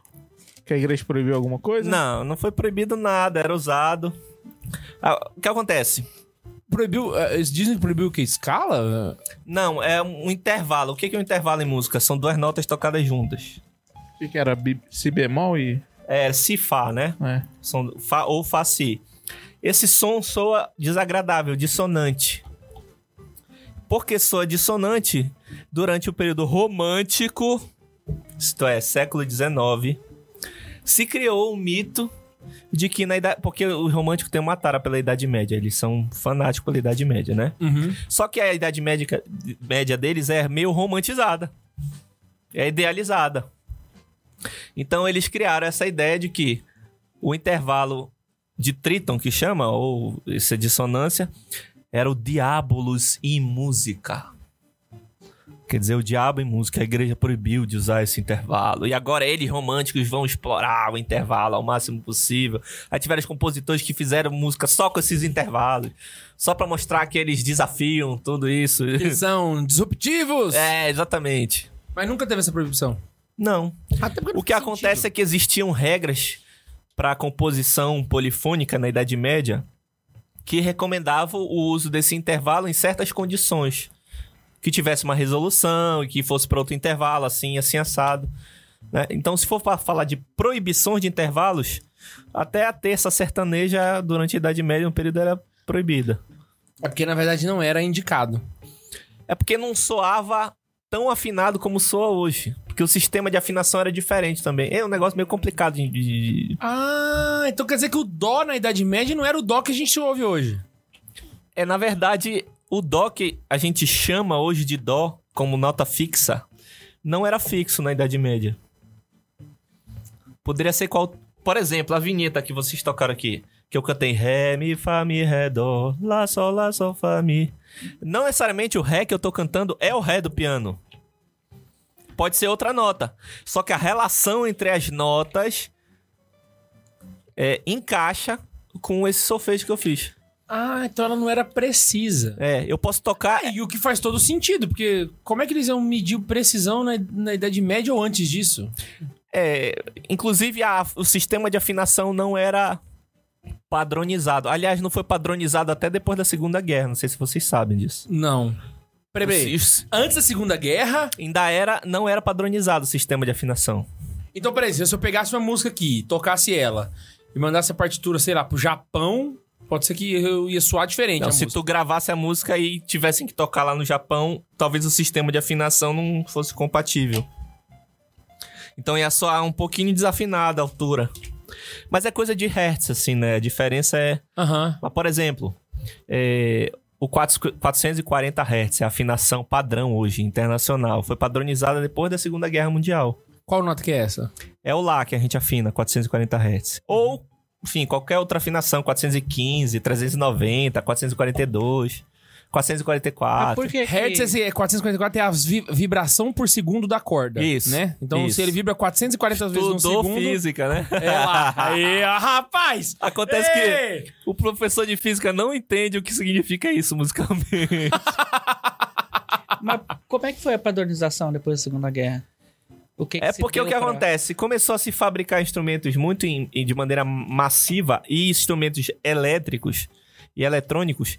[SPEAKER 4] Que a igreja proibiu alguma coisa?
[SPEAKER 3] Não, não foi proibido nada, era usado. Ah, o que acontece?
[SPEAKER 1] proibiu. eh, Eles dizem que proibiu o que? Escala?
[SPEAKER 3] Não, é um intervalo. O que que é um intervalo em música? São duas notas tocadas juntas.
[SPEAKER 4] O que era bi- si bemol e.
[SPEAKER 3] É si, fá, né?
[SPEAKER 4] É.
[SPEAKER 3] Som, fá ou fá, si. Esse som soa desagradável, dissonante. Porque soa dissonante durante o período romântico, isto é, século XIX, se criou o mito de que na idade. Porque os românticos têm uma tara pela Idade Média, eles são fanáticos pela Idade Média, né?
[SPEAKER 1] Uhum.
[SPEAKER 3] Só que a idade médica, média deles é meio romantizada. É idealizada. Então eles criaram essa ideia de que o intervalo de tríton que chama, ou essa dissonância, era o diabolos em música. Quer dizer, o diabo em música, a igreja proibiu de usar esse intervalo. E agora eles, românticos, vão explorar o intervalo ao máximo possível. Aí tiveram os compositores que fizeram música só com esses intervalos. Só pra mostrar que eles desafiam tudo isso.
[SPEAKER 1] Eles são disruptivos!
[SPEAKER 3] É, exatamente.
[SPEAKER 1] Mas nunca teve essa proibição.
[SPEAKER 3] Não.
[SPEAKER 1] Até porque
[SPEAKER 3] O que acontece é que existiam regras para composição polifônica na Idade Média que recomendavam o uso desse intervalo em certas condições. Que tivesse uma resolução e que fosse para outro intervalo, assim, assim, assado. né? Então, se for para falar de proibições de intervalos, até a terça sertaneja durante a Idade Média, um período era proibida.
[SPEAKER 1] É porque, na verdade, não era indicado.
[SPEAKER 3] É porque não soava tão afinado como soa hoje. Porque que o sistema de afinação era diferente também. É um negócio meio complicado de- de, de-
[SPEAKER 1] Ah, então quer dizer que o dó na Idade Média não era o dó que a gente ouve hoje.
[SPEAKER 3] É, na verdade, o dó que a gente chama hoje de dó como nota fixa não era fixo na Idade Média. Poderia ser qual. Por exemplo, a vinheta que vocês tocaram aqui, que eu cantei Ré, Mi, Fá, Mi, Ré, Dó, Lá, Sol, Lá, Sol, Fá, Mi. Não necessariamente o Ré que eu tô cantando é o Ré do piano. Pode ser outra nota. Só que a relação entre as notas é, encaixa com esse solfejo que eu fiz.
[SPEAKER 1] Ah, então ela não era precisa.
[SPEAKER 3] É, eu posso tocar.
[SPEAKER 1] E o que faz todo sentido, porque como é que eles iam medir precisão na, na Idade Média ou antes disso?
[SPEAKER 3] É, inclusive, a- o sistema de afinação não era padronizado. Aliás, não foi padronizado até depois da Segunda Guerra. Não sei se vocês sabem disso.
[SPEAKER 1] Não. Peraí, peraí.
[SPEAKER 3] Os-
[SPEAKER 1] Antes da Segunda Guerra,
[SPEAKER 3] Ainda era, não era padronizado o sistema de afinação.
[SPEAKER 1] Então, por exemplo, se eu pegasse uma música aqui, tocasse ela e mandasse a partitura, sei lá, pro Japão, pode ser que eu ia soar diferente.
[SPEAKER 3] Então,
[SPEAKER 1] a
[SPEAKER 3] se
[SPEAKER 1] música.
[SPEAKER 3] tu gravasse a música e tivessem que tocar lá no Japão, talvez o sistema de afinação não fosse compatível. Então ia soar um pouquinho desafinada a altura. Mas é coisa de hertz, assim, né? A diferença é
[SPEAKER 1] Aham.
[SPEAKER 3] Mas, por exemplo, é, o 4 440 Hz, é a afinação padrão hoje, internacional, foi padronizada depois da Segunda Guerra Mundial.
[SPEAKER 1] Qual nota que é essa?
[SPEAKER 3] É o lá que a gente afina, 440 Hz. Ou, enfim, qualquer outra afinação, 415, 390, 442, 444. Ah,
[SPEAKER 1] Ah,
[SPEAKER 2] Mas por que que-
[SPEAKER 1] Hertz esse é 444 é a vi- vibração por segundo da corda.
[SPEAKER 3] Isso,
[SPEAKER 1] Né? Então,
[SPEAKER 3] isso.
[SPEAKER 1] se ele vibra 440 vezes no
[SPEAKER 3] Estudou
[SPEAKER 1] segundo.
[SPEAKER 3] física, né?
[SPEAKER 1] É lá. Aí, ó, rapaz!
[SPEAKER 3] Acontece que
[SPEAKER 1] Ei!
[SPEAKER 3] o professor de física não entende o que significa isso musicalmente.
[SPEAKER 2] Mas como é que foi a padronização depois da Segunda Guerra? O que que
[SPEAKER 3] É
[SPEAKER 2] se
[SPEAKER 3] porque
[SPEAKER 2] deu
[SPEAKER 3] o que
[SPEAKER 2] pra-
[SPEAKER 3] acontece? Começou a se fabricar instrumentos muito em- em- de maneira massiva e instrumentos elétricos e eletrônicos.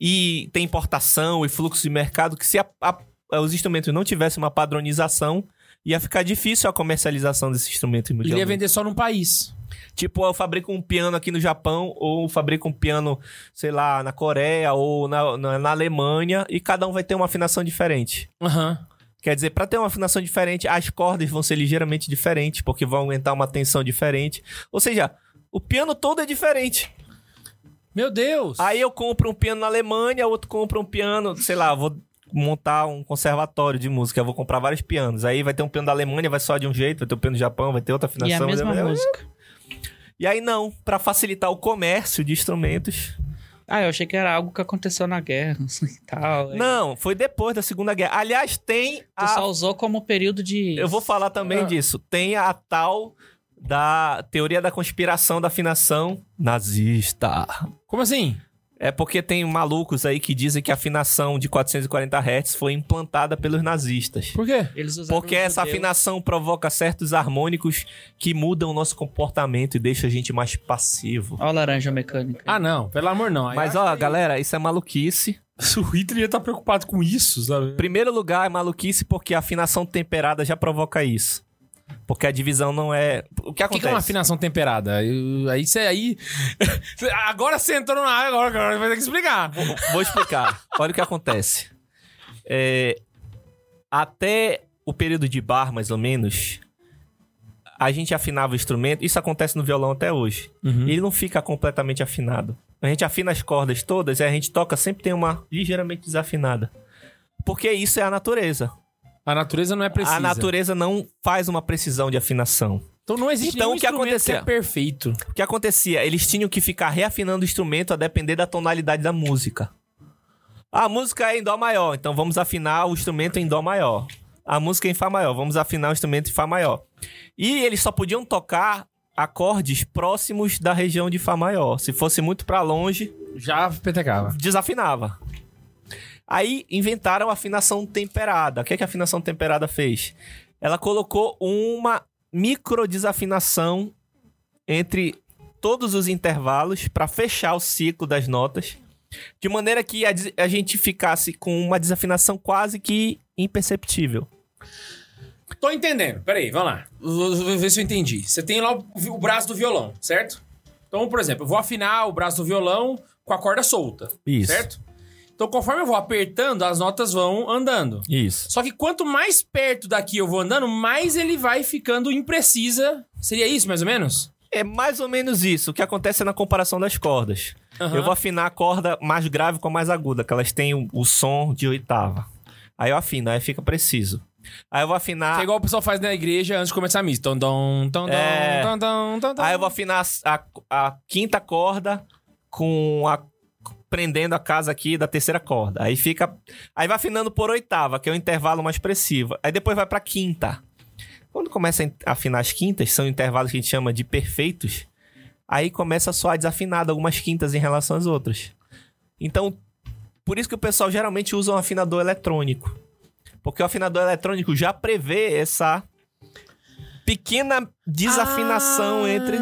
[SPEAKER 3] E tem importação e fluxo de mercado que se a- a- os instrumentos não tivessem uma padronização, ia ficar difícil a comercialização desse instrumento.
[SPEAKER 1] Ele ia
[SPEAKER 3] mundialmente.
[SPEAKER 1] vender só num país.
[SPEAKER 3] Tipo, eu fabrico um piano aqui no Japão, ou eu fabrico um piano, sei lá, na Coreia ou na- na- na Alemanha, e cada um vai ter uma afinação diferente.
[SPEAKER 1] Aham.
[SPEAKER 3] Quer dizer, para ter uma afinação diferente, as cordas vão ser ligeiramente diferentes, porque vão aumentar uma tensão diferente. Ou seja, o piano todo é diferente.
[SPEAKER 1] Meu Deus!
[SPEAKER 3] Aí eu compro um piano na Alemanha, outro compra um piano, sei lá, vou montar um conservatório de música, eu vou comprar vários pianos. Aí vai ter um piano da Alemanha, vai soar de um jeito, vai ter um piano do Japão, vai ter outra
[SPEAKER 2] E é a
[SPEAKER 3] afinação.
[SPEAKER 2] mesma
[SPEAKER 3] vai-
[SPEAKER 2] música.
[SPEAKER 3] E aí não, para facilitar o comércio de instrumentos.
[SPEAKER 2] Ah, eu achei que era algo que aconteceu na guerra e tal. é.
[SPEAKER 3] Não, foi depois da Segunda Guerra. Aliás, tem
[SPEAKER 2] Tu
[SPEAKER 3] a
[SPEAKER 2] só usou como período de...
[SPEAKER 3] Eu vou falar também
[SPEAKER 1] Ah.
[SPEAKER 3] disso. Tem a tal da teoria da conspiração da afinação nazista.
[SPEAKER 1] Como assim?
[SPEAKER 3] É porque tem malucos aí que dizem que a afinação de 440 Hz foi implantada pelos nazistas.
[SPEAKER 1] Por quê?
[SPEAKER 2] Eles usaram
[SPEAKER 3] Porque
[SPEAKER 2] os
[SPEAKER 3] essa
[SPEAKER 2] judeus.
[SPEAKER 3] afinação provoca certos harmônicos que mudam o nosso comportamento e deixa a gente mais passivo.
[SPEAKER 2] Olha a laranja mecânica.
[SPEAKER 1] Ah, não. Pelo amor, não. Aí
[SPEAKER 3] Mas
[SPEAKER 1] eu acho
[SPEAKER 3] ó,
[SPEAKER 1] que-
[SPEAKER 3] galera, isso é maluquice.
[SPEAKER 1] O Hitler ia estar preocupado com isso, sabe?
[SPEAKER 3] Primeiro lugar é maluquice porque a afinação temperada já provoca isso. Porque a divisão não é. O que
[SPEAKER 1] O que,
[SPEAKER 3] acontece?
[SPEAKER 1] que é uma afinação temperada? Eu- aí você aí. agora você entrou na área, agora, agora vai ter que explicar.
[SPEAKER 3] Vou explicar. Olha o que acontece. É, até o período de bar, mais ou menos, a gente afinava o instrumento. Isso acontece no violão até hoje.
[SPEAKER 1] Hum.
[SPEAKER 3] E ele não fica completamente afinado. A gente afina as cordas todas e a gente toca, sempre tem uma ligeiramente desafinada. Porque isso é a natureza.
[SPEAKER 1] A natureza não é precisa.
[SPEAKER 3] A natureza não faz uma precisão de afinação.
[SPEAKER 1] Então não existe
[SPEAKER 3] Então,
[SPEAKER 1] nenhum
[SPEAKER 3] o que
[SPEAKER 1] instrumento
[SPEAKER 3] aconteceu?
[SPEAKER 1] é perfeito.
[SPEAKER 3] O que acontecia? Eles tinham que ficar reafinando o instrumento a depender da tonalidade da música. A música é em dó maior, então vamos afinar o instrumento em dó maior. A música é em fá maior, vamos afinar o instrumento em fá maior. E eles só podiam tocar acordes próximos da região de fá maior. Se fosse muito pra longe,
[SPEAKER 1] Já petecava.
[SPEAKER 3] desafinava. Aí inventaram a afinação temperada. O que, é que a afinação temperada fez? Ela colocou uma micro desafinação entre todos os intervalos para fechar o ciclo das notas, de maneira que a, des- a gente ficasse com uma desafinação quase que imperceptível.
[SPEAKER 1] Tô entendendo. Peraí, vamos lá. Vou vou ver se eu entendi. Você tem lá o, o braço do violão, certo? Então, por exemplo, eu vou afinar o braço do violão com a corda solta.
[SPEAKER 3] Isso.
[SPEAKER 1] Certo? Então, conforme eu vou apertando, as notas vão andando.
[SPEAKER 3] Isso.
[SPEAKER 1] Só que quanto mais perto daqui eu vou andando, mais ele vai ficando imprecisa. Seria isso, mais ou menos?
[SPEAKER 3] É mais ou menos isso. O que acontece é na comparação das cordas.
[SPEAKER 1] Aham.
[SPEAKER 3] Eu vou afinar a corda mais grave com a mais aguda, que elas têm o, o som de oitava. Aí eu afino, aí fica preciso. Aí eu vou
[SPEAKER 1] Que é
[SPEAKER 3] afinar.
[SPEAKER 1] igual o pessoal faz na igreja antes de começar a missa. Tom, tom, tom, tom,
[SPEAKER 3] É.
[SPEAKER 1] tom, tom, tom, tom.
[SPEAKER 3] Aí eu vou afinar a, a quinta corda com a. prendendo a casa aqui da terceira corda. Aí fica. Aí vai afinando por oitava, que é o intervalo mais expressivo. Aí depois vai pra quinta. Quando começa a in- afinar as quintas, são intervalos que a gente chama de perfeitos. Aí começa a soar desafinado algumas quintas em relação às outras. Então, por isso que o pessoal geralmente usa um afinador eletrônico. Porque o afinador eletrônico já prevê essa pequena desafinação
[SPEAKER 1] Ah.
[SPEAKER 3] entre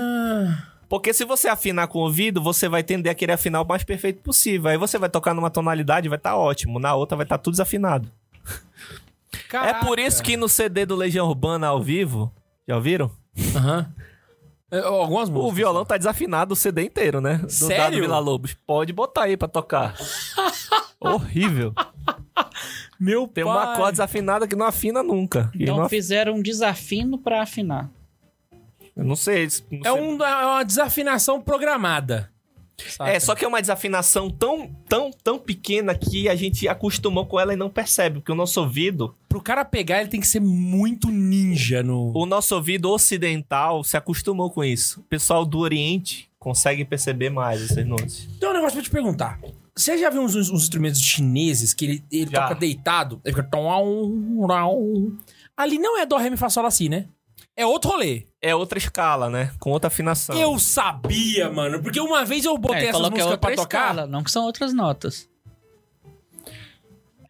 [SPEAKER 3] porque se você afinar com o ouvido, você vai tender a querer afinar o mais perfeito possível. Aí você vai tocar numa tonalidade, vai estar ótimo. Na outra vai estar tudo desafinado.
[SPEAKER 1] Caraca.
[SPEAKER 3] É por isso que no CD do Legião Urbana ao vivo, já ouviram?
[SPEAKER 1] Aham. É, Algumas
[SPEAKER 3] O
[SPEAKER 1] músicas. assim.
[SPEAKER 3] violão tá desafinado o CD inteiro, né? Do
[SPEAKER 1] Sério?
[SPEAKER 3] Dado Vila Lobos. Pode botar aí pra tocar. Horrível.
[SPEAKER 1] Meu
[SPEAKER 3] Tem uma corda desafinada que não afina nunca. E
[SPEAKER 2] Então
[SPEAKER 3] não, af-
[SPEAKER 2] fizeram um desafino pra afinar.
[SPEAKER 3] eu não sei. não
[SPEAKER 1] É,
[SPEAKER 3] sei.
[SPEAKER 1] um- é uma desafinação programada. saca?
[SPEAKER 3] É, só que é uma desafinação tão, tão, tão pequena que a gente acostumou com ela e não percebe. Porque o nosso ouvido,
[SPEAKER 1] Pro cara pegar, ele tem que ser muito ninja no.
[SPEAKER 3] O nosso ouvido ocidental se acostumou com isso. O pessoal do Oriente consegue perceber mais essas notas.
[SPEAKER 1] Tem um negócio pra te perguntar. Você já viu uns, uns instrumentos chineses que ele, ele
[SPEAKER 3] Já.
[SPEAKER 1] toca deitado? Ele fica. tom, rau. Ali não é Dó, Ré, Mi, Fá, Sol, Lá, Si, né? É outro rolê.
[SPEAKER 3] É outra escala, né? Com outra afinação.
[SPEAKER 1] Eu sabia, mano. Porque uma vez eu
[SPEAKER 2] É,
[SPEAKER 1] botei
[SPEAKER 2] ele
[SPEAKER 1] essas
[SPEAKER 2] falou que é
[SPEAKER 1] músicas
[SPEAKER 2] outra
[SPEAKER 1] pra tocar.
[SPEAKER 2] escala, não que são outras notas.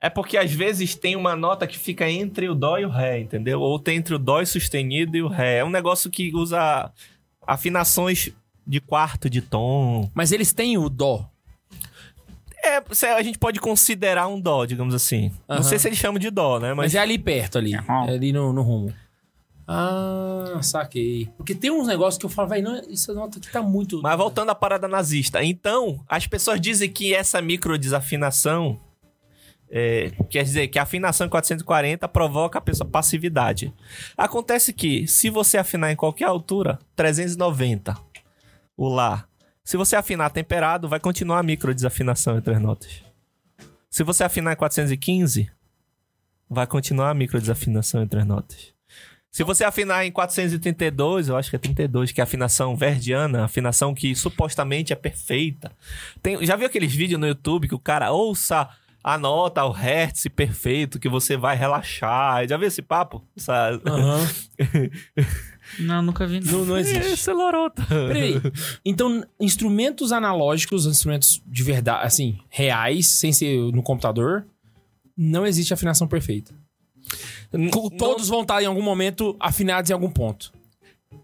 [SPEAKER 3] É porque às vezes tem uma nota que fica entre o dó e o ré, entendeu? Ou tem entre o dó e sustenido e o ré. É um negócio que usa afinações de quarto de tom.
[SPEAKER 1] Mas eles têm o Dó.
[SPEAKER 3] É, se a gente pode considerar um dó, digamos assim.
[SPEAKER 1] Aham.
[SPEAKER 3] Não sei se eles chamam de dó, né?
[SPEAKER 1] Mas
[SPEAKER 3] Mas,
[SPEAKER 1] é ali perto, ali.
[SPEAKER 2] Aham.
[SPEAKER 1] É ali no, no rumo. Ah, saquei. Porque tem uns negócios que eu falo, velho, essa nota aqui tá muito.
[SPEAKER 3] Mas voltando à parada nazista. Então, as pessoas dizem que essa microdesafinação. É, quer dizer, que a afinação em 440 provoca a pessoa passividade. Acontece que, se você afinar em qualquer altura, 390, o Lá. Se você afinar temperado, vai continuar a microdesafinação entre as notas. Se você afinar em 415, vai continuar a microdesafinação entre as notas. Se você afinar em 432, eu acho que é 32, que é a afinação verdiana, a afinação que supostamente é perfeita. Tem- já viu aqueles vídeos no YouTube que o cara ouça a nota, o hertz perfeito, que você vai relaxar? Já viu esse papo? Essa-
[SPEAKER 1] Aham.
[SPEAKER 2] Não, nunca vi.
[SPEAKER 1] Não, é- não existe.
[SPEAKER 3] Esse é lorota.
[SPEAKER 1] Peraí. Então, instrumentos analógicos, instrumentos de verdade, assim, reais, sem ser no computador, não existe afinação perfeita. Co-
[SPEAKER 3] Não-
[SPEAKER 1] Todos vão estar em algum momento afinados em algum ponto.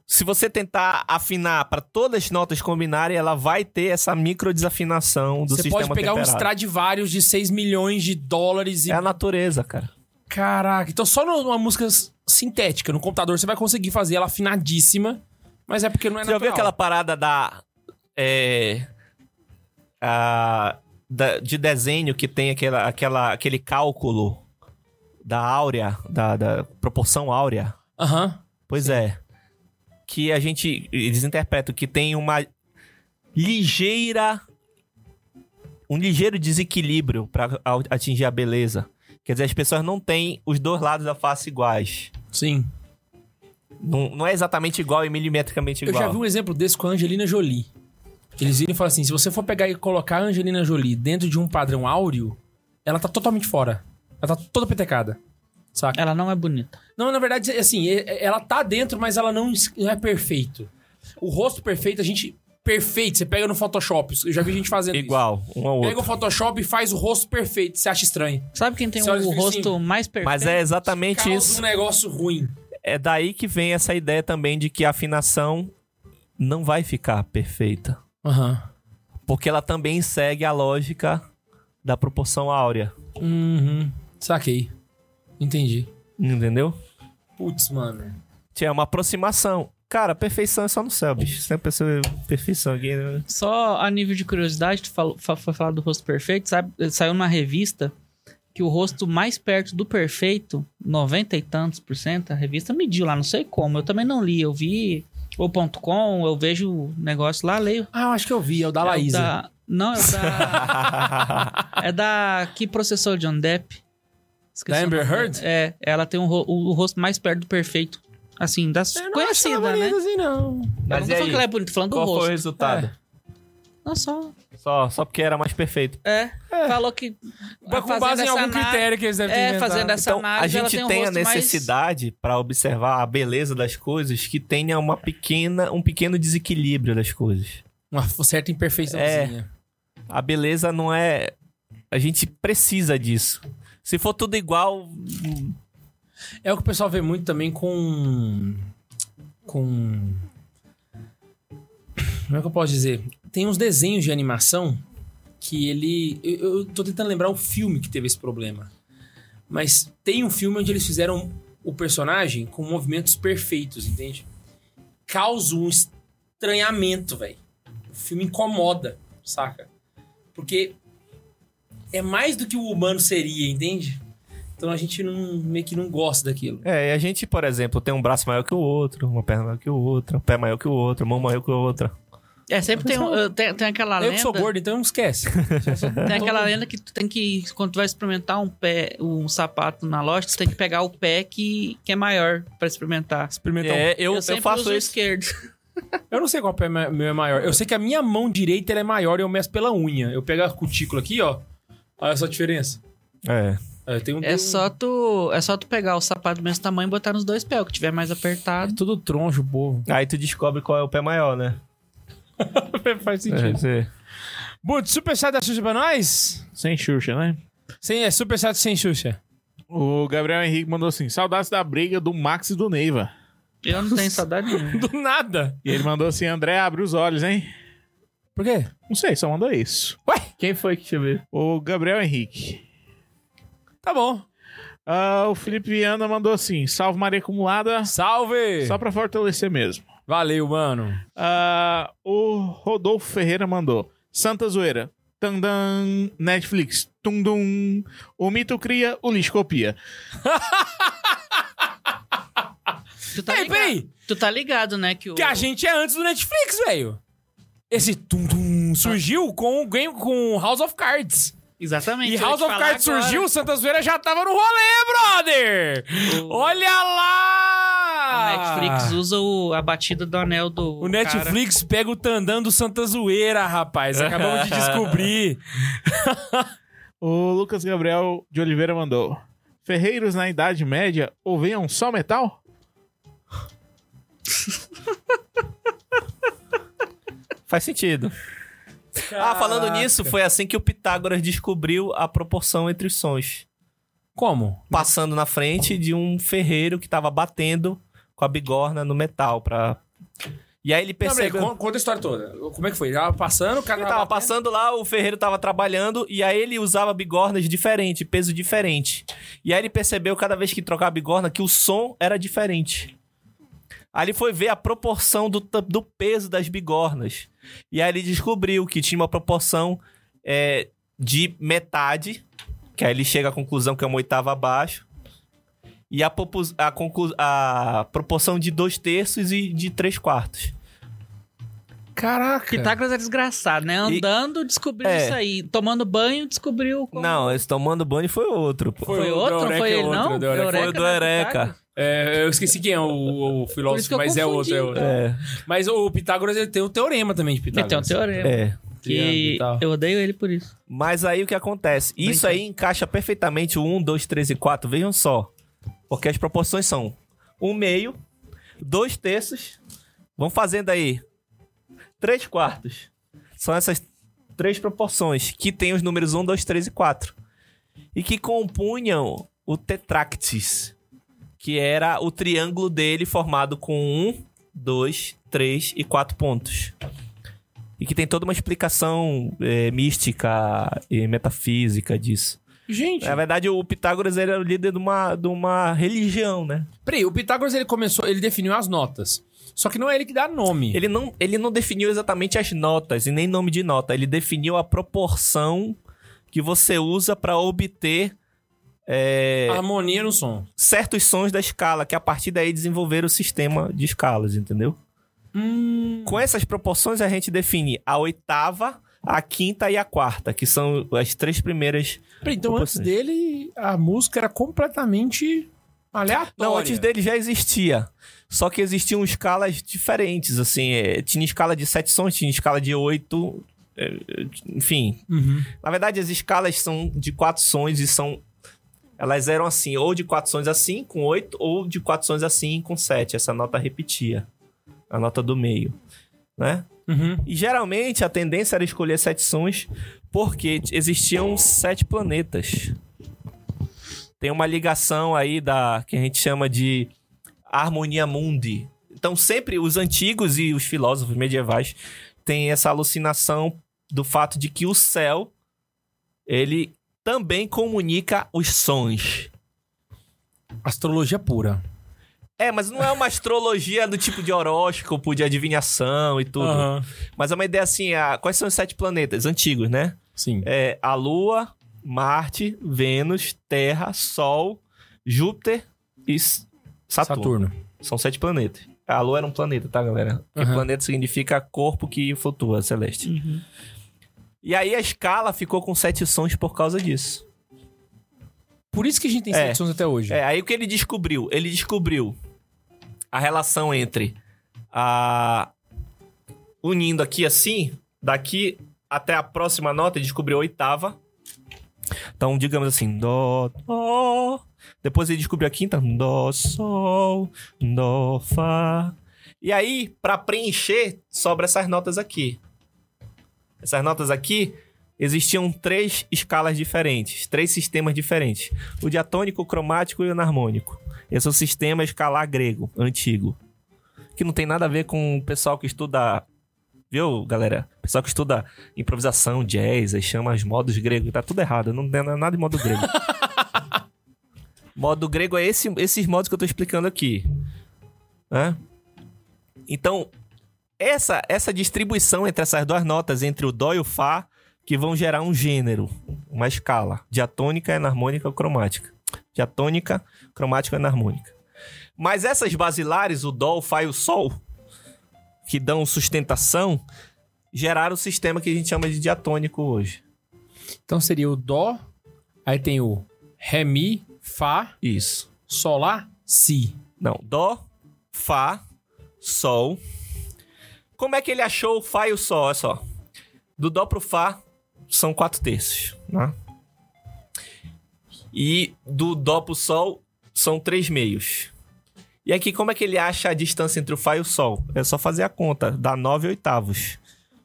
[SPEAKER 3] se você tentar afinar para todas as notas combinarem, ela vai ter essa microdesafinação do
[SPEAKER 1] Você
[SPEAKER 3] sistema
[SPEAKER 1] pode pegar um
[SPEAKER 3] temperado.
[SPEAKER 1] Stradivarius de 6 milhões de dólares e.
[SPEAKER 3] É a natureza, cara.
[SPEAKER 1] Caraca. Então, só numa música s- sintética, no computador, você vai conseguir fazer ela afinadíssima, mas é porque não é
[SPEAKER 3] Você já viu
[SPEAKER 1] natural.
[SPEAKER 3] aquela parada da, é, a- da- de desenho que tem aquela, aquela- aquele cálculo da áurea, da, da proporção áurea?
[SPEAKER 1] Aham.
[SPEAKER 3] Pois é. Que a gente. Eles interpretam que tem uma ligeira. Um ligeiro desequilíbrio para atingir a beleza. Quer dizer, as pessoas não têm os dois lados da face iguais.
[SPEAKER 1] Sim.
[SPEAKER 3] Não, não é exatamente igual e milimetricamente
[SPEAKER 1] Eu
[SPEAKER 3] igual.
[SPEAKER 1] já vi um exemplo desse com a Angelina Jolie. Eles viram e falaram assim: se você for pegar e colocar a Angelina Jolie dentro de um padrão áureo, ela tá totalmente fora. Ela tá toda petecada. Saca?
[SPEAKER 2] Ela não é bonita.
[SPEAKER 1] Não, na verdade, assim, e- ela tá dentro, mas ela não es- não é perfeito. O rosto perfeito, a gente. Perfeito, você pega no Photoshop. Eu já vi gente fazendo
[SPEAKER 3] Igual, um
[SPEAKER 1] isso.
[SPEAKER 3] ao outro.
[SPEAKER 1] Pega o Photoshop e faz o rosto perfeito. Você acha estranho.
[SPEAKER 2] Sabe quem tem
[SPEAKER 1] Você olha
[SPEAKER 2] o
[SPEAKER 1] assim,
[SPEAKER 2] rosto mais perfeito?
[SPEAKER 3] Mas é exatamente
[SPEAKER 1] Causa
[SPEAKER 2] né?
[SPEAKER 3] isso.
[SPEAKER 1] um negócio ruim.
[SPEAKER 3] É daí que vem essa ideia também de que a afinação não vai ficar perfeita.
[SPEAKER 1] Aham.
[SPEAKER 3] Porque ela também segue a lógica da proporção áurea.
[SPEAKER 1] Uhum. Saquei. Entendi.
[SPEAKER 3] Entendeu?
[SPEAKER 1] Putz, mano.
[SPEAKER 3] Tchê, É uma aproximação. Cara, perfeição é só no céu, bicho. Sempre pensou em perfeição aqui, né?
[SPEAKER 2] Só a nível de curiosidade, tu falou, fa- foi falar do rosto perfeito, sabe? Saiu numa revista que o rosto mais perto do perfeito, 90 e tantos por cento, a revista mediu lá, não sei como. Eu também não li, eu vi o ponto .com, eu vejo o negócio lá, leio.
[SPEAKER 1] Ah, eu acho que eu vi, é o da
[SPEAKER 2] É o
[SPEAKER 1] Laísa.
[SPEAKER 2] da- Não, é o da... é da... Que processou o John Depp? Esqueci
[SPEAKER 1] Da
[SPEAKER 2] o nome
[SPEAKER 1] Amber
[SPEAKER 2] dela.
[SPEAKER 1] Heard?
[SPEAKER 2] É, ela tem um ro- o, o rosto mais perto do perfeito. Assim, das
[SPEAKER 1] Eu não acho
[SPEAKER 2] conhecida,
[SPEAKER 1] ela
[SPEAKER 2] né?
[SPEAKER 1] bonita assim, não.
[SPEAKER 2] Eu não
[SPEAKER 3] Mas
[SPEAKER 2] tô
[SPEAKER 3] e
[SPEAKER 2] falando que ela é
[SPEAKER 3] aí?
[SPEAKER 2] bonita, tô falando do
[SPEAKER 3] Qual foi o
[SPEAKER 2] rosto. É.
[SPEAKER 3] resultado?
[SPEAKER 2] Não, só...
[SPEAKER 3] Só, só porque era mais perfeito.
[SPEAKER 2] É, falou que.
[SPEAKER 1] Mas com
[SPEAKER 2] fazendo
[SPEAKER 1] base em
[SPEAKER 2] essa
[SPEAKER 1] algum
[SPEAKER 2] ana-
[SPEAKER 1] critério que eles devem ter
[SPEAKER 2] É,
[SPEAKER 1] inventado.
[SPEAKER 2] fazendo essa
[SPEAKER 3] Então, a
[SPEAKER 2] análise, ela
[SPEAKER 3] gente
[SPEAKER 2] tem, um
[SPEAKER 3] tem a
[SPEAKER 2] rosto mais-
[SPEAKER 3] necessidade pra observar a beleza das coisas que tenha uma pequena, um pequeno desequilíbrio das coisas.
[SPEAKER 1] Uma certa
[SPEAKER 2] É.
[SPEAKER 1] imperfeiçãozinha.
[SPEAKER 3] A beleza não é. A gente precisa disso. Se for tudo igual,
[SPEAKER 1] É. o que o pessoal vê muito também com. Com. Como é que eu posso dizer? Tem uns desenhos de animação que ele. Eu, eu tô tentando lembrar o filme que teve esse problema. Mas tem um filme onde eles fizeram o personagem com movimentos perfeitos, entende? Causa um estranhamento, velho. O filme incomoda, saca? Porque é mais do que o humano seria, entende? Então a gente não, meio que não gosta daquilo.
[SPEAKER 3] É, e a gente, por exemplo, tem um braço maior que o outro, uma perna maior que o outro, um pé maior que o outro, uma mão maior que a outra.
[SPEAKER 2] É, sempre tem, um- tem, tem aquela
[SPEAKER 1] eu
[SPEAKER 2] lenda.
[SPEAKER 1] que sou gordo, então não esquece.
[SPEAKER 2] Tem aquela lenda que tu tem que. Quando tu vai experimentar um pé, um sapato na loja, tu tem que pegar o pé que, que é maior pra experimentar.
[SPEAKER 1] Experimentar. um
[SPEAKER 3] é, eu, eu,
[SPEAKER 2] sempre uso
[SPEAKER 3] faço
[SPEAKER 2] o
[SPEAKER 3] isso.
[SPEAKER 2] esquerdo.
[SPEAKER 1] Eu não sei qual pé ma- meu é maior. Eu sei que a minha mão direita ela é maior e eu meço pela unha. Eu pego a cutícula aqui, ó. Olha só a diferença.
[SPEAKER 3] É.
[SPEAKER 1] Ah, Eu tenho
[SPEAKER 2] É só tu. É só tu pegar o sapato do mesmo tamanho e botar nos dois pés. O que tiver mais apertado.
[SPEAKER 1] Tudo troncho, bobo.
[SPEAKER 3] Aí tu descobre qual é o pé maior, né?
[SPEAKER 1] Faz
[SPEAKER 3] É,
[SPEAKER 1] sentido.
[SPEAKER 3] você-
[SPEAKER 1] But, super chat da Xuxa pra nós?
[SPEAKER 4] Sem Xuxa, né?
[SPEAKER 1] Sem, é super chat sem Xuxa.
[SPEAKER 4] O Gabriel Henrique mandou assim: saudades da briga do Max e do Neiva.
[SPEAKER 2] Eu não tenho saudade nenhuma.
[SPEAKER 1] Do nada.
[SPEAKER 4] E ele mandou assim: André, abre os olhos, hein?
[SPEAKER 1] Por quê?
[SPEAKER 4] Não sei, só mandou isso.
[SPEAKER 3] Quem foi que te viu?
[SPEAKER 4] O Gabriel Henrique.
[SPEAKER 1] Tá bom.
[SPEAKER 4] Ah, o Felipe Viana mandou assim: salve Maria Acumulada.
[SPEAKER 1] Salve!
[SPEAKER 4] Só pra fortalecer mesmo.
[SPEAKER 1] Valeu, mano.
[SPEAKER 4] Ah, o Rodolfo Ferreira mandou: Santa Zoeira. Tandam, Netflix, tundum, o mito cria, o lixo copia.
[SPEAKER 2] Tu tá
[SPEAKER 1] Ei,
[SPEAKER 2] ligado,
[SPEAKER 1] peraí!
[SPEAKER 2] Tu tá ligado, né? Que, o,
[SPEAKER 1] Que a gente é antes do Netflix, velho. Esse tum-tum surgiu com o game com House of Cards.
[SPEAKER 2] Exatamente.
[SPEAKER 1] E
[SPEAKER 2] eu ia
[SPEAKER 1] House
[SPEAKER 2] te
[SPEAKER 1] of
[SPEAKER 2] falar
[SPEAKER 1] Cards
[SPEAKER 2] agora.
[SPEAKER 1] surgiu, o Santa Zoeira já tava no rolê, brother!
[SPEAKER 2] O-
[SPEAKER 1] Olha lá!
[SPEAKER 2] A Netflix usa o- a batida do anel do.
[SPEAKER 1] ah! O Netflix pega o tandão do Santa Zoeira, rapaz. Acabamos de descobrir.
[SPEAKER 4] O Lucas Gabriel de Oliveira mandou: Ferreiros na Idade Média ouviam só metal?
[SPEAKER 3] Faz sentido. Ah, falando nisso, foi assim que o Pitágoras descobriu a proporção entre os sons.
[SPEAKER 1] Como?
[SPEAKER 3] Passando na frente de um ferreiro que tava batendo com a bigorna no metal pra... E aí ele percebeu...
[SPEAKER 1] conta a história toda. Como é que foi? Tava passando, o cara
[SPEAKER 3] Ele tava passando lá, o ferreiro tava trabalhando e aí ele usava bigornas diferente, peso diferente. E aí ele percebeu cada vez que trocava a bigorna que o som era diferente. Aí ele foi ver a proporção do, ta- do peso das bigornas. E aí ele descobriu que tinha uma proporção é, de metade, que aí ele chega à conclusão que é uma oitava abaixo. E a, popus- a conclu- a proporção de dois terços e de três quartos.
[SPEAKER 1] Caraca.
[SPEAKER 2] Pitágoras é desgraçado, né?
[SPEAKER 3] E-
[SPEAKER 2] Andando, descobriu
[SPEAKER 3] É.
[SPEAKER 2] isso aí. Tomando banho, descobriu. como-
[SPEAKER 3] Não, esse tomando banho foi outro, pô.
[SPEAKER 1] Foi
[SPEAKER 2] Foi
[SPEAKER 1] o
[SPEAKER 2] outro?
[SPEAKER 1] do
[SPEAKER 2] Não foi
[SPEAKER 1] Eureka,
[SPEAKER 2] ele,
[SPEAKER 1] outro,
[SPEAKER 2] não?
[SPEAKER 1] do Eureka.
[SPEAKER 3] Foi o do Eureka.
[SPEAKER 1] É, eu esqueci quem é o, o
[SPEAKER 2] Por isso que
[SPEAKER 1] filósofo,
[SPEAKER 2] eu
[SPEAKER 1] mas é
[SPEAKER 2] confundi,
[SPEAKER 1] outro. É outro.
[SPEAKER 2] então.
[SPEAKER 3] É,
[SPEAKER 1] Mas o Pitágoras ele tem o teorema também de
[SPEAKER 2] Ele tem um
[SPEAKER 1] Pitágoras.
[SPEAKER 2] teorema.
[SPEAKER 3] é.
[SPEAKER 1] Triângulo e
[SPEAKER 2] Que
[SPEAKER 1] tal.
[SPEAKER 2] eu odeio ele por isso.
[SPEAKER 3] Mas aí o que acontece? Isso aí encaixa perfeitamente o 1, 2, 3 e 4. Vejam só. Porque as proporções são 1 meio, 2 terços. Vão fazendo aí. 3 quartos. São essas três proporções que tem os números 1, 2, 3 e 4. E que compunham o tetractis. Que era o triângulo dele formado com 1, 2, 3 e 4 pontos. E que tem toda uma explicação é, mística e metafísica disso.
[SPEAKER 1] Gente,
[SPEAKER 3] Na verdade, o Pitágoras ele era o líder de uma, de uma religião, né?
[SPEAKER 1] peraí, o Pitágoras ele começou, ele definiu as notas. Só que não é ele que dá nome.
[SPEAKER 3] Ele não, ele não definiu exatamente as notas e nem nome de nota. Ele definiu a proporção que você usa pra obter é,
[SPEAKER 1] Harmonia no som.
[SPEAKER 3] certos sons da escala, que a partir daí desenvolveram o sistema de escalas, entendeu? Com essas proporções a gente define a oitava, a quinta e a quarta, que são as três primeiras.
[SPEAKER 1] Peraí, Então, antes
[SPEAKER 3] proporções.
[SPEAKER 1] dele, a música era completamente aleatória.
[SPEAKER 3] Não, antes dele já existia. Só que existiam escalas diferentes, assim. é, tinha escala de sete sons, tinha escala de oito. é, é, Enfim,
[SPEAKER 1] Uhum.
[SPEAKER 3] Na verdade, as escalas são de quatro sons e são. Elas eram assim, ou de quatro sons assim, com oito, ou de quatro sons assim, com sete. Essa nota repetia. A nota do meio. Né?
[SPEAKER 1] Uhum.
[SPEAKER 3] E geralmente a tendência era escolher sete sons porque t- existiam sete planetas. Tem uma ligação aí da que a gente chama de harmonia mundi. Então sempre os antigos e os filósofos medievais têm essa alucinação do fato de que o céu ele também comunica os sons.
[SPEAKER 1] Astrologia pura.
[SPEAKER 3] É, mas não é uma astrologia do tipo de horóscopo, de adivinhação e tudo.
[SPEAKER 1] Aham.
[SPEAKER 3] Mas é uma ideia assim, a- quais são os sete planetas antigos, né?
[SPEAKER 1] Sim.
[SPEAKER 3] É a Lua, Marte, Vênus, Terra, Sol, Júpiter e S- Saturno. São sete planetas. A Lua era um planeta, tá, galera? Porque
[SPEAKER 1] Aham.
[SPEAKER 3] planeta significa corpo que flutua, celeste.
[SPEAKER 2] Uhum.
[SPEAKER 3] E aí a escala ficou com sete sons por causa disso.
[SPEAKER 1] Por isso que a gente tem
[SPEAKER 3] É.
[SPEAKER 1] sete sons até hoje.
[SPEAKER 3] É, aí o que ele descobriu? Ele descobriu a relação entre a. Unindo aqui assim, daqui até a próxima nota, ele descobriu a oitava. Então, digamos assim, Dó, Dó. Depois ele descobriu a quinta, Dó, Sol, Dó, Fá. E aí, pra preencher, sobra essas notas aqui. Essas notas aqui existiam três escalas diferentes, três sistemas diferentes o diatônico, o cromático e o anarmônico. Esse é o sistema escalar grego, antigo. Que não tem nada a ver com o pessoal que estuda. Viu, galera? O pessoal que estuda improvisação, jazz, aí chama os modos gregos. Tá tudo errado. Não tem nada de modo grego. modo grego é esse- esses modos que eu tô explicando aqui. Né? Então, essa, essa distribuição entre essas duas notas, entre o dó e o fá, que vão gerar um gênero, uma escala. Diatônica, é enarmônica ou cromática diatônica, cromática e anarmônica. Mas essas basilares, o Dó, o Fá e o Sol, que dão sustentação, geraram o sistema que a gente chama de diatônico hoje.
[SPEAKER 1] Então seria o Dó, aí tem o Ré, Mi, Fá,
[SPEAKER 3] Isso.
[SPEAKER 1] Sol, Lá, Si.
[SPEAKER 3] Não, Dó, Fá, Sol. Como é que ele achou o Fá e o Sol? Olha só. Do Dó pro Fá são quatro terços, né? E do Dó pro Sol são três meios. E aqui, como é que ele acha a distância entre o Fá e o Sol? É só fazer a conta, dá nove oitavos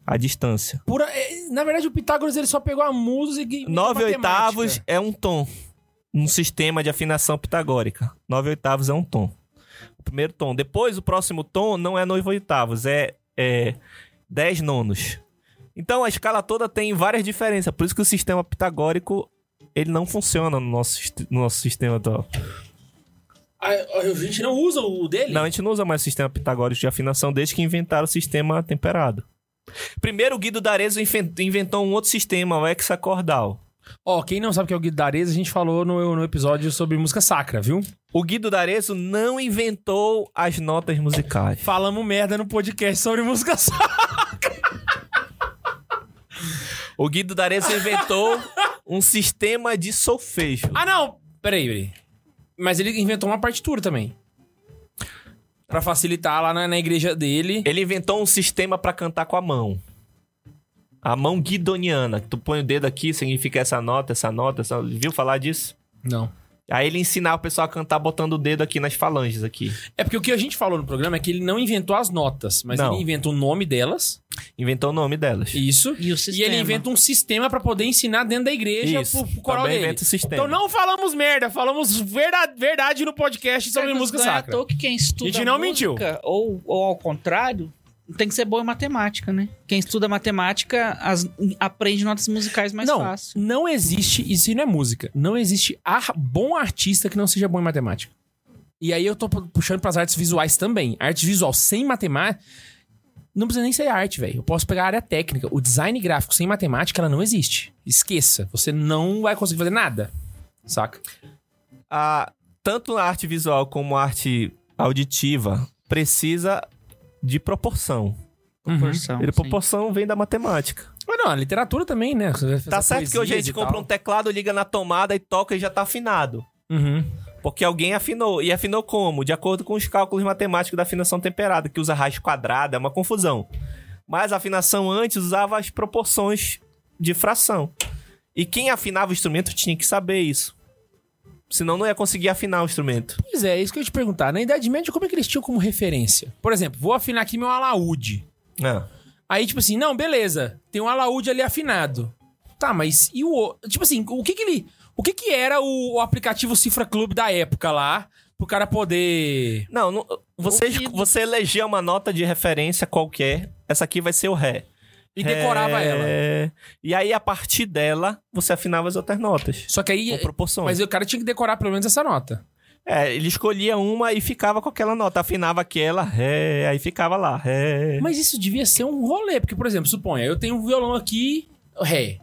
[SPEAKER 3] a distância.
[SPEAKER 1] Pura... é, Na verdade, o Pitágoras ele só pegou a música e.
[SPEAKER 3] Nove
[SPEAKER 1] matemática.
[SPEAKER 3] oitavos é um tom. Um sistema de afinação pitagórica. Nove oitavos é um tom. O primeiro tom. Depois, o próximo tom não é nove oitavos, é, é dez nonos. Então, a escala toda tem várias diferenças. Por isso que o sistema pitagórico, ele não funciona no nosso, sist- no nosso sistema atual.
[SPEAKER 1] A, a gente não usa o dele?
[SPEAKER 3] Não, a gente não usa mais o sistema pitagórico de afinação desde que inventaram o sistema temperado. Primeiro, o Guido D'Arezzo inven- inventou um outro sistema, o hexacordal.
[SPEAKER 1] Ó, quem não sabe o que é o Guidarês, a gente falou no, no episódio sobre música sacra, viu?
[SPEAKER 3] O Guido D'Arezzo não inventou as notas musicais.
[SPEAKER 1] Falamos merda no podcast sobre música sacra.
[SPEAKER 3] O Guido D'Arezzo inventou um sistema de solfejo.
[SPEAKER 1] Ah, não! Peraí, peraí. Mas ele inventou uma partitura também. Pra facilitar lá na, na igreja dele.
[SPEAKER 3] Ele inventou um sistema pra cantar com a mão. A mão guidoniana. que Tu põe o dedo aqui, significa essa nota, essa nota. Essa... Viu falar disso?
[SPEAKER 1] Não.
[SPEAKER 3] Aí ele ensinava o pessoal a cantar botando o dedo aqui nas falanges aqui.
[SPEAKER 1] É porque o que a gente falou no programa é que ele não inventou as notas, mas
[SPEAKER 3] Não.
[SPEAKER 1] ele inventa o nome delas.
[SPEAKER 3] Inventou o nome delas.
[SPEAKER 1] Isso.
[SPEAKER 2] E o
[SPEAKER 1] E
[SPEAKER 2] sistema.
[SPEAKER 1] ele inventa um sistema pra poder ensinar dentro da igreja
[SPEAKER 3] Isso.
[SPEAKER 1] pro, pro coral
[SPEAKER 3] Também
[SPEAKER 1] dele.
[SPEAKER 3] inventa o sistema.
[SPEAKER 1] Então não falamos merda, falamos verda- verdade no podcast sobre música
[SPEAKER 2] não é à
[SPEAKER 1] sacra.
[SPEAKER 2] toa que quem estuda
[SPEAKER 1] A gente não
[SPEAKER 2] música, Ou, ou ao contrário, tem que ser bom em matemática, né? Quem estuda matemática as- aprende notas musicais mais
[SPEAKER 1] não,
[SPEAKER 2] fácil.
[SPEAKER 1] não existe, isso não é música, não existe ar- bom artista que não seja bom em matemática. E aí eu tô pu- puxando pras artes visuais também. Arte visual sem matemática. Não precisa nem ser arte, velho. Eu posso pegar a área técnica. O design gráfico sem matemática, ela não existe. Esqueça. Você não vai conseguir fazer nada. Saca?
[SPEAKER 3] a- tanto a arte visual como a arte auditiva precisa de proporção.
[SPEAKER 1] Uhum. é
[SPEAKER 2] Proporção.
[SPEAKER 3] e
[SPEAKER 2] sim.
[SPEAKER 3] proporção vem da matemática.
[SPEAKER 1] Mas não, a literatura também, né? Você vai fazer
[SPEAKER 3] tá certo que hoje a
[SPEAKER 1] poesias
[SPEAKER 3] gente
[SPEAKER 1] e tal.
[SPEAKER 3] compra um teclado, liga na tomada e toca e já tá afinado.
[SPEAKER 1] Uhum.
[SPEAKER 3] Porque alguém afinou. E afinou como? De acordo com os cálculos matemáticos da afinação temperada, que usa raiz quadrada, é uma confusão. Mas a afinação antes usava as proporções de fração. E quem afinava o instrumento tinha que saber isso. Senão não ia conseguir afinar o instrumento.
[SPEAKER 1] Pois é, isso que eu ia te perguntar. Na Idade Média, como é que eles tinham como referência? Por exemplo, vou afinar aqui meu alaúde.
[SPEAKER 3] Não.
[SPEAKER 1] Aí, tipo assim, não, beleza, tem um alaúde ali afinado. Tá, mas e o. o- Tipo assim, o que que ele. O que que era o, o aplicativo Cifra Club da época lá? Pro cara poder.
[SPEAKER 3] Não, não- você,
[SPEAKER 2] Ouvido.
[SPEAKER 3] você elegia uma nota de referência qualquer. Essa aqui vai ser o Ré.
[SPEAKER 1] E decorava
[SPEAKER 3] Ré.
[SPEAKER 1] ela.
[SPEAKER 3] E aí, a partir dela, você afinava as outras notas.
[SPEAKER 1] Só que aí.
[SPEAKER 3] Com proporções.
[SPEAKER 1] é, Mas o cara tinha que decorar pelo menos essa nota.
[SPEAKER 3] É, ele escolhia uma e ficava com aquela nota. Afinava aquela, Ré, aí ficava lá, Ré.
[SPEAKER 1] Mas isso devia ser um rolê, porque, por exemplo, suponha, eu tenho um violão aqui, ré.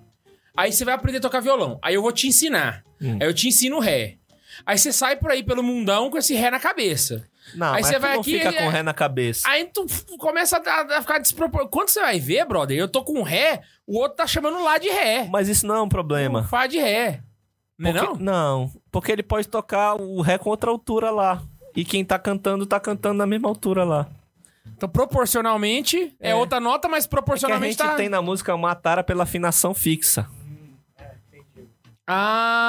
[SPEAKER 1] Aí você vai aprender a tocar violão. Aí eu vou te ensinar.
[SPEAKER 3] Hum.
[SPEAKER 1] Aí eu te ensino ré. Aí você sai por aí pelo mundão com esse ré na cabeça.
[SPEAKER 3] Não,
[SPEAKER 1] Aí
[SPEAKER 3] mas
[SPEAKER 1] você
[SPEAKER 3] tu
[SPEAKER 1] vai
[SPEAKER 3] não
[SPEAKER 1] aqui é
[SPEAKER 3] fica
[SPEAKER 1] e-
[SPEAKER 3] com Ré na cabeça.
[SPEAKER 1] Aí tu f- começa a, a ficar desproporcionado. Quando você vai ver, brother, eu tô com um ré, o outro tá chamando lá de ré.
[SPEAKER 3] Mas isso não é um problema.
[SPEAKER 1] Fá de ré. Não é
[SPEAKER 3] Porque-
[SPEAKER 1] não?
[SPEAKER 3] Porque ele pode tocar o Ré com outra altura lá. E quem tá cantando, tá cantando na mesma altura lá.
[SPEAKER 1] Então, proporcionalmente, é,
[SPEAKER 3] É.
[SPEAKER 1] outra nota, mas
[SPEAKER 3] Porque a gente
[SPEAKER 1] proporcionalmente tá...
[SPEAKER 3] tem na música é uma tara pela afinação fixa.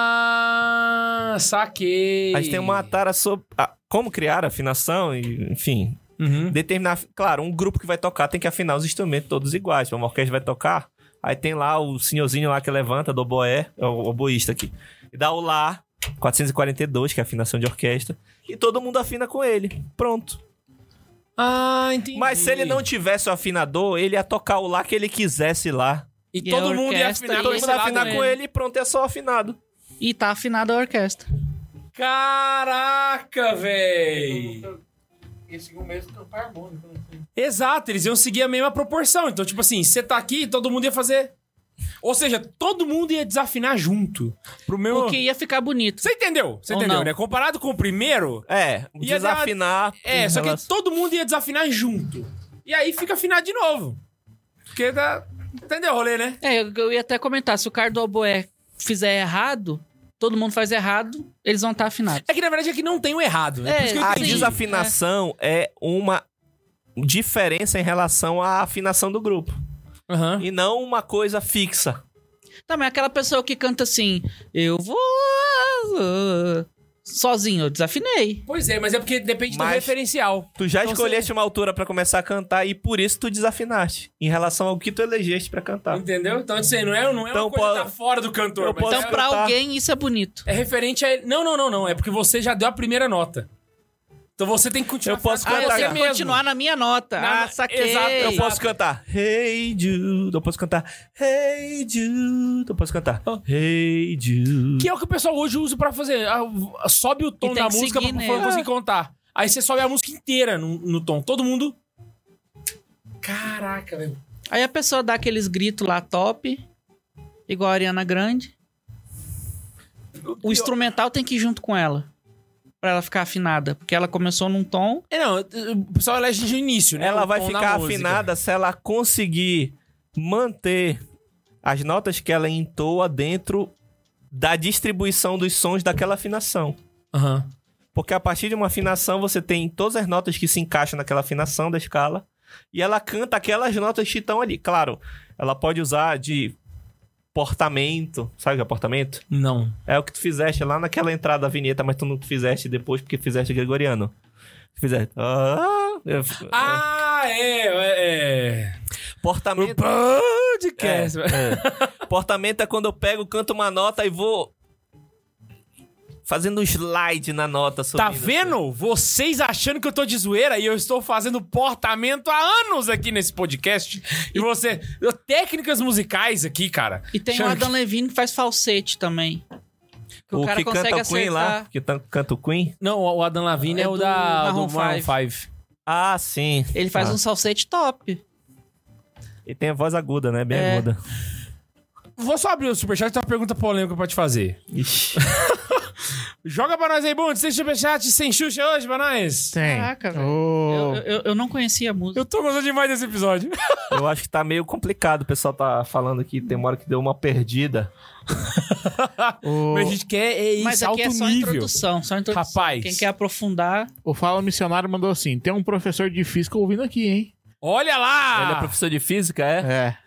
[SPEAKER 1] Ah, saquei.
[SPEAKER 3] A gente tem uma tara sobre ah, como criar afinação e, enfim,
[SPEAKER 1] Uhum.
[SPEAKER 3] determinar. Claro, um grupo que vai tocar tem que afinar os instrumentos todos iguais. Uma orquestra vai tocar, aí tem lá o senhorzinho lá que levanta do oboé, é o oboísta aqui, e dá o lá 442, que é a afinação de orquestra, e todo mundo afina com ele. Pronto.
[SPEAKER 1] Ah, entendi.
[SPEAKER 3] Mas se ele não tivesse o afinador, ele ia tocar o lá que ele quisesse lá.
[SPEAKER 1] E,
[SPEAKER 2] E
[SPEAKER 1] todo
[SPEAKER 2] a
[SPEAKER 1] mundo ia
[SPEAKER 2] orquestra
[SPEAKER 1] afinar,
[SPEAKER 2] ia
[SPEAKER 1] todo mundo
[SPEAKER 3] tá Todo mundo
[SPEAKER 1] ia
[SPEAKER 3] ia
[SPEAKER 2] lá
[SPEAKER 1] afinar com ele.
[SPEAKER 3] e pronto, é só afinado.
[SPEAKER 2] E tá afinada a orquestra.
[SPEAKER 1] Caraca, véi!
[SPEAKER 4] Ia seguir o mesmo campo harmônico.
[SPEAKER 1] né? Exato, eles iam seguir a mesma proporção. Então, tipo assim, você tá aqui, todo mundo ia fazer. Ou seja, todo mundo ia desafinar junto. Pro meu.
[SPEAKER 2] Porque ia ficar bonito.
[SPEAKER 1] Você entendeu? Você
[SPEAKER 2] Ou
[SPEAKER 1] entendeu,
[SPEAKER 2] não.
[SPEAKER 1] né? Comparado com o primeiro,
[SPEAKER 3] É,
[SPEAKER 1] Ia dar-
[SPEAKER 3] desafinar.
[SPEAKER 1] é,
[SPEAKER 3] em
[SPEAKER 1] só que
[SPEAKER 3] relação-
[SPEAKER 1] todo mundo ia desafinar junto. E aí fica afinado de novo. Porque tá. Entendeu o rolê, né?
[SPEAKER 2] É, eu, eu ia até comentar, se o cara do oboé fizer errado, todo mundo faz errado, eles vão estar afinados.
[SPEAKER 1] É que na verdade aqui não tem o errado, né?
[SPEAKER 2] É,
[SPEAKER 1] Por isso que eu
[SPEAKER 3] A
[SPEAKER 1] entendi.
[SPEAKER 2] sim.
[SPEAKER 3] desafinação é. uma diferença em relação à afinação do grupo.
[SPEAKER 1] Aham.
[SPEAKER 3] E não uma coisa fixa.
[SPEAKER 2] Também aquela pessoa que canta assim, eu vou... Sozinho, eu desafinei.
[SPEAKER 1] Pois é, mas é porque depende do
[SPEAKER 3] Mas-
[SPEAKER 1] referencial.
[SPEAKER 3] Tu já
[SPEAKER 1] Então,
[SPEAKER 3] escolheste uma altura pra começar a cantar e por isso tu desafinaste. Em relação ao que tu elegeste pra cantar.
[SPEAKER 1] Entendeu? Então, assim, não é, não é
[SPEAKER 3] Então,
[SPEAKER 1] uma coisa
[SPEAKER 3] po-
[SPEAKER 1] que tá fora do cantor.
[SPEAKER 3] eu
[SPEAKER 1] mas
[SPEAKER 3] posso
[SPEAKER 1] é,
[SPEAKER 2] Então, pra
[SPEAKER 3] cantar.
[SPEAKER 2] alguém, isso é bonito.
[SPEAKER 1] é referente a... Não, não, não, não. É porque você já deu a primeira nota. Então você tem que continuar...
[SPEAKER 3] Eu posso
[SPEAKER 1] fazendo-
[SPEAKER 2] Ah,
[SPEAKER 1] assim
[SPEAKER 2] eu
[SPEAKER 3] cantar,
[SPEAKER 2] tenho
[SPEAKER 3] cara.
[SPEAKER 2] que continuar na minha nota.
[SPEAKER 1] Na-
[SPEAKER 2] ah, saquei.
[SPEAKER 1] Exato,
[SPEAKER 3] Eu
[SPEAKER 1] Ei.
[SPEAKER 3] posso cantar Hey Jude, eu posso cantar Hey Jude, eu posso cantar
[SPEAKER 1] Oh.
[SPEAKER 3] Hey Jude.
[SPEAKER 1] Que é o que o pessoal hoje usa pra fazer. Ah, Sobe o tom
[SPEAKER 2] E tem
[SPEAKER 1] da
[SPEAKER 2] que
[SPEAKER 1] música
[SPEAKER 2] seguir,
[SPEAKER 1] pra
[SPEAKER 2] né?
[SPEAKER 1] pra conseguir contar. Aí você sobe a música inteira no, no tom. Todo mundo... Caraca, velho.
[SPEAKER 2] Aí a pessoa dá aqueles gritos lá top, igual a Ariana Grande. O instrumental tem que ir junto com ela. Pra ela ficar afinada. Porque ela começou num tom.
[SPEAKER 1] É, não. O pessoal elege de início, né?
[SPEAKER 3] Ela
[SPEAKER 1] o
[SPEAKER 3] vai
[SPEAKER 1] tom da
[SPEAKER 3] ficar
[SPEAKER 1] música.
[SPEAKER 3] afinada se ela conseguir manter as notas que ela entoa dentro da distribuição dos sons daquela afinação.
[SPEAKER 1] Aham.
[SPEAKER 3] Porque a partir de uma afinação você tem todas as notas que se encaixam naquela afinação da escala e ela canta aquelas notas que estão ali. Claro, ela pode usar de portamento, sabe o que é portamento?
[SPEAKER 1] Não.
[SPEAKER 3] É o que tu fizeste lá naquela entrada da vinheta, mas tu não fizeste depois porque fizeste gregoriano. Fizeste. Ah, eu-
[SPEAKER 1] Ah, é, é, é.
[SPEAKER 3] portamento.
[SPEAKER 1] O podcast.
[SPEAKER 3] É, é. Portamento é quando eu pego, canto uma nota e vou fazendo um slide na nota.
[SPEAKER 1] Tá
[SPEAKER 3] subindo, assim.
[SPEAKER 1] vendo? Vocês achando que eu tô de zoeira e eu estou fazendo portamento há anos aqui nesse podcast. E você. Técnicas musicais aqui, cara.
[SPEAKER 2] E tem o
[SPEAKER 1] Chama-
[SPEAKER 2] Adam Levine que faz falsete também. Que o, cara
[SPEAKER 3] que
[SPEAKER 2] consegue
[SPEAKER 3] canta o Queen
[SPEAKER 2] acertar.
[SPEAKER 3] lá, que tan- canta o Queen.
[SPEAKER 1] Não, o Adam Lavigne é,
[SPEAKER 2] É
[SPEAKER 1] o
[SPEAKER 2] do
[SPEAKER 1] da
[SPEAKER 2] Maroon
[SPEAKER 1] do Maroon 5.
[SPEAKER 3] Ah, sim.
[SPEAKER 2] Ele faz
[SPEAKER 3] Ah.
[SPEAKER 2] um salsete top.
[SPEAKER 3] E tem a voz aguda, né? Bem
[SPEAKER 2] É.
[SPEAKER 3] aguda.
[SPEAKER 1] Vou só abrir o superchat e tem uma pergunta polêmica pra te fazer.
[SPEAKER 3] Ixi.
[SPEAKER 1] Joga pra nós aí, Bundes. Tem superchat sem Xuxa hoje pra nós?
[SPEAKER 4] Tem.
[SPEAKER 2] Caraca, velho. Eu,
[SPEAKER 4] Ô,
[SPEAKER 2] eu- eu não conhecia a música.
[SPEAKER 1] Eu tô gostando demais desse episódio.
[SPEAKER 3] Eu acho que tá meio complicado. O pessoal tá falando aqui, tem uma hora que deu uma perdida.
[SPEAKER 4] ô,
[SPEAKER 1] Mas a gente quer é isso,
[SPEAKER 2] Mas
[SPEAKER 1] alto
[SPEAKER 2] aqui é só
[SPEAKER 1] nível.
[SPEAKER 2] introdução, só introdução.
[SPEAKER 1] Rapaz.
[SPEAKER 2] Quem quer aprofundar,
[SPEAKER 4] o Fala Missionário mandou assim: tem um professor de física ouvindo aqui, hein?
[SPEAKER 1] Olha lá!
[SPEAKER 2] Ah.
[SPEAKER 3] Ele é professor de física, é?
[SPEAKER 4] É.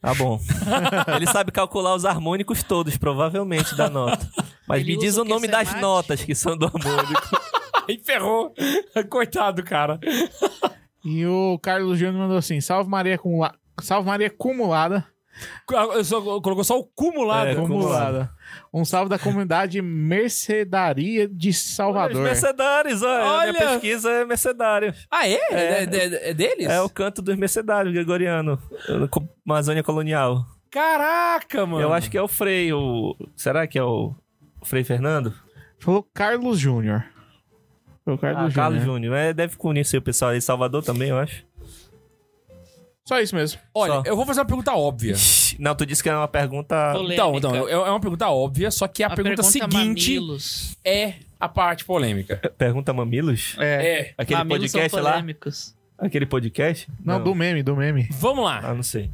[SPEAKER 3] Tá bom. Ele sabe calcular os harmônicos todos, provavelmente, da nota. Mas
[SPEAKER 2] Ele
[SPEAKER 3] me diz
[SPEAKER 2] usa
[SPEAKER 3] o
[SPEAKER 2] o quê?
[SPEAKER 3] nome das
[SPEAKER 2] Semate?
[SPEAKER 3] notas que são do harmônico.
[SPEAKER 1] Aí ferrou. Coitado, cara.
[SPEAKER 4] E o Carlos Júnior mandou assim: salve Maria acumulada. Salve Maria acumulada.
[SPEAKER 1] Eu só- colocou só o né? cumulado.
[SPEAKER 3] É, acumulada.
[SPEAKER 4] Um salve da comunidade Mercedaria de Salvador.
[SPEAKER 3] Mercedários, olha.
[SPEAKER 1] Olha!
[SPEAKER 3] Minha pesquisa é mercedário.
[SPEAKER 1] Ah, é? É, de- de- é deles?
[SPEAKER 3] É o canto dos mercedários gregoriano. com- Amazônia colonial.
[SPEAKER 1] Caraca, mano.
[SPEAKER 3] Eu acho que é o Frei. O... Será que é o Frei Fernando?
[SPEAKER 4] Falou Carlos Júnior. Foi o Carlos
[SPEAKER 3] Ah,
[SPEAKER 4] Júnior. né?
[SPEAKER 3] Carlos Júnior. É, deve conhecer o pessoal aí de Salvador também, eu acho.
[SPEAKER 4] Só isso mesmo.
[SPEAKER 1] Olha,
[SPEAKER 3] Só.
[SPEAKER 1] eu vou fazer uma pergunta óbvia.
[SPEAKER 3] Não, tu disse que era uma pergunta.
[SPEAKER 2] polêmica.
[SPEAKER 1] Então, então, é é uma pergunta óbvia, só que a,
[SPEAKER 2] A
[SPEAKER 1] pergunta, seguinte
[SPEAKER 2] é mamilos.
[SPEAKER 1] é a parte polêmica.
[SPEAKER 3] Pergunta Mamilos?
[SPEAKER 4] É.
[SPEAKER 1] É.
[SPEAKER 3] Aquele
[SPEAKER 2] Mamilos são
[SPEAKER 3] podcast lá?
[SPEAKER 2] polêmicos.
[SPEAKER 3] Aquele podcast?
[SPEAKER 4] Não, do meme, do meme.
[SPEAKER 1] Vamos lá.
[SPEAKER 3] Ah, não sei.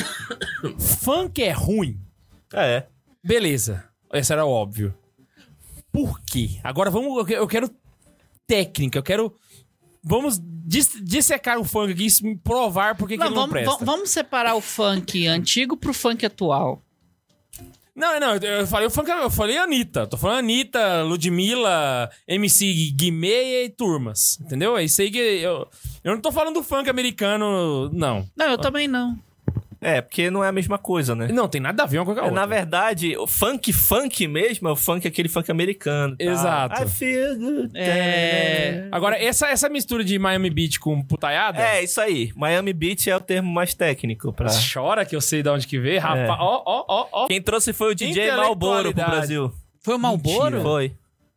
[SPEAKER 3] Ah.
[SPEAKER 1] Funk é ruim.
[SPEAKER 3] É, é.
[SPEAKER 1] Beleza. Esse era o óbvio. Por quê? Agora vamos. eu que- Eu quero técnica, eu quero. Vamos dis- dissecar o funk aqui e provar por que que
[SPEAKER 2] Não,
[SPEAKER 1] ele não
[SPEAKER 2] vamos,
[SPEAKER 1] presta.
[SPEAKER 2] vamos- vamos separar o funk antigo pro funk atual.
[SPEAKER 1] Não, não, eu eu falei o funk, eu falei Anitta. Tô falando Anitta, Ludmilla, MC Guimê e turmas. Entendeu? É isso aí que. Eu, eu não tô falando do funk americano, não.
[SPEAKER 2] Não,
[SPEAKER 3] Ah.
[SPEAKER 2] eu também não.
[SPEAKER 3] É, porque não é a mesma coisa, né?
[SPEAKER 1] Não, tem nada a ver uma com a
[SPEAKER 3] É,
[SPEAKER 1] outra.
[SPEAKER 3] Na verdade, o funk funk mesmo é o funk aquele funk americano. tá?
[SPEAKER 1] Exato.
[SPEAKER 3] I feel good.
[SPEAKER 2] É.
[SPEAKER 1] Agora, essa, essa mistura de Miami Beach com putaiada. Ah.
[SPEAKER 3] É, isso aí. Miami Beach é o termo mais técnico pra.
[SPEAKER 1] Chora que eu sei de onde que vê, rapaz.
[SPEAKER 3] É.
[SPEAKER 1] Ó, ó, ó, ó.
[SPEAKER 3] Quem trouxe foi o DJ
[SPEAKER 1] Intelectualidade.
[SPEAKER 3] Malboro pro Brasil.
[SPEAKER 2] Foi o Malboro?
[SPEAKER 3] Foi.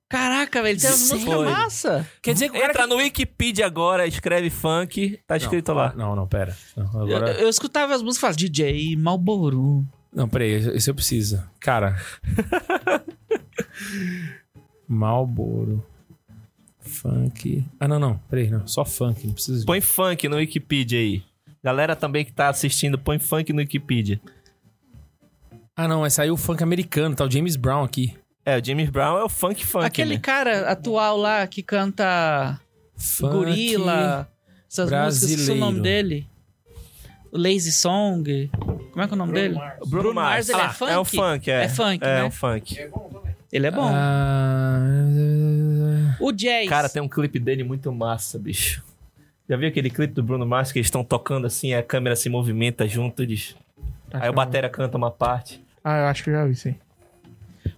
[SPEAKER 2] Caraca, velho, tem umas
[SPEAKER 3] Sim.
[SPEAKER 2] músicas
[SPEAKER 3] Foi.
[SPEAKER 2] massa.
[SPEAKER 1] Quer dizer que o cara
[SPEAKER 3] Entra
[SPEAKER 1] que-
[SPEAKER 3] no Wikipedia agora, escreve funk, tá escrito lá.
[SPEAKER 1] Não, não, pera. Não,
[SPEAKER 2] Eu,
[SPEAKER 1] agora...
[SPEAKER 2] eu escutava as músicas e falava, DJ Malboro.
[SPEAKER 1] não peraí, esse eu preciso. Cara. Malboro. Funk. Ah, não, não. Peraí, não. Só funk, não precisa.
[SPEAKER 3] Põe funk no Wikipedia aí. Galera também que tá assistindo, põe funk no Wikipedia.
[SPEAKER 1] Ah, não, mas saiu o funk americano, tá o James Brown aqui.
[SPEAKER 3] É, o James Brown é o funk funk.
[SPEAKER 2] Aquele
[SPEAKER 3] né?
[SPEAKER 2] cara atual lá que canta
[SPEAKER 1] Funk...
[SPEAKER 2] Gorila, essas músicas, esqueci o nome
[SPEAKER 1] brasileiro.
[SPEAKER 2] dele. O Lazy Song. Como é que é o nome dele?
[SPEAKER 3] O
[SPEAKER 2] Bruno Mars, ele
[SPEAKER 3] Ah
[SPEAKER 2] é
[SPEAKER 3] lá,
[SPEAKER 2] funk?
[SPEAKER 3] É um funk, é.
[SPEAKER 2] É funk,
[SPEAKER 3] É
[SPEAKER 2] né?
[SPEAKER 3] um funk.
[SPEAKER 2] Ele é bom.
[SPEAKER 1] Ah...
[SPEAKER 2] O Jazz.
[SPEAKER 3] Cara, tem um clipe dele muito massa, bicho. Já viu aquele clipe do Bruno Mars que eles estão tocando assim, a câmera se movimenta junto, eles...
[SPEAKER 2] Tá
[SPEAKER 3] Aí o Batera canta uma parte.
[SPEAKER 4] Ah, eu acho que eu já vi, sim.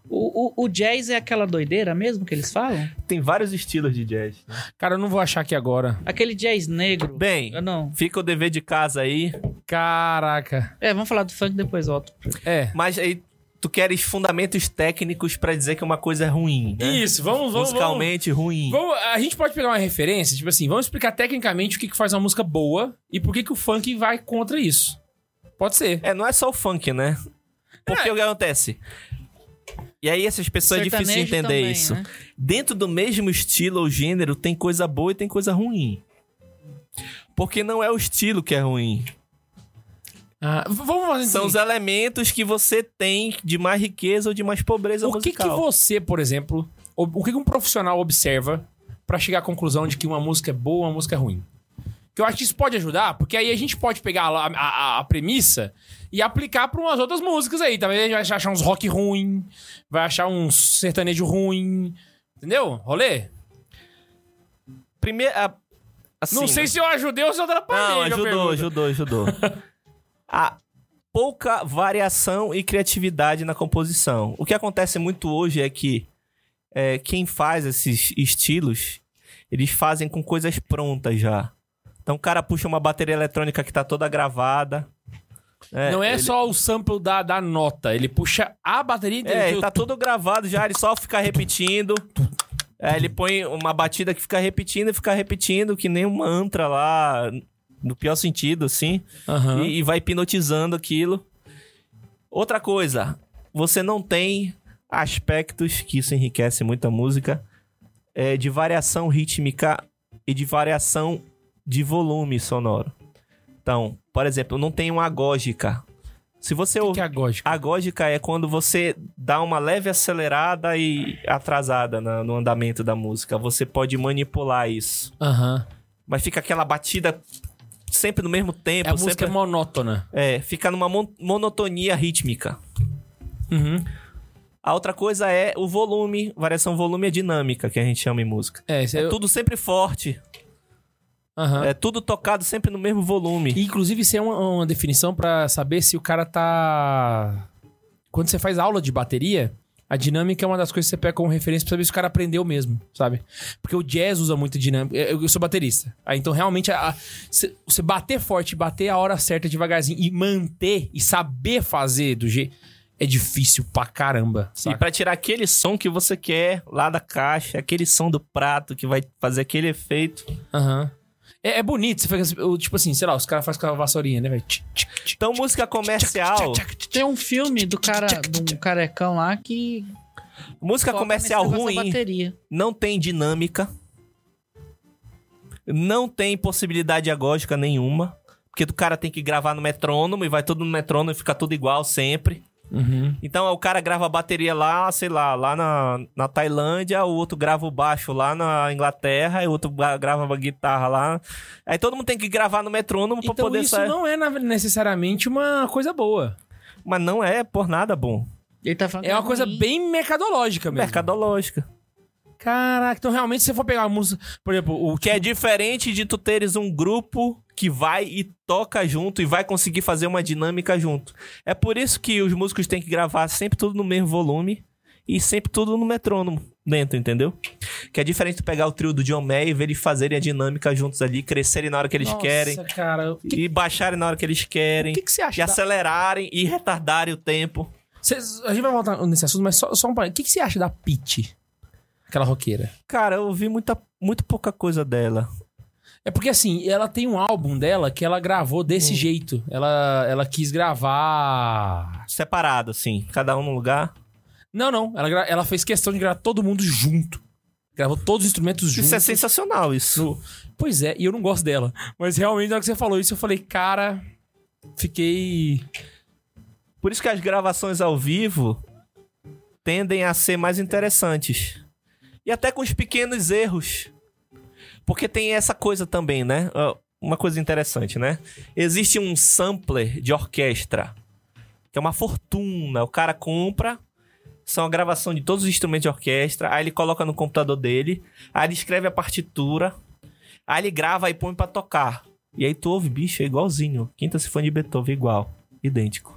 [SPEAKER 2] o, o, o Jazz é aquela doideira mesmo que eles falam?
[SPEAKER 3] Tem vários estilos de jazz.
[SPEAKER 1] Cara, eu não vou achar aqui agora.
[SPEAKER 2] Aquele Jazz negro.
[SPEAKER 3] Bem,
[SPEAKER 2] Eu não.
[SPEAKER 3] fica o dever de casa aí.
[SPEAKER 1] Caraca.
[SPEAKER 2] É, vamos falar do funk depois, volto.
[SPEAKER 1] É.
[SPEAKER 3] Mas aí tu queres fundamentos técnicos pra dizer que uma coisa é ruim, né?
[SPEAKER 1] Isso, vamos, vamos. vamos.
[SPEAKER 3] Musicalmente ruim.
[SPEAKER 1] Vamos, a gente pode pegar uma referência, tipo assim, vamos explicar tecnicamente o que, que faz uma música boa e por que, que o funk vai contra isso. Pode ser.
[SPEAKER 3] É, não é só o funk, né?
[SPEAKER 1] É.
[SPEAKER 3] Porque o que acontece? E aí essas pessoas é difícil de
[SPEAKER 2] Sertanejo
[SPEAKER 3] entender
[SPEAKER 2] também,
[SPEAKER 3] isso.
[SPEAKER 2] né?
[SPEAKER 3] Dentro do mesmo estilo ou gênero tem coisa boa e tem coisa ruim. Porque não é o estilo que é ruim.
[SPEAKER 1] Ah, v- vamos fazer
[SPEAKER 3] São os
[SPEAKER 1] assim.
[SPEAKER 3] elementos que você tem de mais riqueza ou de mais pobreza
[SPEAKER 1] O que, que
[SPEAKER 3] musical.
[SPEAKER 1] você, por exemplo, o, o que, que um profissional observa pra chegar à conclusão de que uma música é boa uma música é ruim? Que eu acho que isso pode ajudar, porque aí a gente pode pegar lá a, a- a premissa e aplicar pra umas outras músicas aí. Talvez a gente vai achar uns rock ruim, vai achar uns sertanejo ruim. Entendeu? Rolê?
[SPEAKER 3] Primeiro, a- assim,
[SPEAKER 1] não sei se eu ajudei ou se eu atrapalhei.
[SPEAKER 3] Não,
[SPEAKER 1] a
[SPEAKER 3] ajudou,
[SPEAKER 1] pergunta.
[SPEAKER 3] ajudou, ajudou. A pouca variação e criatividade na composição. O que acontece muito hoje é que é, quem faz esses estilos, eles fazem com coisas prontas já. Então o cara puxa uma bateria eletrônica que tá toda gravada,
[SPEAKER 1] Não é
[SPEAKER 3] ele-
[SPEAKER 1] só o sample da, da nota, ele puxa a bateria inteira.
[SPEAKER 3] É,
[SPEAKER 1] Então,
[SPEAKER 3] tá tudo gravado já, ele só fica repetindo. É, ele põe uma batida que fica repetindo e fica repetindo, que nem um mantra lá, no pior sentido, assim.
[SPEAKER 1] Aham.
[SPEAKER 3] E, e vai hipnotizando aquilo. Outra coisa, você não tem aspectos que isso enriquece muito a música é, de variação rítmica e de variação de volume sonoro. Então, por exemplo, não tem uma agógica. Se você
[SPEAKER 1] O
[SPEAKER 3] ouvir
[SPEAKER 1] que, que é a gótica?
[SPEAKER 3] Agógica é quando você dá uma leve acelerada e atrasada na- no andamento da música. Você pode manipular isso.
[SPEAKER 1] Aham.
[SPEAKER 3] Mas fica aquela batida sempre no mesmo tempo.
[SPEAKER 1] É a música
[SPEAKER 3] sempre...
[SPEAKER 1] é monótona.
[SPEAKER 3] É, fica numa mon- monotonia rítmica.
[SPEAKER 1] Uhum.
[SPEAKER 3] A outra coisa é o volume, variação volume é dinâmica, que a gente chama em música.
[SPEAKER 1] É, isso é.
[SPEAKER 3] É tudo sempre forte,
[SPEAKER 1] Aham.
[SPEAKER 3] é tudo tocado sempre no mesmo volume.
[SPEAKER 1] E, Inclusive, Ah. isso é uma, uma definição pra saber se o cara tá. Quando você faz aula de bateria, a dinâmica é uma das coisas que você pega como referência pra saber se o cara aprendeu mesmo, sabe? Porque o jazz usa muito dinâmica. Eu, eu sou baterista. Ah, então, realmente, a- a- se- você bater forte, bater a hora certa devagarzinho e manter e saber fazer do jeito. É difícil pra caramba.
[SPEAKER 3] E
[SPEAKER 1] saca?
[SPEAKER 3] pra tirar aquele som que você quer lá da caixa, aquele som do prato que vai fazer aquele efeito.
[SPEAKER 1] Aham. É, é bonito, você fica assim, eu, tipo assim, sei lá, os caras fazem com a vassourinha, né, velho? Tch, tch, tch,
[SPEAKER 3] Então, música comercial.
[SPEAKER 1] tchac, tchac, tchac.
[SPEAKER 2] Tem um filme do cara, de um carecão lá que.
[SPEAKER 3] Música
[SPEAKER 2] toca
[SPEAKER 3] comercial
[SPEAKER 2] nesse negócio da
[SPEAKER 3] ruim
[SPEAKER 2] Bateria.
[SPEAKER 3] não tem dinâmica. Não tem possibilidade agógica nenhuma. Porque o cara tem que gravar no metrônomo e vai tudo no metrônomo e fica tudo igual sempre.
[SPEAKER 1] Uhum.
[SPEAKER 3] Então o cara grava a bateria lá, sei lá, lá na, na Tailândia, o outro grava o baixo lá na Inglaterra, e o outro gra- grava a guitarra lá. Aí todo mundo tem que gravar no metrônomo pra
[SPEAKER 1] Então
[SPEAKER 3] poder
[SPEAKER 1] isso
[SPEAKER 3] sair.
[SPEAKER 1] não é na- necessariamente uma coisa boa.
[SPEAKER 3] Mas não é por nada bom.
[SPEAKER 2] Ele tá falando
[SPEAKER 1] É uma
[SPEAKER 2] que
[SPEAKER 1] coisa
[SPEAKER 2] ruim.
[SPEAKER 1] bem mercadológica mesmo.
[SPEAKER 3] Mercadológica.
[SPEAKER 1] Caraca, então realmente se você for pegar a música, por exemplo, o
[SPEAKER 3] Que é diferente de tu teres um grupo que vai e toca junto e vai conseguir fazer uma dinâmica junto. É por isso que os músicos têm que gravar sempre tudo no mesmo volume e sempre tudo no metrônomo dentro, entendeu? Que é diferente tu pegar o trio do John Mayer e ver eles fazerem a dinâmica juntos ali, crescerem na hora que eles
[SPEAKER 1] Nossa,
[SPEAKER 3] querem
[SPEAKER 1] cara, o que,
[SPEAKER 3] e baixarem na hora que eles querem.
[SPEAKER 1] o que que você
[SPEAKER 3] E
[SPEAKER 1] acha? da-
[SPEAKER 3] acelerarem e retardarem o tempo.
[SPEAKER 1] Cês- a gente vai voltar nesse assunto, mas só, só um parênteses. O que, que você acha da Pitty? Aquela roqueira.
[SPEAKER 3] Cara, eu ouvi muita, muito pouca coisa dela.
[SPEAKER 1] É porque assim, ela tem um álbum dela que ela gravou desse jeito. Ela, ela quis gravar.
[SPEAKER 3] Separado, assim. Cada um num lugar.
[SPEAKER 1] Não, não. Ela, gra- ela fez questão de gravar todo mundo junto. Gravou todos os instrumentos juntos.
[SPEAKER 3] Isso é sensacional, isso.
[SPEAKER 1] Pois é, e eu não gosto dela. Mas realmente, na hora que você falou isso, eu falei, cara, fiquei.
[SPEAKER 3] Por isso que as gravações ao vivo tendem a ser mais interessantes. E até com os pequenos erros. Porque tem essa coisa também, né? Ah, Uma coisa interessante, né? Existe um sampler de orquestra, que é uma fortuna. O cara compra, são a gravação de todos os instrumentos de orquestra, aí ele coloca no computador dele, aí ele escreve a partitura, aí ele grava e põe pra tocar. E aí tu ouve, bicho, é igualzinho. Quinta Sinfonia de Beethoven, igual. Idêntico.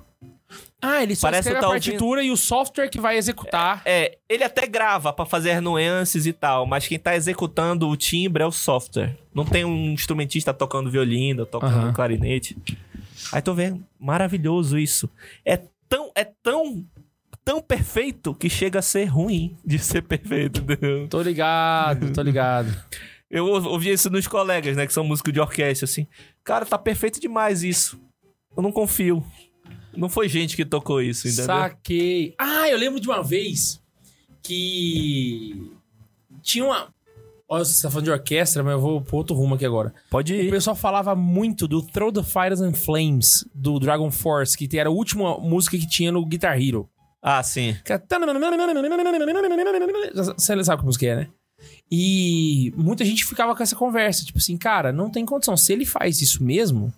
[SPEAKER 1] Ah, ele só
[SPEAKER 3] Parece
[SPEAKER 1] escreve
[SPEAKER 3] que
[SPEAKER 1] a
[SPEAKER 3] tá
[SPEAKER 1] partitura e o software que vai executar.
[SPEAKER 3] É, ele até grava pra fazer as nuances e tal, mas quem tá executando o timbre é o software. Não tem um instrumentista tocando violino, tocando
[SPEAKER 1] Aham.
[SPEAKER 3] clarinete. Aí tô vendo, maravilhoso isso. É tão, é tão, tão perfeito que chega a ser ruim de ser perfeito. entendeu?
[SPEAKER 1] Tô ligado, tô ligado.
[SPEAKER 3] Eu ou- ouvi isso nos colegas, né, que são músicos de orquestra, assim. Cara, tá perfeito demais isso. Eu não confio. Não foi gente que tocou isso, entendeu?
[SPEAKER 1] Saquei. Ah, eu lembro de uma vez que tinha uma. Olha, você tá falando de orquestra, mas eu vou pro outro rumo aqui agora.
[SPEAKER 3] Pode
[SPEAKER 1] O
[SPEAKER 3] ir.
[SPEAKER 1] pessoal falava muito do Throw the Fires and Flames do Dragon Force, que era a última música que tinha no Guitar Hero.
[SPEAKER 3] Ah, sim.
[SPEAKER 1] Que é- Você sabe que música é, né? E muita gente ficava com essa conversa, tipo assim, cara, não tem condição. Se ele faz isso mesmo,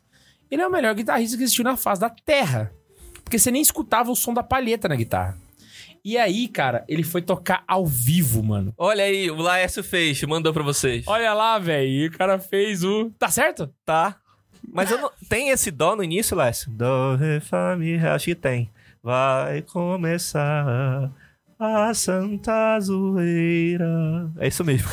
[SPEAKER 1] ele é o melhor guitarrista que existiu na face da Terra. Porque você nem escutava o som da palheta na guitarra. E aí, cara, ele foi tocar ao vivo, mano.
[SPEAKER 5] Olha aí, o Laércio fez, mandou pra vocês.
[SPEAKER 1] Olha lá, velho. e O cara fez o. Tá certo?
[SPEAKER 3] Tá. Mas eu não... tem esse dó no início, Lécio? Dó, re, fá, mi, ré. Acho que tem. Vai começar a santa zoeira. É isso mesmo.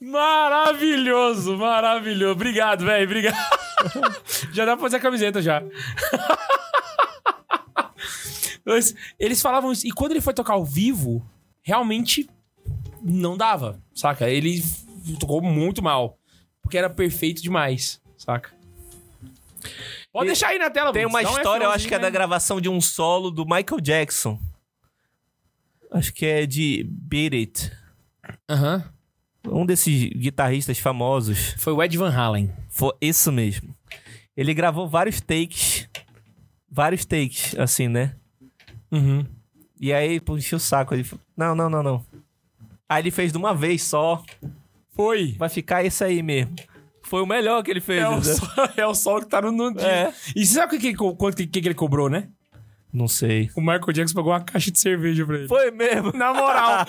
[SPEAKER 1] Maravilhoso, maravilhoso. Obrigado, velho. Obrigado. Já dá pra fazer a camiseta já. Mas Eles falavam isso. E quando ele foi tocar ao vivo, realmente não dava, saca? Ele f- tocou muito mal. Porque era perfeito demais, saca? Pode
[SPEAKER 3] E
[SPEAKER 1] deixar aí na tela,
[SPEAKER 3] Tem
[SPEAKER 1] Vince,
[SPEAKER 3] uma
[SPEAKER 1] dá um
[SPEAKER 3] história, eu acho
[SPEAKER 1] F11
[SPEAKER 3] que é
[SPEAKER 1] aí.
[SPEAKER 3] da gravação de um solo do Michael Jackson. Acho que é de Beat It.
[SPEAKER 1] Aham.
[SPEAKER 3] Um desses guitarristas famosos.
[SPEAKER 1] Foi o Ed Van Halen.
[SPEAKER 3] Foi isso mesmo. Ele gravou vários takes. Vários takes, assim, né?
[SPEAKER 1] Uhum.
[SPEAKER 3] E aí, pô, encheu o saco. Ele falou, não, não, não, não. Aí ele fez de uma vez só.
[SPEAKER 1] Foi.
[SPEAKER 3] Vai ficar isso aí mesmo.
[SPEAKER 5] Foi o melhor que ele fez.
[SPEAKER 1] É o,
[SPEAKER 5] né?
[SPEAKER 1] sol, é o sol que tá no, no dia.
[SPEAKER 3] É.
[SPEAKER 1] E você sabe o que, que, ele co- quanto que, que que ele cobrou, né?
[SPEAKER 3] Não sei.
[SPEAKER 1] O Michael Jackson pagou uma caixa de cerveja pra ele.
[SPEAKER 3] Foi mesmo.
[SPEAKER 1] Na moral.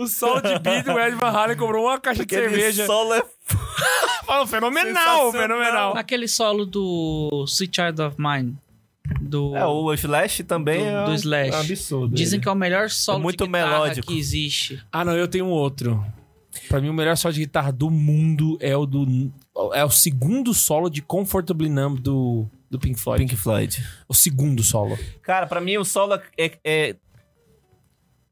[SPEAKER 1] o sol de Beat, o Ed Van Halen cobrou uma caixa de
[SPEAKER 3] Aquele
[SPEAKER 1] cerveja.
[SPEAKER 3] solo é
[SPEAKER 1] Falou, fenomenal,
[SPEAKER 3] Sensacional.
[SPEAKER 1] fenomenal.
[SPEAKER 2] Aquele solo do Sweet Child of Mine. Do,
[SPEAKER 3] É, o Slash também
[SPEAKER 2] Do-
[SPEAKER 3] é
[SPEAKER 2] do
[SPEAKER 3] um-
[SPEAKER 2] Slash.
[SPEAKER 3] é um absurdo.
[SPEAKER 2] Dizem
[SPEAKER 3] ele.
[SPEAKER 2] que é o melhor solo
[SPEAKER 3] É muito
[SPEAKER 2] de guitarra
[SPEAKER 3] melódico.
[SPEAKER 2] que existe.
[SPEAKER 1] Ah, não, eu tenho um outro. Pra mim, o melhor solo de guitarra do mundo é o do. É o segundo solo de Comfortably Numb do, do Pink Floyd.
[SPEAKER 3] Pink Floyd.
[SPEAKER 1] O segundo solo.
[SPEAKER 3] Cara, pra mim o solo é, é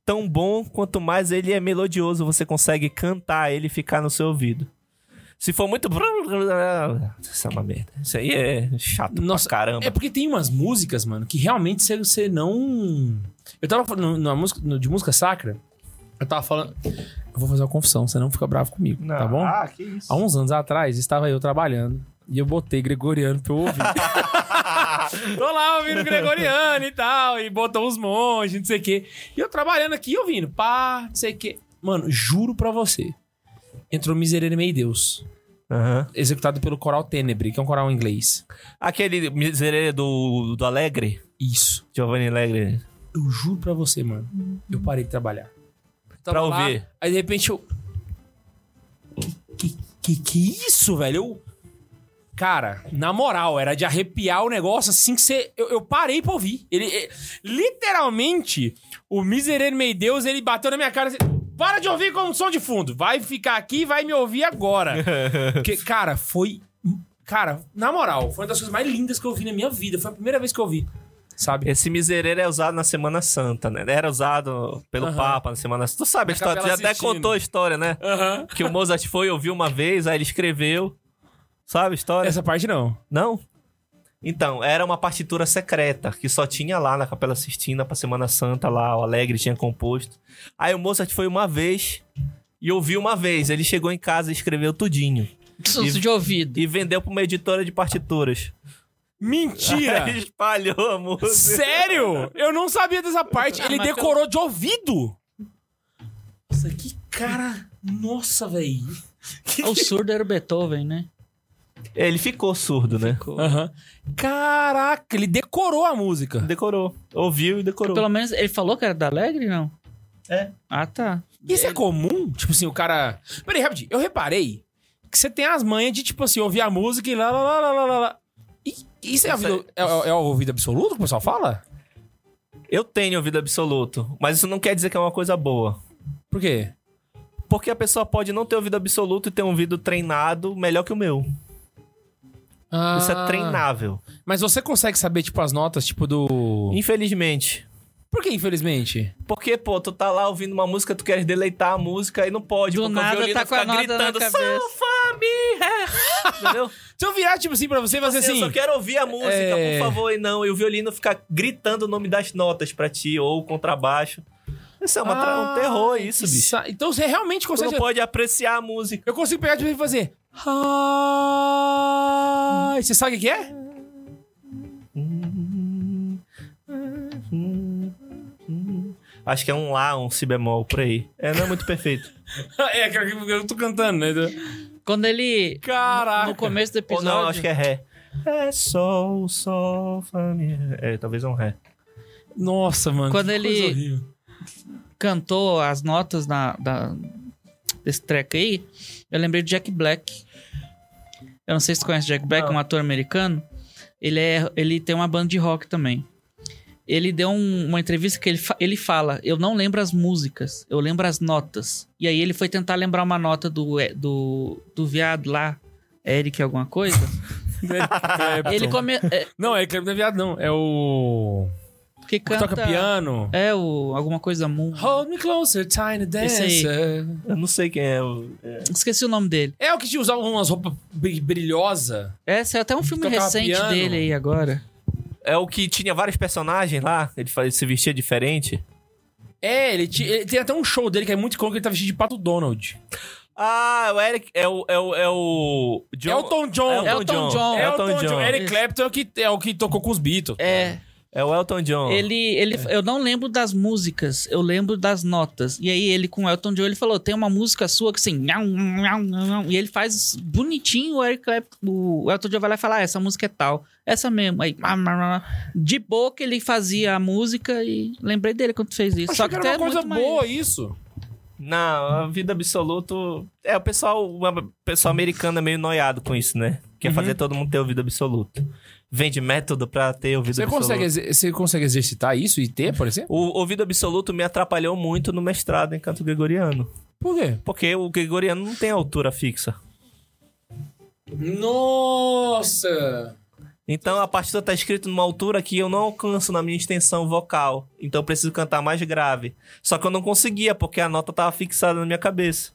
[SPEAKER 3] tão bom quanto mais ele é melodioso, você consegue cantar ele e ficar no seu ouvido. Se for muito. Isso é uma merda. Isso aí é chato
[SPEAKER 1] Nossa,
[SPEAKER 3] pra caramba.
[SPEAKER 1] É porque tem umas músicas, mano, que realmente você- você não. Eu tava falando na música, no- de música sacra, eu tava falando. Eu vou fazer uma confissão, você não fica bravo comigo, tá bom?
[SPEAKER 3] Ah, que isso.
[SPEAKER 1] Há uns anos atrás, estava eu trabalhando e eu botei Gregoriano pra eu ouvir. Tô lá ouvindo Gregoriano e tal, e botou os monges, não sei o quê. E eu trabalhando aqui, ouvindo, pá, não sei o quê. Mano, juro pra você. Entrou Miserere Mei Deus,
[SPEAKER 3] Aham.
[SPEAKER 1] executado pelo coral Tenebre, que é um coral inglês.
[SPEAKER 3] Aquele miserere do, do Alegre,
[SPEAKER 1] Isso.
[SPEAKER 3] Giovanni Alegre.
[SPEAKER 1] Eu juro pra você, mano. Eu parei de trabalhar. Uhum. Tava
[SPEAKER 3] Pra
[SPEAKER 1] lá,
[SPEAKER 3] ouvir.
[SPEAKER 1] Aí de repente eu. Que, que, que isso, velho? Eu. Cara, na moral, era de arrepiar o negócio assim que você. Eu, eu parei pra ouvir. Ele, é- Literalmente, o miserere meu Deus, ele bateu na minha cara assim. Para de ouvir como som de fundo. Vai ficar aqui e vai me ouvir agora. Porque, cara, foi. Cara, na moral, foi uma das coisas mais lindas que eu vi na minha vida. Foi a primeira vez que eu vi. Sabe?
[SPEAKER 3] Esse miserere é usado na Semana Santa, né? Era usado pelo
[SPEAKER 1] Aham.
[SPEAKER 3] Papa na Semana Santa. Tu sabe a
[SPEAKER 1] Na
[SPEAKER 3] história, tu já
[SPEAKER 1] Capela
[SPEAKER 3] até
[SPEAKER 1] Sistina.
[SPEAKER 3] contou a história, né?
[SPEAKER 1] Aham.
[SPEAKER 3] Que o Mozart foi ouvir uma vez, aí ele escreveu. Sabe a história?
[SPEAKER 1] Essa parte não.
[SPEAKER 3] Não? Então, era uma partitura secreta que só tinha lá na Capela Sistina pra Semana Santa, lá o Alegre tinha composto. Aí o Mozart foi uma vez e ouviu uma vez. Ele chegou em casa e escreveu tudinho.
[SPEAKER 2] Susto de ouvido.
[SPEAKER 3] E vendeu pra uma editora de partituras.
[SPEAKER 1] Mentira!
[SPEAKER 3] Aí espalhou a música.
[SPEAKER 1] Sério? Eu não sabia dessa parte. Ele
[SPEAKER 2] mas
[SPEAKER 1] decorou de ouvido. Nossa, que cara. Nossa, velho.
[SPEAKER 2] O surdo era o Beethoven, né?
[SPEAKER 3] É, Ele ficou surdo, né?
[SPEAKER 1] Caraca, ele decorou a música.
[SPEAKER 3] Decorou. Ouviu e decorou.
[SPEAKER 2] Pelo menos ele falou que era da Alegre, não?
[SPEAKER 3] É.
[SPEAKER 2] Ah, tá.
[SPEAKER 1] Isso é comum? Tipo assim, o cara. Peraí, rapidinho. Eu reparei que você tem as manhas de, tipo assim, ouvir a música e lá, lá, lá, lá, lá, lá, lá. E- Isso é, a
[SPEAKER 3] Essa-
[SPEAKER 1] vida, é, é o ouvido absoluto que o pessoal fala?
[SPEAKER 3] Eu tenho ouvido absoluto, mas isso não quer dizer que é uma coisa boa.
[SPEAKER 1] Por quê?
[SPEAKER 3] Porque a pessoa pode não ter ouvido absoluto e ter um ouvido treinado melhor que o meu. Isso é
[SPEAKER 1] Ah,
[SPEAKER 3] treinável.
[SPEAKER 1] Mas você consegue saber, tipo, as notas, tipo, do.
[SPEAKER 3] Infelizmente.
[SPEAKER 1] Por que, infelizmente?
[SPEAKER 3] Porque, pô, tu tá lá ouvindo uma música, tu queres deleitar a música e não pode,
[SPEAKER 2] Do
[SPEAKER 3] porque
[SPEAKER 2] nada
[SPEAKER 3] o violino
[SPEAKER 2] tá com a
[SPEAKER 3] fica
[SPEAKER 2] nota na
[SPEAKER 3] gritando,
[SPEAKER 2] cabeça.
[SPEAKER 3] "Sanfa, mi, ré", Entendeu?
[SPEAKER 1] Se eu virar, tipo assim, pra você, você
[SPEAKER 3] Assim,
[SPEAKER 1] assim.
[SPEAKER 3] eu só quero ouvir a música,
[SPEAKER 1] é.
[SPEAKER 3] por favor, e não. E o violino fica gritando o nome das notas pra ti, ou o contrabaixo. Isso é uma tra-
[SPEAKER 1] Ah,
[SPEAKER 3] um terror, isso, bicho.
[SPEAKER 1] Sa- Então você realmente
[SPEAKER 3] Tu
[SPEAKER 1] consegue.
[SPEAKER 3] não pode apreciar a música.
[SPEAKER 1] Eu consigo pegar de vez e fazer. Ah, e você sabe o que que é?
[SPEAKER 3] Acho que é um lá, um si bemol, por aí. É, não é muito perfeito.
[SPEAKER 1] é, cara, que eu tô cantando, né?
[SPEAKER 2] Quando ele.
[SPEAKER 1] Caraca.
[SPEAKER 2] No começo do
[SPEAKER 3] ou
[SPEAKER 2] episódio.
[SPEAKER 3] não, acho que é ré. É sol, sol, fá, mi, ré. É, talvez é um ré.
[SPEAKER 1] Nossa, mano.
[SPEAKER 2] Quando
[SPEAKER 1] que
[SPEAKER 2] ele-
[SPEAKER 1] coisa horrível.
[SPEAKER 2] Cantou as notas na, da, desse treco aí. Eu lembrei do Jack Black. Eu não sei se tu conhece o Jack Black,
[SPEAKER 3] Não.
[SPEAKER 2] um ator americano. Ele, é, ele tem uma banda de rock também. Ele deu um- uma entrevista que ele, fa- ele fala: Eu não lembro as músicas, eu lembro as notas. E aí ele foi é, tentar lembrar uma nota do, do, do viado lá, Eric, alguma coisa. Ele come... é,
[SPEAKER 1] É, Não, é Clapton não é viado, não. É o.
[SPEAKER 2] que
[SPEAKER 1] que
[SPEAKER 2] canta...
[SPEAKER 1] toca piano.
[SPEAKER 2] É o... Alguma coisa Moon.
[SPEAKER 1] Hold me closer, tiny
[SPEAKER 2] Esse aí.
[SPEAKER 1] dancer.
[SPEAKER 3] Eu não sei quem é o.
[SPEAKER 2] Esqueci o nome dele.
[SPEAKER 1] É o que usava umas roupas bri- brilhosa.
[SPEAKER 2] É, saiu até um filme
[SPEAKER 1] Tocava
[SPEAKER 2] recente
[SPEAKER 1] piano.
[SPEAKER 2] dele aí agora.
[SPEAKER 3] É o que tinha vários personagens lá, ele faz- se vestia diferente.
[SPEAKER 1] É, ele, ti- ele tem até um show dele que é muito icônico, ele tá vestido de Pato Donald.
[SPEAKER 3] Ah, é o Eric. É o. É o. É o John-
[SPEAKER 1] Elton John.
[SPEAKER 3] Elton,
[SPEAKER 2] Elton
[SPEAKER 3] John.
[SPEAKER 2] John.
[SPEAKER 1] Elton, John. Eric
[SPEAKER 2] Isso.
[SPEAKER 1] Clapton é o, que, é o que tocou com os Beatles.
[SPEAKER 2] É,
[SPEAKER 3] É o Elton John.
[SPEAKER 2] ele, ele, eu não lembro das músicas, eu lembro das notas. E aí ele com o Elton John, ele falou, tem uma música sua que assim, nham, nham, nham, nham", e ele faz bonitinho, o, Eric Clapton- o Elton John vai lá e fala, ah, essa música é tal, essa mesmo. Aí, "Ah, ah, ah, ah". de boca ele fazia a música e lembrei dele quando fez isso.
[SPEAKER 1] Achei
[SPEAKER 2] Só que,
[SPEAKER 1] que era
[SPEAKER 2] até
[SPEAKER 1] uma coisa
[SPEAKER 2] muito mais-
[SPEAKER 1] boa isso.
[SPEAKER 3] Não, a vida absoluta. É, o pessoal, o pessoal americano é meio noiado com isso, né? Quer
[SPEAKER 1] Uhum.
[SPEAKER 3] fazer todo mundo ter ouvido absoluto. Vende método pra ter ouvido
[SPEAKER 1] Você
[SPEAKER 3] absoluto.
[SPEAKER 1] consegue, exer- você consegue exercitar isso e ter, por exemplo?
[SPEAKER 3] O ouvido absoluto me atrapalhou muito no mestrado em canto gregoriano.
[SPEAKER 1] Por quê?
[SPEAKER 3] Porque o gregoriano não tem altura fixa.
[SPEAKER 1] Nossa!
[SPEAKER 3] Então a partitura tá escrita numa altura que eu não alcanço na minha extensão vocal. Então eu preciso cantar mais grave. Só que eu não conseguia, porque a nota tava fixada na minha cabeça.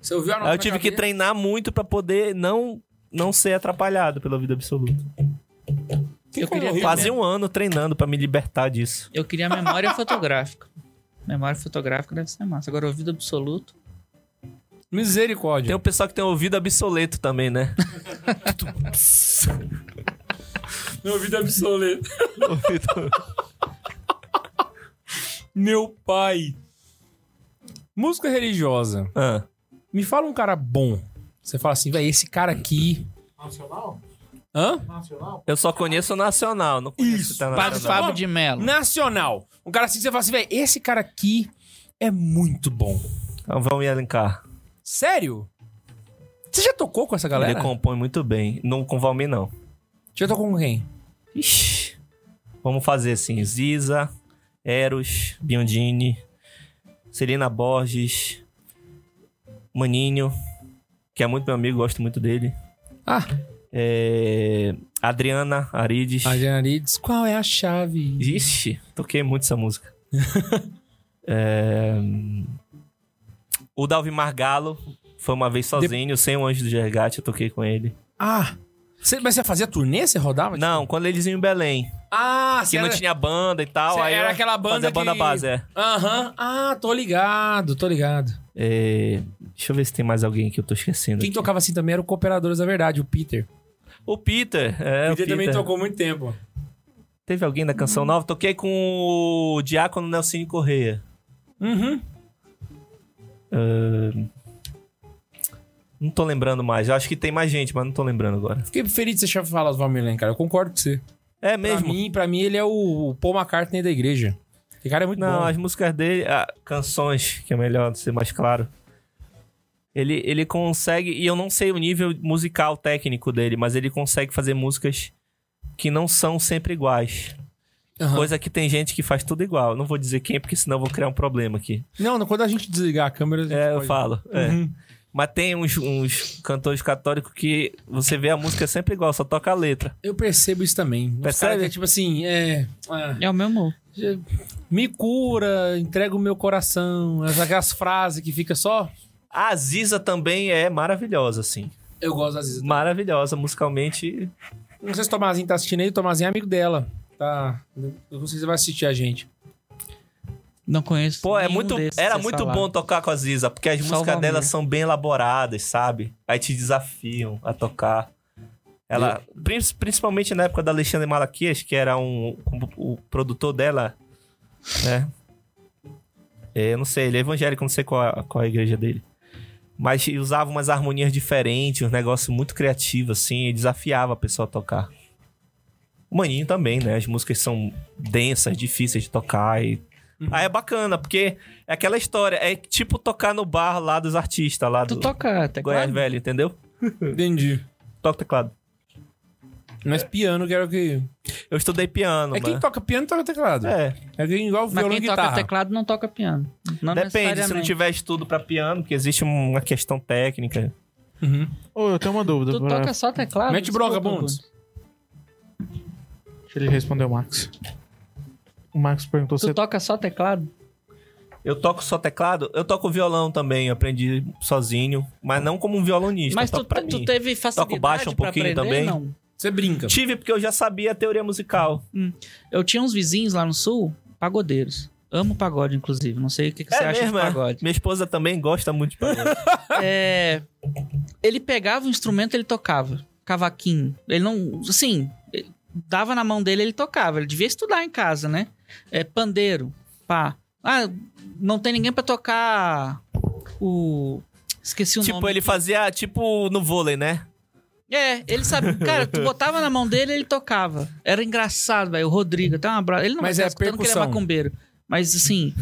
[SPEAKER 1] Você ouviu a
[SPEAKER 3] Aí eu tive que treinar muito pra poder não, não ser atrapalhado pelo ouvido absoluto.
[SPEAKER 2] Eu queria, ter
[SPEAKER 3] Quase um ano treinando pra me libertar disso.
[SPEAKER 2] Eu queria memória fotográfica. Memória fotográfica deve ser massa. Agora, ouvido absoluto.
[SPEAKER 1] um Misericórdia.
[SPEAKER 3] Tem o pessoal que tem ouvido obsoleto também, né?
[SPEAKER 1] Meu ouvido é obsoleto. Meu pai. Música religiosa.
[SPEAKER 3] Ah,
[SPEAKER 1] Me fala um cara bom. Você fala assim, velho, esse cara aqui.
[SPEAKER 4] Nacional?
[SPEAKER 1] Hã?
[SPEAKER 4] Nacional?
[SPEAKER 3] eu só conheço o nacional, não conheço
[SPEAKER 1] Isso,
[SPEAKER 3] o
[SPEAKER 2] Padre
[SPEAKER 3] internacional.
[SPEAKER 2] Fábio de Mello.
[SPEAKER 1] Nacional. Um cara assim que você fala assim, velho, esse cara aqui é muito bom.
[SPEAKER 3] Então vamos elencar.
[SPEAKER 1] Sério? Você já tocou com essa galera?
[SPEAKER 3] Ele compõe muito bem. Não com Valmir, não.
[SPEAKER 1] Já tocou com quem?
[SPEAKER 3] Ixi. Vamos fazer assim: Ziza, Eros, Biondini, Celina Borges, Maninho, que é muito meu amigo, gosto muito dele.
[SPEAKER 1] Ah,
[SPEAKER 3] É, Adriana Arides.
[SPEAKER 1] Adriana Arides. Qual é a chave?
[SPEAKER 3] Ixi, toquei muito essa música. É, O Dalvin Margalo foi uma vez sozinho, sem o Anjo do Gergate, eu toquei com ele.
[SPEAKER 1] Ah, você- mas você fazia turnê? Você rodava?
[SPEAKER 3] Não, quando eles iam em Belém,
[SPEAKER 1] Ah,
[SPEAKER 3] que
[SPEAKER 1] você
[SPEAKER 3] não
[SPEAKER 1] era-
[SPEAKER 3] tinha banda e tal.
[SPEAKER 1] Cê
[SPEAKER 3] aí
[SPEAKER 1] era
[SPEAKER 3] eu
[SPEAKER 1] aquela banda
[SPEAKER 3] fazia banda
[SPEAKER 1] que-
[SPEAKER 3] base, é.
[SPEAKER 1] Aham. Ah, tô ligado, tô ligado.
[SPEAKER 3] É, Deixa eu ver se tem mais alguém que eu tô esquecendo.
[SPEAKER 1] Quem tocava assim também era o Cooperadores da Verdade, o Peter.
[SPEAKER 3] O Peter. É, o Peter
[SPEAKER 1] muito tempo.
[SPEAKER 3] Teve alguém da Canção Nova? Toquei com o Diácono Nelson Correia.
[SPEAKER 1] Uhum.
[SPEAKER 3] Não tô lembrando mais. Eu acho que tem mais gente, mas não tô lembrando agora.
[SPEAKER 1] Fiquei feliz de você já falar do Valmir Lennon, cara. Eu concordo com você.
[SPEAKER 3] É mesmo?
[SPEAKER 1] Pra mim, pra mim, ele é o Paul McCartney da igreja. Esse cara é muito
[SPEAKER 3] Não,
[SPEAKER 1] bom.
[SPEAKER 3] as músicas dele, ah, canções, que é melhor ser mais claro. Ele, ele consegue, e eu não sei o nível musical técnico dele, mas ele consegue fazer músicas que não são sempre iguais.
[SPEAKER 1] Aham.
[SPEAKER 3] Coisa que tem gente que faz tudo igual. Eu Não vou dizer quem, porque senão eu vou criar um problema aqui.
[SPEAKER 1] Não, não, quando a gente desligar a câmera, a gente
[SPEAKER 3] É, eu
[SPEAKER 1] pode-
[SPEAKER 3] falo. é.
[SPEAKER 1] Uhum.
[SPEAKER 3] Mas tem uns, uns cantores católicos que você vê a música é sempre igual, só toca a letra.
[SPEAKER 1] Eu percebo isso também. Os
[SPEAKER 3] Percebe?
[SPEAKER 1] caras que é tipo assim, é... ah,
[SPEAKER 2] É o mesmo.
[SPEAKER 1] me cura, entrega o meu coração. Aquelas frases que fica só...
[SPEAKER 3] A Aziza também é maravilhosa, assim.
[SPEAKER 1] Eu gosto às vezes.
[SPEAKER 3] Maravilhosa musicalmente.
[SPEAKER 1] Não sei se o Tomazinho tá assistindo aí, o Tomazinho é amigo dela. Tá. Eu não sei se vai assistir a gente.
[SPEAKER 2] Não conheço.
[SPEAKER 3] Pô, é
[SPEAKER 2] nenhum
[SPEAKER 3] muito,
[SPEAKER 2] desses
[SPEAKER 3] era
[SPEAKER 2] que
[SPEAKER 3] muito
[SPEAKER 2] falaram.
[SPEAKER 3] bom tocar com a Ziza, porque as
[SPEAKER 2] Só o
[SPEAKER 3] músicas
[SPEAKER 2] Valmir.
[SPEAKER 3] delas são bem elaboradas, sabe? Aí te desafiam a tocar. Ela, prin- principalmente na época da Alexandre Malaquias, que era um, o o produtor dela, né? É, Eu não sei, ele é evangélico, não sei qual, é- qual é a igreja dele. Mas ele usava umas harmonias diferentes, um negócio muito criativo, assim, e desafiava a pessoa a tocar. O Maninho também, né? As músicas são densas, difíceis de tocar e
[SPEAKER 2] Uhum.
[SPEAKER 3] Aí é bacana, porque é aquela história. É tipo tocar no bar lá dos artistas, lá
[SPEAKER 2] Tu
[SPEAKER 3] do
[SPEAKER 2] toca teclado?
[SPEAKER 3] Goiás Velho, entendeu?
[SPEAKER 1] É. Entendi.
[SPEAKER 3] Toca teclado.
[SPEAKER 1] Mas piano que era o que.
[SPEAKER 3] Eu estudei piano,
[SPEAKER 1] É quem
[SPEAKER 3] É. mas...
[SPEAKER 1] toca piano toca teclado. É,
[SPEAKER 3] É,
[SPEAKER 1] quem igual
[SPEAKER 2] Mas
[SPEAKER 1] violão
[SPEAKER 2] quem
[SPEAKER 1] e
[SPEAKER 2] toca
[SPEAKER 1] guitarra.
[SPEAKER 2] teclado não toca piano. Não
[SPEAKER 3] depende. Se não
[SPEAKER 2] necessariamente.
[SPEAKER 3] tiver estudo pra piano, porque existe uma questão técnica.
[SPEAKER 1] Uhum.
[SPEAKER 4] Ô, eu tenho uma dúvida.
[SPEAKER 2] Tu
[SPEAKER 4] pra-
[SPEAKER 2] toca só teclado?
[SPEAKER 1] Mete
[SPEAKER 2] Desculpa,
[SPEAKER 1] bronca, Bundes.
[SPEAKER 4] Deixa ele responder o Max. O Max perguntou
[SPEAKER 2] Tu
[SPEAKER 4] se... é
[SPEAKER 2] toca só teclado?
[SPEAKER 3] Eu toco só teclado, eu toco violão também, aprendi sozinho, mas não como um violonista.
[SPEAKER 2] Mas tu, tá,
[SPEAKER 3] toco pra
[SPEAKER 2] tu
[SPEAKER 3] mim.
[SPEAKER 2] teve facilidade
[SPEAKER 3] baixo um
[SPEAKER 2] pra
[SPEAKER 3] pouquinho
[SPEAKER 2] aprender,
[SPEAKER 3] também.
[SPEAKER 2] não?
[SPEAKER 1] Você
[SPEAKER 2] Então.
[SPEAKER 1] brinca.
[SPEAKER 3] Tive porque eu já sabia a teoria musical.
[SPEAKER 2] Eu tinha uns vizinhos lá no sul, pagodeiros. Amo pagode, inclusive. Não sei o que,
[SPEAKER 3] É
[SPEAKER 2] que você acha de pagode.
[SPEAKER 3] Minha esposa também gosta muito de pagode.
[SPEAKER 2] É, ele pegava o instrumento ele tocava. Cavaquinho. Ele não. Assim, ele dava na mão dele ele tocava. Ele devia estudar em casa, né? É, pandeiro. Pá. Ah, não tem ninguém pra tocar o. Esqueci o
[SPEAKER 3] tipo,
[SPEAKER 2] nome.
[SPEAKER 3] ele fazia, tipo, no vôlei, né?
[SPEAKER 2] É, ele sabe. Cara, tu botava na mão dele ele tocava. Era engraçado, velho. O Rodrigo, até um abraço. Ele não
[SPEAKER 1] Mas
[SPEAKER 2] vai
[SPEAKER 1] é
[SPEAKER 2] estar escutando que ele é
[SPEAKER 1] percussão.
[SPEAKER 2] macumbeiro. Mas assim.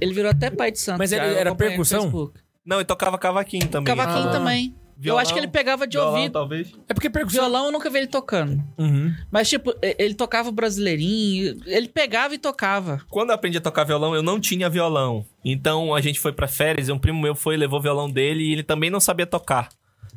[SPEAKER 2] ele virou até pai de santo.
[SPEAKER 1] Mas ele
[SPEAKER 2] cara, eu
[SPEAKER 1] era
[SPEAKER 2] acompanho no
[SPEAKER 1] percussão?
[SPEAKER 2] Facebook.
[SPEAKER 3] Não, ele tocava cavaquinho também.
[SPEAKER 2] Cavaquinho
[SPEAKER 1] Ah.
[SPEAKER 2] também. eu
[SPEAKER 3] Violão,
[SPEAKER 2] acho que ele pegava de
[SPEAKER 3] violão,
[SPEAKER 2] ouvido.
[SPEAKER 3] talvez.
[SPEAKER 1] É porque percussão.
[SPEAKER 2] Violão eu nunca vi ele tocando.
[SPEAKER 1] Uhum.
[SPEAKER 2] Mas, tipo, e- ele tocava o brasileirinho, ele pegava e tocava.
[SPEAKER 3] Quando eu aprendi a tocar violão, eu não tinha violão. Então a gente foi pra férias, e um primo meu foi e levou o violão dele e ele também não sabia tocar.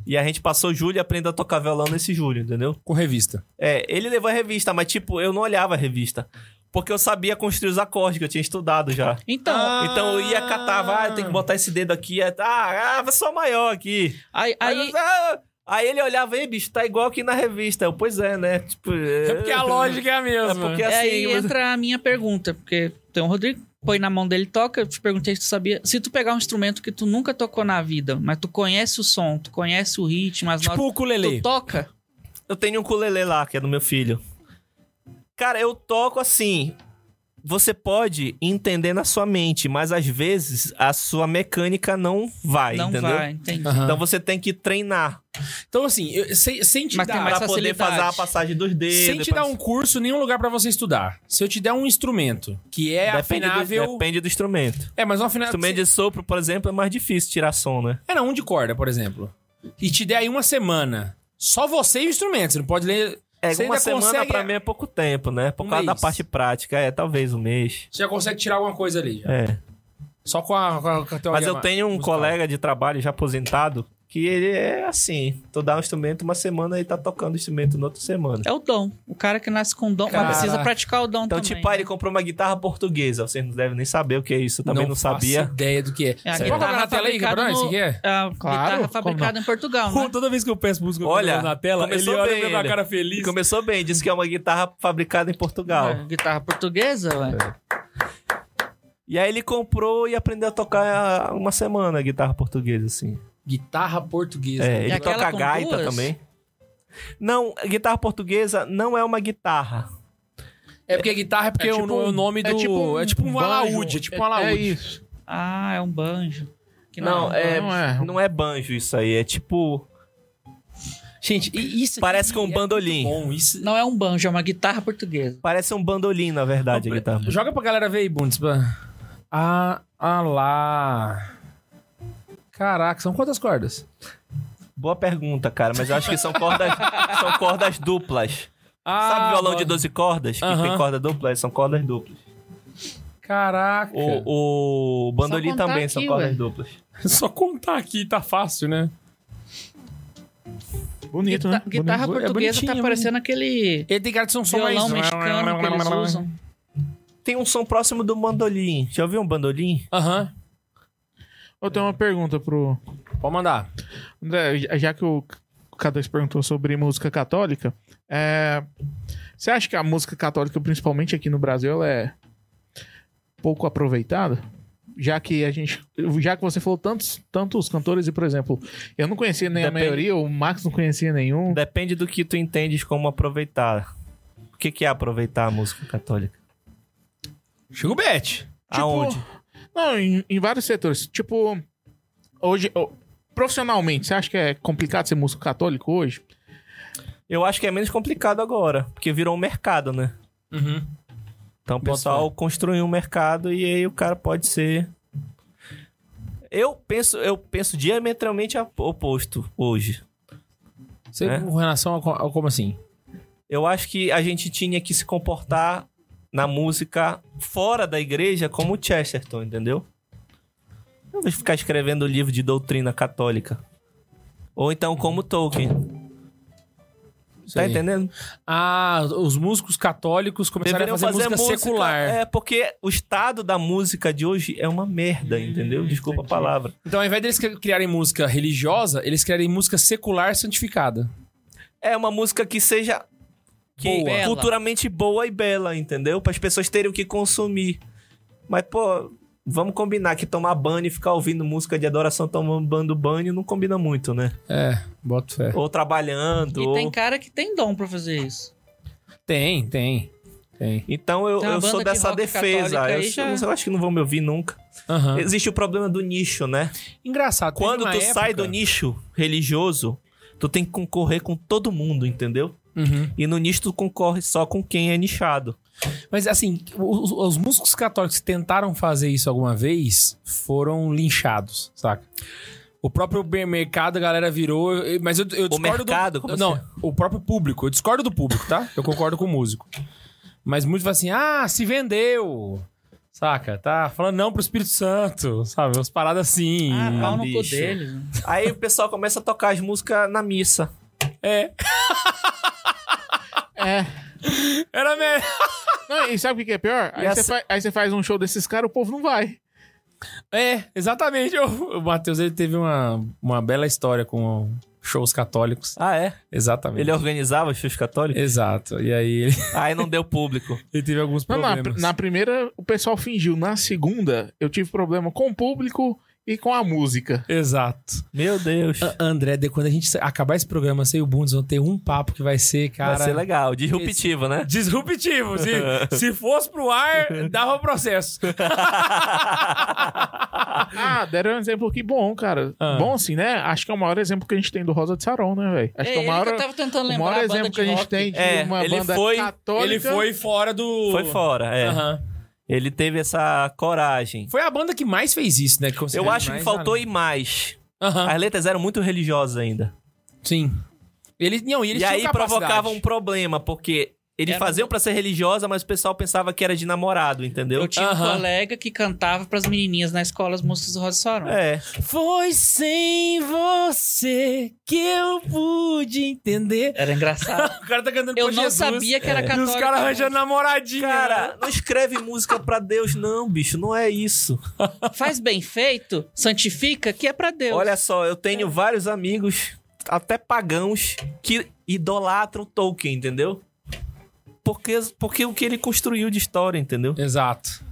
[SPEAKER 3] E a gente passou julho e aprendeu a tocar violão nesse julho, entendeu?
[SPEAKER 1] Com revista.
[SPEAKER 3] É, ele levou a revista, mas tipo, eu não olhava a revista. Porque eu sabia construir os acordes que eu tinha estudado já.
[SPEAKER 2] Então,
[SPEAKER 1] Ah.
[SPEAKER 3] Então eu ia catava, ah, tem que botar esse dedo aqui, é- ah, ah, vai só maior aqui.
[SPEAKER 2] aí, aí,
[SPEAKER 3] eu- ah, aí ele olhava, ei, bicho, tá igual aqui na revista. Eu, pois é, né? Tipo,
[SPEAKER 1] É porque a lógica é a mesma.
[SPEAKER 3] É porque- assim,
[SPEAKER 2] aí
[SPEAKER 3] mas-
[SPEAKER 2] entra a minha pergunta, porque tem o Rodrigo, põe na mão dele, toca, eu te perguntei se tu sabia. Se tu pegar um instrumento que tu nunca tocou na vida, mas tu conhece o som, tu conhece o ritmo, as
[SPEAKER 1] Tipo
[SPEAKER 2] notas,
[SPEAKER 1] o
[SPEAKER 2] tu
[SPEAKER 1] ukulele.
[SPEAKER 2] toca,
[SPEAKER 3] Eu tenho um ukulele lá, que é do meu filho. Cara, eu toco assim. Você pode entender na sua mente, mas às vezes a sua mecânica não vai,
[SPEAKER 2] não
[SPEAKER 3] entendeu?
[SPEAKER 2] vai, entende?
[SPEAKER 1] Aham.
[SPEAKER 3] Então você tem que treinar
[SPEAKER 1] Então, assim, eu- sem, sem te
[SPEAKER 2] Mas tem
[SPEAKER 1] dar...
[SPEAKER 2] mais
[SPEAKER 3] pra poder
[SPEAKER 2] facilidade.
[SPEAKER 3] fazer a passagem dos dedos.
[SPEAKER 1] Sem te dar um curso, nenhum lugar pra você estudar. Se eu te der um instrumento que é
[SPEAKER 3] depende
[SPEAKER 1] afinável...
[SPEAKER 3] do, depende do instrumento.
[SPEAKER 1] É, mas um afinável...
[SPEAKER 3] Instrumento de sopro, por exemplo, é mais difícil tirar som, né?
[SPEAKER 1] É, não, um de corda, por exemplo. E te der aí uma semana. Só você e o instrumento. Você não pode ler...
[SPEAKER 3] É,
[SPEAKER 1] Você
[SPEAKER 3] uma
[SPEAKER 1] ainda
[SPEAKER 3] semana
[SPEAKER 1] consegue-
[SPEAKER 3] pra mim é pouco tempo, né? Por
[SPEAKER 1] Um
[SPEAKER 3] causa da
[SPEAKER 1] mês.
[SPEAKER 3] parte prática, é, talvez um mês.
[SPEAKER 1] Você já consegue tirar alguma coisa ali. já.
[SPEAKER 3] É.
[SPEAKER 1] Só com a, com a, com a teoria
[SPEAKER 3] Mas eu
[SPEAKER 1] ma-
[SPEAKER 3] tenho um
[SPEAKER 1] musical.
[SPEAKER 3] colega de trabalho já aposentado que ele é assim: tu dá um instrumento uma semana e tá tocando instrumento na outra semana.
[SPEAKER 2] É o dom. O cara que nasce com dom,
[SPEAKER 1] Caraca.
[SPEAKER 2] mas precisa praticar o dom
[SPEAKER 3] Então,
[SPEAKER 2] também.
[SPEAKER 3] tipo, ah,
[SPEAKER 2] né?
[SPEAKER 3] ele comprou uma guitarra portuguesa. Vocês não devem nem saber o que é isso. Eu também não,
[SPEAKER 1] faço
[SPEAKER 3] sabia.
[SPEAKER 1] ideia do que é.
[SPEAKER 2] É,
[SPEAKER 1] Você
[SPEAKER 2] aqui
[SPEAKER 1] pode
[SPEAKER 2] tá
[SPEAKER 1] colocar na tela aí,
[SPEAKER 2] fabricado
[SPEAKER 1] Gabriel?
[SPEAKER 2] no-
[SPEAKER 1] Isso aqui é?
[SPEAKER 2] A
[SPEAKER 4] Claro, como
[SPEAKER 2] Ah, guitarra fabricada em Portugal, né?
[SPEAKER 1] Toda vez que eu peço música
[SPEAKER 3] eu coloco
[SPEAKER 1] na tela,
[SPEAKER 3] ele olha pra minha cara
[SPEAKER 1] feliz.
[SPEAKER 3] Começou bem, disse que é uma guitarra fabricada em Portugal.
[SPEAKER 2] Ah, guitarra portuguesa, ué.
[SPEAKER 3] E aí ele comprou e aprendeu a tocar ah, uma semana a guitarra portuguesa, assim.
[SPEAKER 1] Guitarra portuguesa.
[SPEAKER 3] É, ele
[SPEAKER 2] aquela
[SPEAKER 3] toca
[SPEAKER 2] com
[SPEAKER 3] gaita
[SPEAKER 2] duas?
[SPEAKER 3] também. Não, a guitarra portuguesa não é uma guitarra.
[SPEAKER 1] É porque guitarra é porque
[SPEAKER 4] É
[SPEAKER 1] o-
[SPEAKER 4] tipo
[SPEAKER 1] o,
[SPEAKER 4] um-
[SPEAKER 1] nome do. É tipo um,
[SPEAKER 4] banjo.
[SPEAKER 1] alaúde. É tipo um
[SPEAKER 4] É-
[SPEAKER 1] alaúde.
[SPEAKER 4] É isso.
[SPEAKER 2] Ah, é um banjo. Que
[SPEAKER 3] não, é,
[SPEAKER 4] não é.
[SPEAKER 3] não é banjo isso aí, é tipo,
[SPEAKER 1] Gente, e isso.
[SPEAKER 3] parece com um bandolim.
[SPEAKER 1] Bom, isso.
[SPEAKER 2] Não é um banjo, é uma guitarra portuguesa.
[SPEAKER 3] Parece um bandolim, na verdade, a guitarra.
[SPEAKER 1] Joga pra galera ver aí, Bundes. pra- Ah, ah lá. Caraca, são quantas cordas?
[SPEAKER 3] Boa pergunta, cara, mas eu acho que são cordas, são cordas duplas.
[SPEAKER 1] Ah,
[SPEAKER 3] Sabe violão de
[SPEAKER 1] mano.
[SPEAKER 3] 12 cordas? Que
[SPEAKER 1] Aham.
[SPEAKER 3] tem corda dupla? É, São cordas duplas.
[SPEAKER 1] Caraca.
[SPEAKER 3] O, o bandolim
[SPEAKER 2] Só contar
[SPEAKER 3] também são
[SPEAKER 2] aqui,
[SPEAKER 3] cordas
[SPEAKER 2] ué.
[SPEAKER 3] duplas.
[SPEAKER 1] Só contar aqui, tá fácil, né?
[SPEAKER 4] Bonito,
[SPEAKER 2] Guita-
[SPEAKER 4] né?
[SPEAKER 2] Guitarra
[SPEAKER 1] Bonito. É
[SPEAKER 2] portuguesa tá
[SPEAKER 1] bonitinho,
[SPEAKER 2] parecendo aquele
[SPEAKER 1] Ele tem cara de ser um som
[SPEAKER 2] violão
[SPEAKER 1] mais...
[SPEAKER 2] mexicano que eles usam.
[SPEAKER 3] Tem um som próximo do bandolim. Já ouviu um bandolim?
[SPEAKER 1] Aham,
[SPEAKER 4] Eu tenho uma pergunta pro...
[SPEAKER 1] pode mandar.
[SPEAKER 4] André, já- já que o K2 perguntou sobre música católica, é, você acha que a música católica, principalmente aqui no Brasil, ela é pouco aproveitada? Já que a gente. Já que você falou tantos, tantos cantores, e por exemplo, eu não conhecia nem
[SPEAKER 3] Depende.
[SPEAKER 4] a maioria, o Max não conhecia nenhum.
[SPEAKER 3] Depende do que tu entendes como aproveitar. O que, que é aproveitar a música católica?
[SPEAKER 1] Chico Bet.
[SPEAKER 4] Tipo,
[SPEAKER 3] Aonde?
[SPEAKER 4] Não, em, em vários setores. Tipo, hoje. ó, Profissionalmente, você acha que é complicado ser músico católico hoje?
[SPEAKER 3] Eu acho que é menos complicado agora, porque virou um mercado, né?
[SPEAKER 1] Uhum.
[SPEAKER 3] Então o
[SPEAKER 1] Boto
[SPEAKER 3] pessoal construiu um mercado e aí o cara pode ser. Eu penso, eu penso diametralmente a- oposto hoje.
[SPEAKER 1] Você,
[SPEAKER 3] É.
[SPEAKER 1] Com relação ao, co- ao como assim?
[SPEAKER 3] Eu acho que a gente tinha que se comportar na música fora da igreja como o Chesterton, entendeu? Não vou ficar escrevendo livro de doutrina católica. Ou então como Tolkien. Tá
[SPEAKER 1] Sei.
[SPEAKER 3] entendendo?
[SPEAKER 1] Ah, os músicos católicos começaram a fazer, música, secular.
[SPEAKER 3] É, porque o estado da música de hoje é uma merda,
[SPEAKER 1] Hum,
[SPEAKER 3] entendeu? Desculpa a palavra.
[SPEAKER 1] Então, ao invés deles cri- criarem música religiosa, eles criarem música secular santificada.
[SPEAKER 3] É uma música que seja que
[SPEAKER 2] Boa. Bela.
[SPEAKER 3] culturalmente boa e bela, entendeu? Para as pessoas terem o que consumir. Mas, pô, vamos combinar que tomar banho e ficar ouvindo música de adoração tomando banho não combina muito, né?
[SPEAKER 1] É, boto fé.
[SPEAKER 3] Ou trabalhando.
[SPEAKER 2] E
[SPEAKER 3] ou-
[SPEAKER 2] tem cara que tem dom pra fazer isso.
[SPEAKER 1] Tem, tem. Tem.
[SPEAKER 3] Então eu,
[SPEAKER 2] Tem uma
[SPEAKER 3] eu sou
[SPEAKER 2] banda de
[SPEAKER 3] dessa
[SPEAKER 2] rock
[SPEAKER 3] defesa.
[SPEAKER 2] católica
[SPEAKER 3] Eu,
[SPEAKER 2] aí já-
[SPEAKER 3] eu acho que não vão me ouvir nunca.
[SPEAKER 1] Aham.
[SPEAKER 3] Existe o problema do nicho, né?
[SPEAKER 1] Engraçado. teve
[SPEAKER 3] Quando tu
[SPEAKER 1] uma
[SPEAKER 3] sai
[SPEAKER 1] época-
[SPEAKER 3] do nicho religioso, tu tem que concorrer com todo mundo, entendeu?
[SPEAKER 1] Uhum.
[SPEAKER 3] E no nicho tu concorre só com quem é nichado.
[SPEAKER 1] Mas assim, os, os músicos católicos que tentaram fazer isso alguma vez foram linchados, saca? O próprio bem- mercado, a galera virou. eh, Mas eu, eu discordo
[SPEAKER 3] mercado?
[SPEAKER 1] do.
[SPEAKER 3] Como
[SPEAKER 1] não,
[SPEAKER 3] assim?
[SPEAKER 1] o próprio público. Eu discordo do público, tá? Eu concordo com o músico. Mas muitos falam assim: ah, se vendeu. Saca? Tá falando não pro Espírito Santo, sabe? Umas paradas assim.
[SPEAKER 2] Ah, pau no cu
[SPEAKER 3] bicho.
[SPEAKER 2] deles. né?
[SPEAKER 3] Aí o pessoal começa a tocar as músicas na missa.
[SPEAKER 1] É.
[SPEAKER 4] É.
[SPEAKER 1] Era mesmo.
[SPEAKER 4] Não, e sabe o que que é pior? Aí
[SPEAKER 3] E
[SPEAKER 4] você
[SPEAKER 3] essa-
[SPEAKER 4] fa- aí você faz um show desses caras, o povo não vai.
[SPEAKER 1] É, exatamente. O, o Matheus ele teve uma, uma bela história com shows católicos.
[SPEAKER 3] Ah, é?
[SPEAKER 1] Exatamente.
[SPEAKER 3] Ele organizava os shows católicos?
[SPEAKER 1] Exato. E aí ele,
[SPEAKER 3] Aí não deu público.
[SPEAKER 1] ele teve alguns
[SPEAKER 4] Não, na,
[SPEAKER 1] problemas.
[SPEAKER 4] na primeira, o pessoal fingiu. Na segunda, eu tive problema com o público e com a música.
[SPEAKER 1] Exato.
[SPEAKER 3] Meu Deus.
[SPEAKER 1] A- André, de- quando a gente sa- acabar esse programa sem o Bundes, vão ter um papo que vai ser, cara.
[SPEAKER 3] Vai ser legal, disruptivo, né?
[SPEAKER 1] Disruptivo. Se, se fosse pro ar, dava um processo.
[SPEAKER 4] Ah, deram um exemplo aqui bom, cara.
[SPEAKER 1] Ah.
[SPEAKER 4] Bom assim, né? Acho que é o maior exemplo que a gente tem do Rosa de Sarão, né, velho? Acho
[SPEAKER 2] É
[SPEAKER 4] que é
[SPEAKER 2] ele
[SPEAKER 4] o maior,
[SPEAKER 2] que eu tava tentando
[SPEAKER 4] o
[SPEAKER 2] lembrar.
[SPEAKER 4] maior
[SPEAKER 2] a banda
[SPEAKER 4] exemplo
[SPEAKER 2] de
[SPEAKER 4] que a gente
[SPEAKER 2] rock.
[SPEAKER 4] tem de
[SPEAKER 3] É,
[SPEAKER 4] uma
[SPEAKER 3] ele
[SPEAKER 4] banda
[SPEAKER 3] foi-
[SPEAKER 4] católica.
[SPEAKER 1] Ele foi fora do.
[SPEAKER 3] Foi fora, é.
[SPEAKER 1] Aham.
[SPEAKER 3] Ele teve essa coragem.
[SPEAKER 1] Foi a banda que mais fez isso, né? Que conseguiu
[SPEAKER 3] Eu acho que
[SPEAKER 1] mais
[SPEAKER 3] faltou
[SPEAKER 1] além.
[SPEAKER 3] ir mais.
[SPEAKER 1] Aham.
[SPEAKER 3] As letras eram muito religiosas ainda.
[SPEAKER 1] Sim. Ele, não, e eles
[SPEAKER 3] e
[SPEAKER 1] tinham
[SPEAKER 3] aí
[SPEAKER 1] capacidade.
[SPEAKER 3] provocava um problema, porque eles
[SPEAKER 2] Era
[SPEAKER 3] faziam pra ser religiosa, mas o pessoal pensava que era de namorado, entendeu?
[SPEAKER 2] Eu tinha um
[SPEAKER 1] Aham.
[SPEAKER 2] colega que cantava pras menininhas na escola as músicas do Rosa Saron.
[SPEAKER 3] É.
[SPEAKER 1] Foi sem você que eu pude entender.
[SPEAKER 2] Era engraçado.
[SPEAKER 1] O cara tá cantando
[SPEAKER 2] Eu
[SPEAKER 1] pra
[SPEAKER 2] não
[SPEAKER 1] Jesus.
[SPEAKER 2] sabia que era
[SPEAKER 1] E
[SPEAKER 2] católico. né?
[SPEAKER 1] os caras arranjando namoradinha.
[SPEAKER 3] Cara, não escreve música pra Deus, não, bicho. Não é isso.
[SPEAKER 2] Faz bem feito, santifica, que é pra Deus.
[SPEAKER 3] Olha só, eu tenho vários amigos, até pagãos, que idolatram Tolkien, entendeu? Porque, porque o que ele construiu de história, entendeu?
[SPEAKER 1] Exato.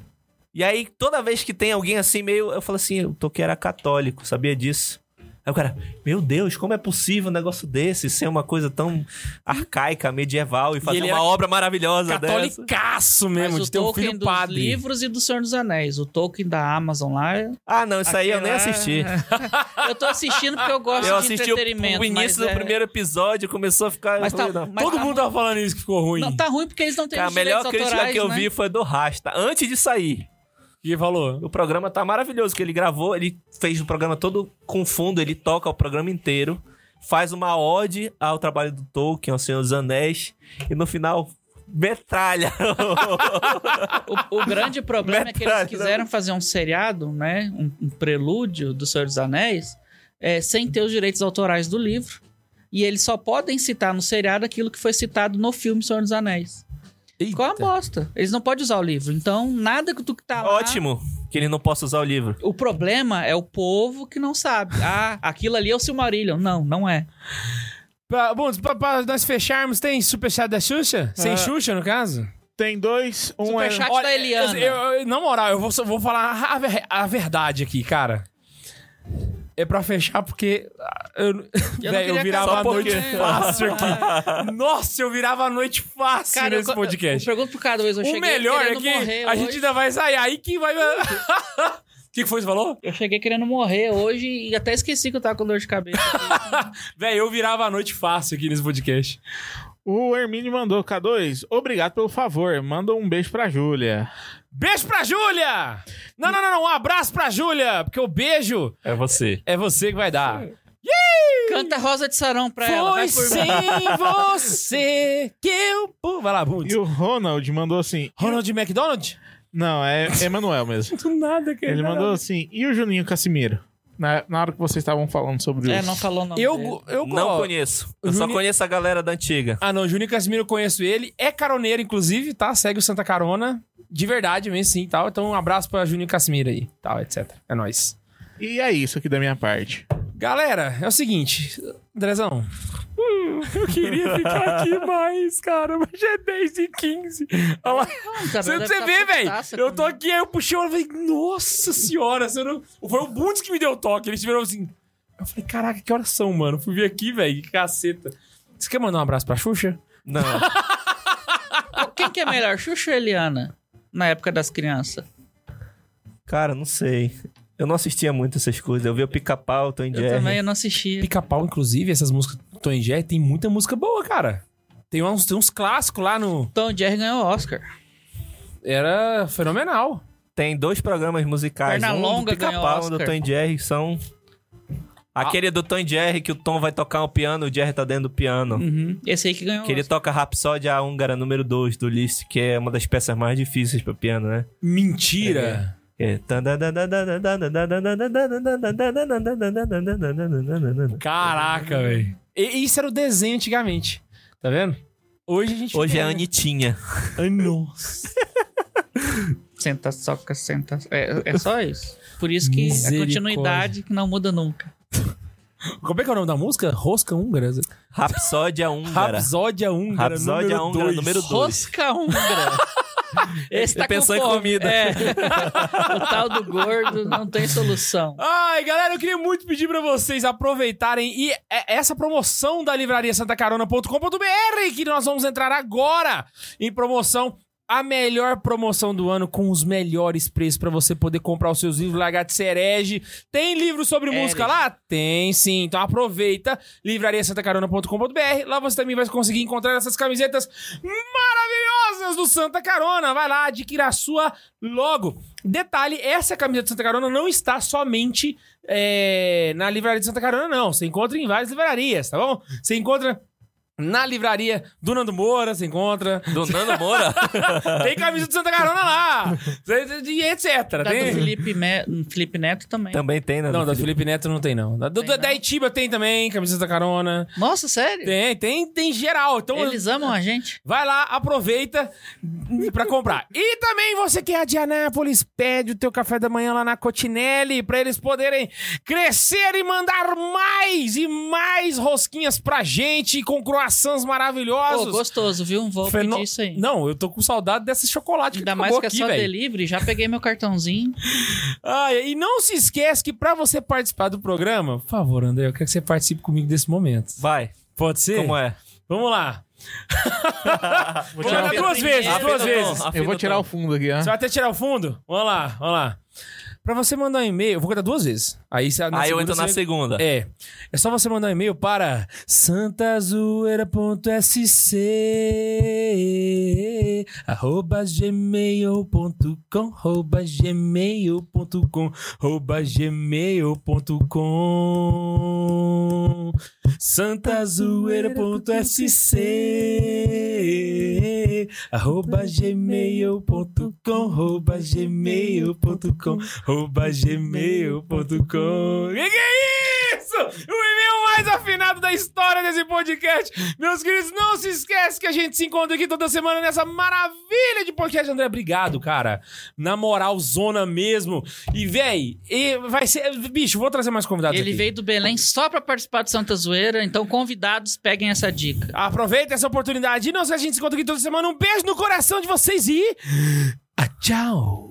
[SPEAKER 3] E aí, toda vez que tem alguém assim, meio. Eu falo assim, o Tolkien era católico, sabia disso? Aí o cara, meu Deus, como é possível um negócio desse ser uma coisa tão arcaica, medieval e fazer
[SPEAKER 1] ele
[SPEAKER 3] uma
[SPEAKER 1] era
[SPEAKER 3] obra maravilhosa dessa?
[SPEAKER 1] Catolicaço
[SPEAKER 2] Mas
[SPEAKER 1] mesmo, de
[SPEAKER 2] o
[SPEAKER 1] ter um
[SPEAKER 2] Tolkien
[SPEAKER 1] filho
[SPEAKER 2] dos
[SPEAKER 1] padre.
[SPEAKER 2] livros e do Senhor dos Anéis. O Tolkien da Amazon lá. é
[SPEAKER 3] Ah, não, isso aí eu nem
[SPEAKER 2] aquela-
[SPEAKER 3] assisti.
[SPEAKER 2] Eu tô assistindo porque eu gosto
[SPEAKER 3] Eu
[SPEAKER 2] de
[SPEAKER 3] assisti o,
[SPEAKER 2] entretenimento.
[SPEAKER 3] o início
[SPEAKER 2] mas
[SPEAKER 3] do
[SPEAKER 2] é-
[SPEAKER 3] primeiro episódio, começou a ficar.
[SPEAKER 2] Mas
[SPEAKER 3] eu
[SPEAKER 2] tá-
[SPEAKER 3] falei, não.
[SPEAKER 2] mas
[SPEAKER 1] Todo
[SPEAKER 2] tá-
[SPEAKER 1] mundo tava falando isso que ficou ruim.
[SPEAKER 2] Não, tá ruim porque eles não têm
[SPEAKER 3] Cara, a
[SPEAKER 2] os
[SPEAKER 3] melhor
[SPEAKER 2] direitos
[SPEAKER 3] crítica
[SPEAKER 2] autorais,
[SPEAKER 3] que eu
[SPEAKER 2] né?
[SPEAKER 3] vi foi do Rasta, antes de sair.
[SPEAKER 1] E ele falou.
[SPEAKER 3] O programa tá maravilhoso, que ele gravou, ele fez o programa todo com fundo, ele toca o programa inteiro, faz uma ode ao trabalho do Tolkien, ao Senhor dos Anéis, e no final, metralha.
[SPEAKER 2] né? O, o grande problema é que eles quiseram
[SPEAKER 3] né?
[SPEAKER 2] fazer um seriado, né? Um, um prelúdio do Senhor dos Anéis, é, sem ter os direitos autorais do livro. E eles só podem citar no seriado aquilo que foi citado no filme Senhor dos Anéis. Ficou uma bosta. Eles não podem usar o livro. Então, nada que tu que tá lá.
[SPEAKER 3] Ótimo que ele não possa usar o livro.
[SPEAKER 2] O problema é o povo que não sabe. Ah, aquilo ali é o Silmarillion. Não, não é.
[SPEAKER 1] Pra, bom, pra, pra nós fecharmos, tem superchat da Xuxa? Sem Xuxa, no caso?
[SPEAKER 4] Tem dois, um é...
[SPEAKER 2] Superchat da Eliana.
[SPEAKER 1] assim, eu- eu- na moral, eu vou, só- vou falar a, ver- a verdade aqui, cara. É pra fechar porque ah, eu,
[SPEAKER 2] não
[SPEAKER 1] Véi, eu
[SPEAKER 2] queria
[SPEAKER 1] virava
[SPEAKER 2] acabar
[SPEAKER 1] a noite
[SPEAKER 2] porque-
[SPEAKER 1] fácil aqui. Nossa, eu virava a noite fácil
[SPEAKER 2] Cara, eu
[SPEAKER 1] nesse
[SPEAKER 2] co-
[SPEAKER 1] podcast.
[SPEAKER 2] Eu, eu pergunto pro cara, eu cheguei
[SPEAKER 1] O melhor é
[SPEAKER 2] querendo
[SPEAKER 1] que
[SPEAKER 2] morrer
[SPEAKER 1] a
[SPEAKER 2] hoje.
[SPEAKER 1] gente ainda vai ensaiar. Aí que vai. O que, que foi que você falou?
[SPEAKER 2] Eu cheguei querendo morrer hoje e até esqueci que eu tava com dor de cabeça.
[SPEAKER 1] Véi, eu virava a noite fácil aqui nesse podcast.
[SPEAKER 4] O Hermínio mandou, K2, obrigado pelo favor. Manda um beijo pra Júlia.
[SPEAKER 1] Beijo pra Júlia! Não, não, não, não. Um abraço pra Júlia, porque o beijo
[SPEAKER 5] É você.
[SPEAKER 1] é você que vai dar.
[SPEAKER 2] Canta Rosa de Sarão pra ela, vai
[SPEAKER 1] foi
[SPEAKER 2] por mim.
[SPEAKER 1] sem você que eu. pu- Vai lá, Bundes.
[SPEAKER 4] E o Ronald mandou assim...
[SPEAKER 1] Ronald McDonald?
[SPEAKER 4] Não, é Emanuel mesmo.
[SPEAKER 1] Do nada, cara.
[SPEAKER 4] Ele mandou assim, e o Juninho Cassimiro? na, na hora que vocês estavam falando sobre
[SPEAKER 2] É,
[SPEAKER 4] os-
[SPEAKER 2] não falou não.
[SPEAKER 1] Eu, go- eu
[SPEAKER 3] Não
[SPEAKER 1] go-
[SPEAKER 3] conheço.
[SPEAKER 1] o
[SPEAKER 3] Eu só
[SPEAKER 1] Juni-
[SPEAKER 3] conheço a galera da antiga.
[SPEAKER 1] Ah, não, Juninho Casimiro eu conheço ele. É caroneiro, inclusive, tá? Segue o Santa Carona. De verdade mesmo, sim, tal. Então, um abraço pra Juninho Casimiro aí, tal, etc. É nóis.
[SPEAKER 4] E é isso aqui da minha parte.
[SPEAKER 1] Galera, é o seguinte, Andrezão. hum, eu queria ficar aqui mais, cara, mas já é 10 e 15. Olha lá. Você,
[SPEAKER 2] tá
[SPEAKER 1] você vê, velho? Eu tô aqui, aí eu puxei o olho e falei, nossa senhora, você não... foi o Bundes que me deu o toque. Eles tiveram assim. Eu falei, caraca, que horas são, mano? Fui ver aqui, velho, que caceta. Você quer mandar um abraço pra Xuxa?
[SPEAKER 3] Não.
[SPEAKER 2] Quem que é melhor, Xuxa ou Eliana? Na época das crianças.
[SPEAKER 3] Cara, não sei. Eu não assistia muito essas coisas. Eu via Pica-Pau, Tom e
[SPEAKER 2] Eu
[SPEAKER 3] Jerry.
[SPEAKER 2] também eu não assistia.
[SPEAKER 1] Pica-pau, inclusive, essas músicas do Tom e Jerry, tem muita música boa, cara. Tem uns, tem uns clássicos lá no.
[SPEAKER 2] Tom e Jerry ganhou o Oscar.
[SPEAKER 1] Era fenomenal.
[SPEAKER 3] Tem dois programas musicais.
[SPEAKER 2] Perna
[SPEAKER 3] um
[SPEAKER 2] Longa
[SPEAKER 3] do Pica-Pau
[SPEAKER 2] ganhou
[SPEAKER 3] um do
[SPEAKER 2] Oscar.
[SPEAKER 3] Tom e Jerry. São... Aquele do Tom e Jerry que o Tom vai tocar um piano o Jerry tá dentro do piano.
[SPEAKER 2] Uhum. Esse aí que ganhou
[SPEAKER 3] Que
[SPEAKER 2] o
[SPEAKER 3] ele
[SPEAKER 2] Oscar.
[SPEAKER 3] toca Rhapsody a húngara número 2 do Liszt, que é uma das peças mais difíceis pra piano, né?
[SPEAKER 1] Mentira.
[SPEAKER 3] É.
[SPEAKER 1] Caraca, velho. E isso era o desenho antigamente. Tá vendo? Hoje a gente.
[SPEAKER 3] Hoje é a Anitinha.
[SPEAKER 1] Ai, Nossa.
[SPEAKER 2] Senta, soca, senta. É, é só isso. Por isso que a
[SPEAKER 1] Misericórdia.
[SPEAKER 2] continuidade que não muda nunca.
[SPEAKER 1] Como é que é o nome da música? Rosca húngara.
[SPEAKER 3] Rhapsody a um, húngara.
[SPEAKER 1] Rapsódia húngara.
[SPEAKER 3] Rapsódia
[SPEAKER 1] número
[SPEAKER 3] húngara
[SPEAKER 1] dois.
[SPEAKER 3] número dois.
[SPEAKER 2] Rosca húngara. Esse tá
[SPEAKER 3] Ele pensou em
[SPEAKER 2] com fome.
[SPEAKER 3] comida.
[SPEAKER 2] É. o tal do gordo não tem solução.
[SPEAKER 1] Ai, galera, eu queria muito pedir pra vocês aproveitarem e é- essa promoção da livraria santacarona.com.br que nós vamos entrar agora em promoção. A melhor promoção do ano com os melhores preços pra você poder comprar os seus livros Lagarto de Serege. Tem livro sobre
[SPEAKER 2] Herege.
[SPEAKER 1] música lá? Tem sim. Então aproveita livrariasantacarona.com.br. Lá você também vai conseguir encontrar essas camisetas maravilhosas do Santa Carona. Vai lá, adquira a sua logo. Detalhe, essa camiseta de Santa Carona não está somente é, na livraria de Santa Carona, não. Você encontra em várias livrarias, tá bom? Você encontra na livraria do Nando Moura, você encontra...
[SPEAKER 5] Do Nando Moura?
[SPEAKER 1] Tem camisa de Santa Carona lá! E etc.
[SPEAKER 2] Da Tá do
[SPEAKER 1] Tem...
[SPEAKER 2] Felipe, Me- Felipe Neto também.
[SPEAKER 3] Também tem, né?
[SPEAKER 1] Não, da
[SPEAKER 3] Felipe?
[SPEAKER 1] Felipe Neto não tem, não. Da, do-
[SPEAKER 2] Tem, não?
[SPEAKER 1] da Itiba tem também, camisa de Santa Carona.
[SPEAKER 2] Nossa, sério?
[SPEAKER 1] Tem, tem, tem geral. Então,
[SPEAKER 2] Eles amam a gente.
[SPEAKER 1] Vai lá, aproveita pra comprar. E também você que é de Anápolis, pede o teu café da manhã lá na Cotinelli pra eles poderem crescer e mandar mais e mais rosquinhas pra gente com croissants
[SPEAKER 2] Pô,
[SPEAKER 1] maravilhosos.
[SPEAKER 2] gostoso, viu? Vou
[SPEAKER 1] Feno-
[SPEAKER 2] pedir isso aí.
[SPEAKER 1] Não, eu tô com saudade desse chocolate que
[SPEAKER 2] Ainda mais
[SPEAKER 1] acabou
[SPEAKER 2] que é
[SPEAKER 1] aqui,
[SPEAKER 2] só
[SPEAKER 1] velho.
[SPEAKER 2] delivery, já peguei meu cartãozinho.
[SPEAKER 1] Ah, e não se esquece que pra você participar do programa, por favor, André, eu quero que você participe comigo desse momento.
[SPEAKER 3] Vai,
[SPEAKER 1] Pode ser?
[SPEAKER 3] como é?
[SPEAKER 1] Vamos lá.
[SPEAKER 4] Vou
[SPEAKER 1] Vamos
[SPEAKER 4] tirar-
[SPEAKER 1] lá
[SPEAKER 2] Afina
[SPEAKER 1] duas
[SPEAKER 2] primeiro.
[SPEAKER 1] vezes, duas
[SPEAKER 3] Afina o tom,
[SPEAKER 1] vezes.
[SPEAKER 3] afina
[SPEAKER 4] eu vou tirar
[SPEAKER 3] tom.
[SPEAKER 4] o fundo aqui, ó.
[SPEAKER 1] Você vai até tirar o fundo? Vamos lá, vamos lá. Pra você mandar um e-mail, eu vou cantar duas vezes. Aí, você,
[SPEAKER 3] Aí eu entro na
[SPEAKER 1] você-
[SPEAKER 3] segunda.
[SPEAKER 1] É. É só você mandar um e-mail para santazoeira.sc arroba gmail.com arroba gmail.com arroba gmail.com santazoeira.sc arroba gmail.com arroba gmail.com arroba gmail.com Que que é isso? O e-mail mais afinado da história desse podcast. Meus queridos, não se esquece que a gente se encontra aqui toda semana nessa maravilha de podcast. André, obrigado, cara. Na moral, zona mesmo. E, véi, e vai ser... Bicho, vou trazer mais convidados
[SPEAKER 2] Ele
[SPEAKER 1] aqui.
[SPEAKER 2] veio do Belém só pra participar do Santa Zoeira, então convidados, peguem essa dica.
[SPEAKER 1] Aproveita essa oportunidade. E não se a gente se encontra aqui toda semana. Um beijo no coração de vocês e. Ah, tchau!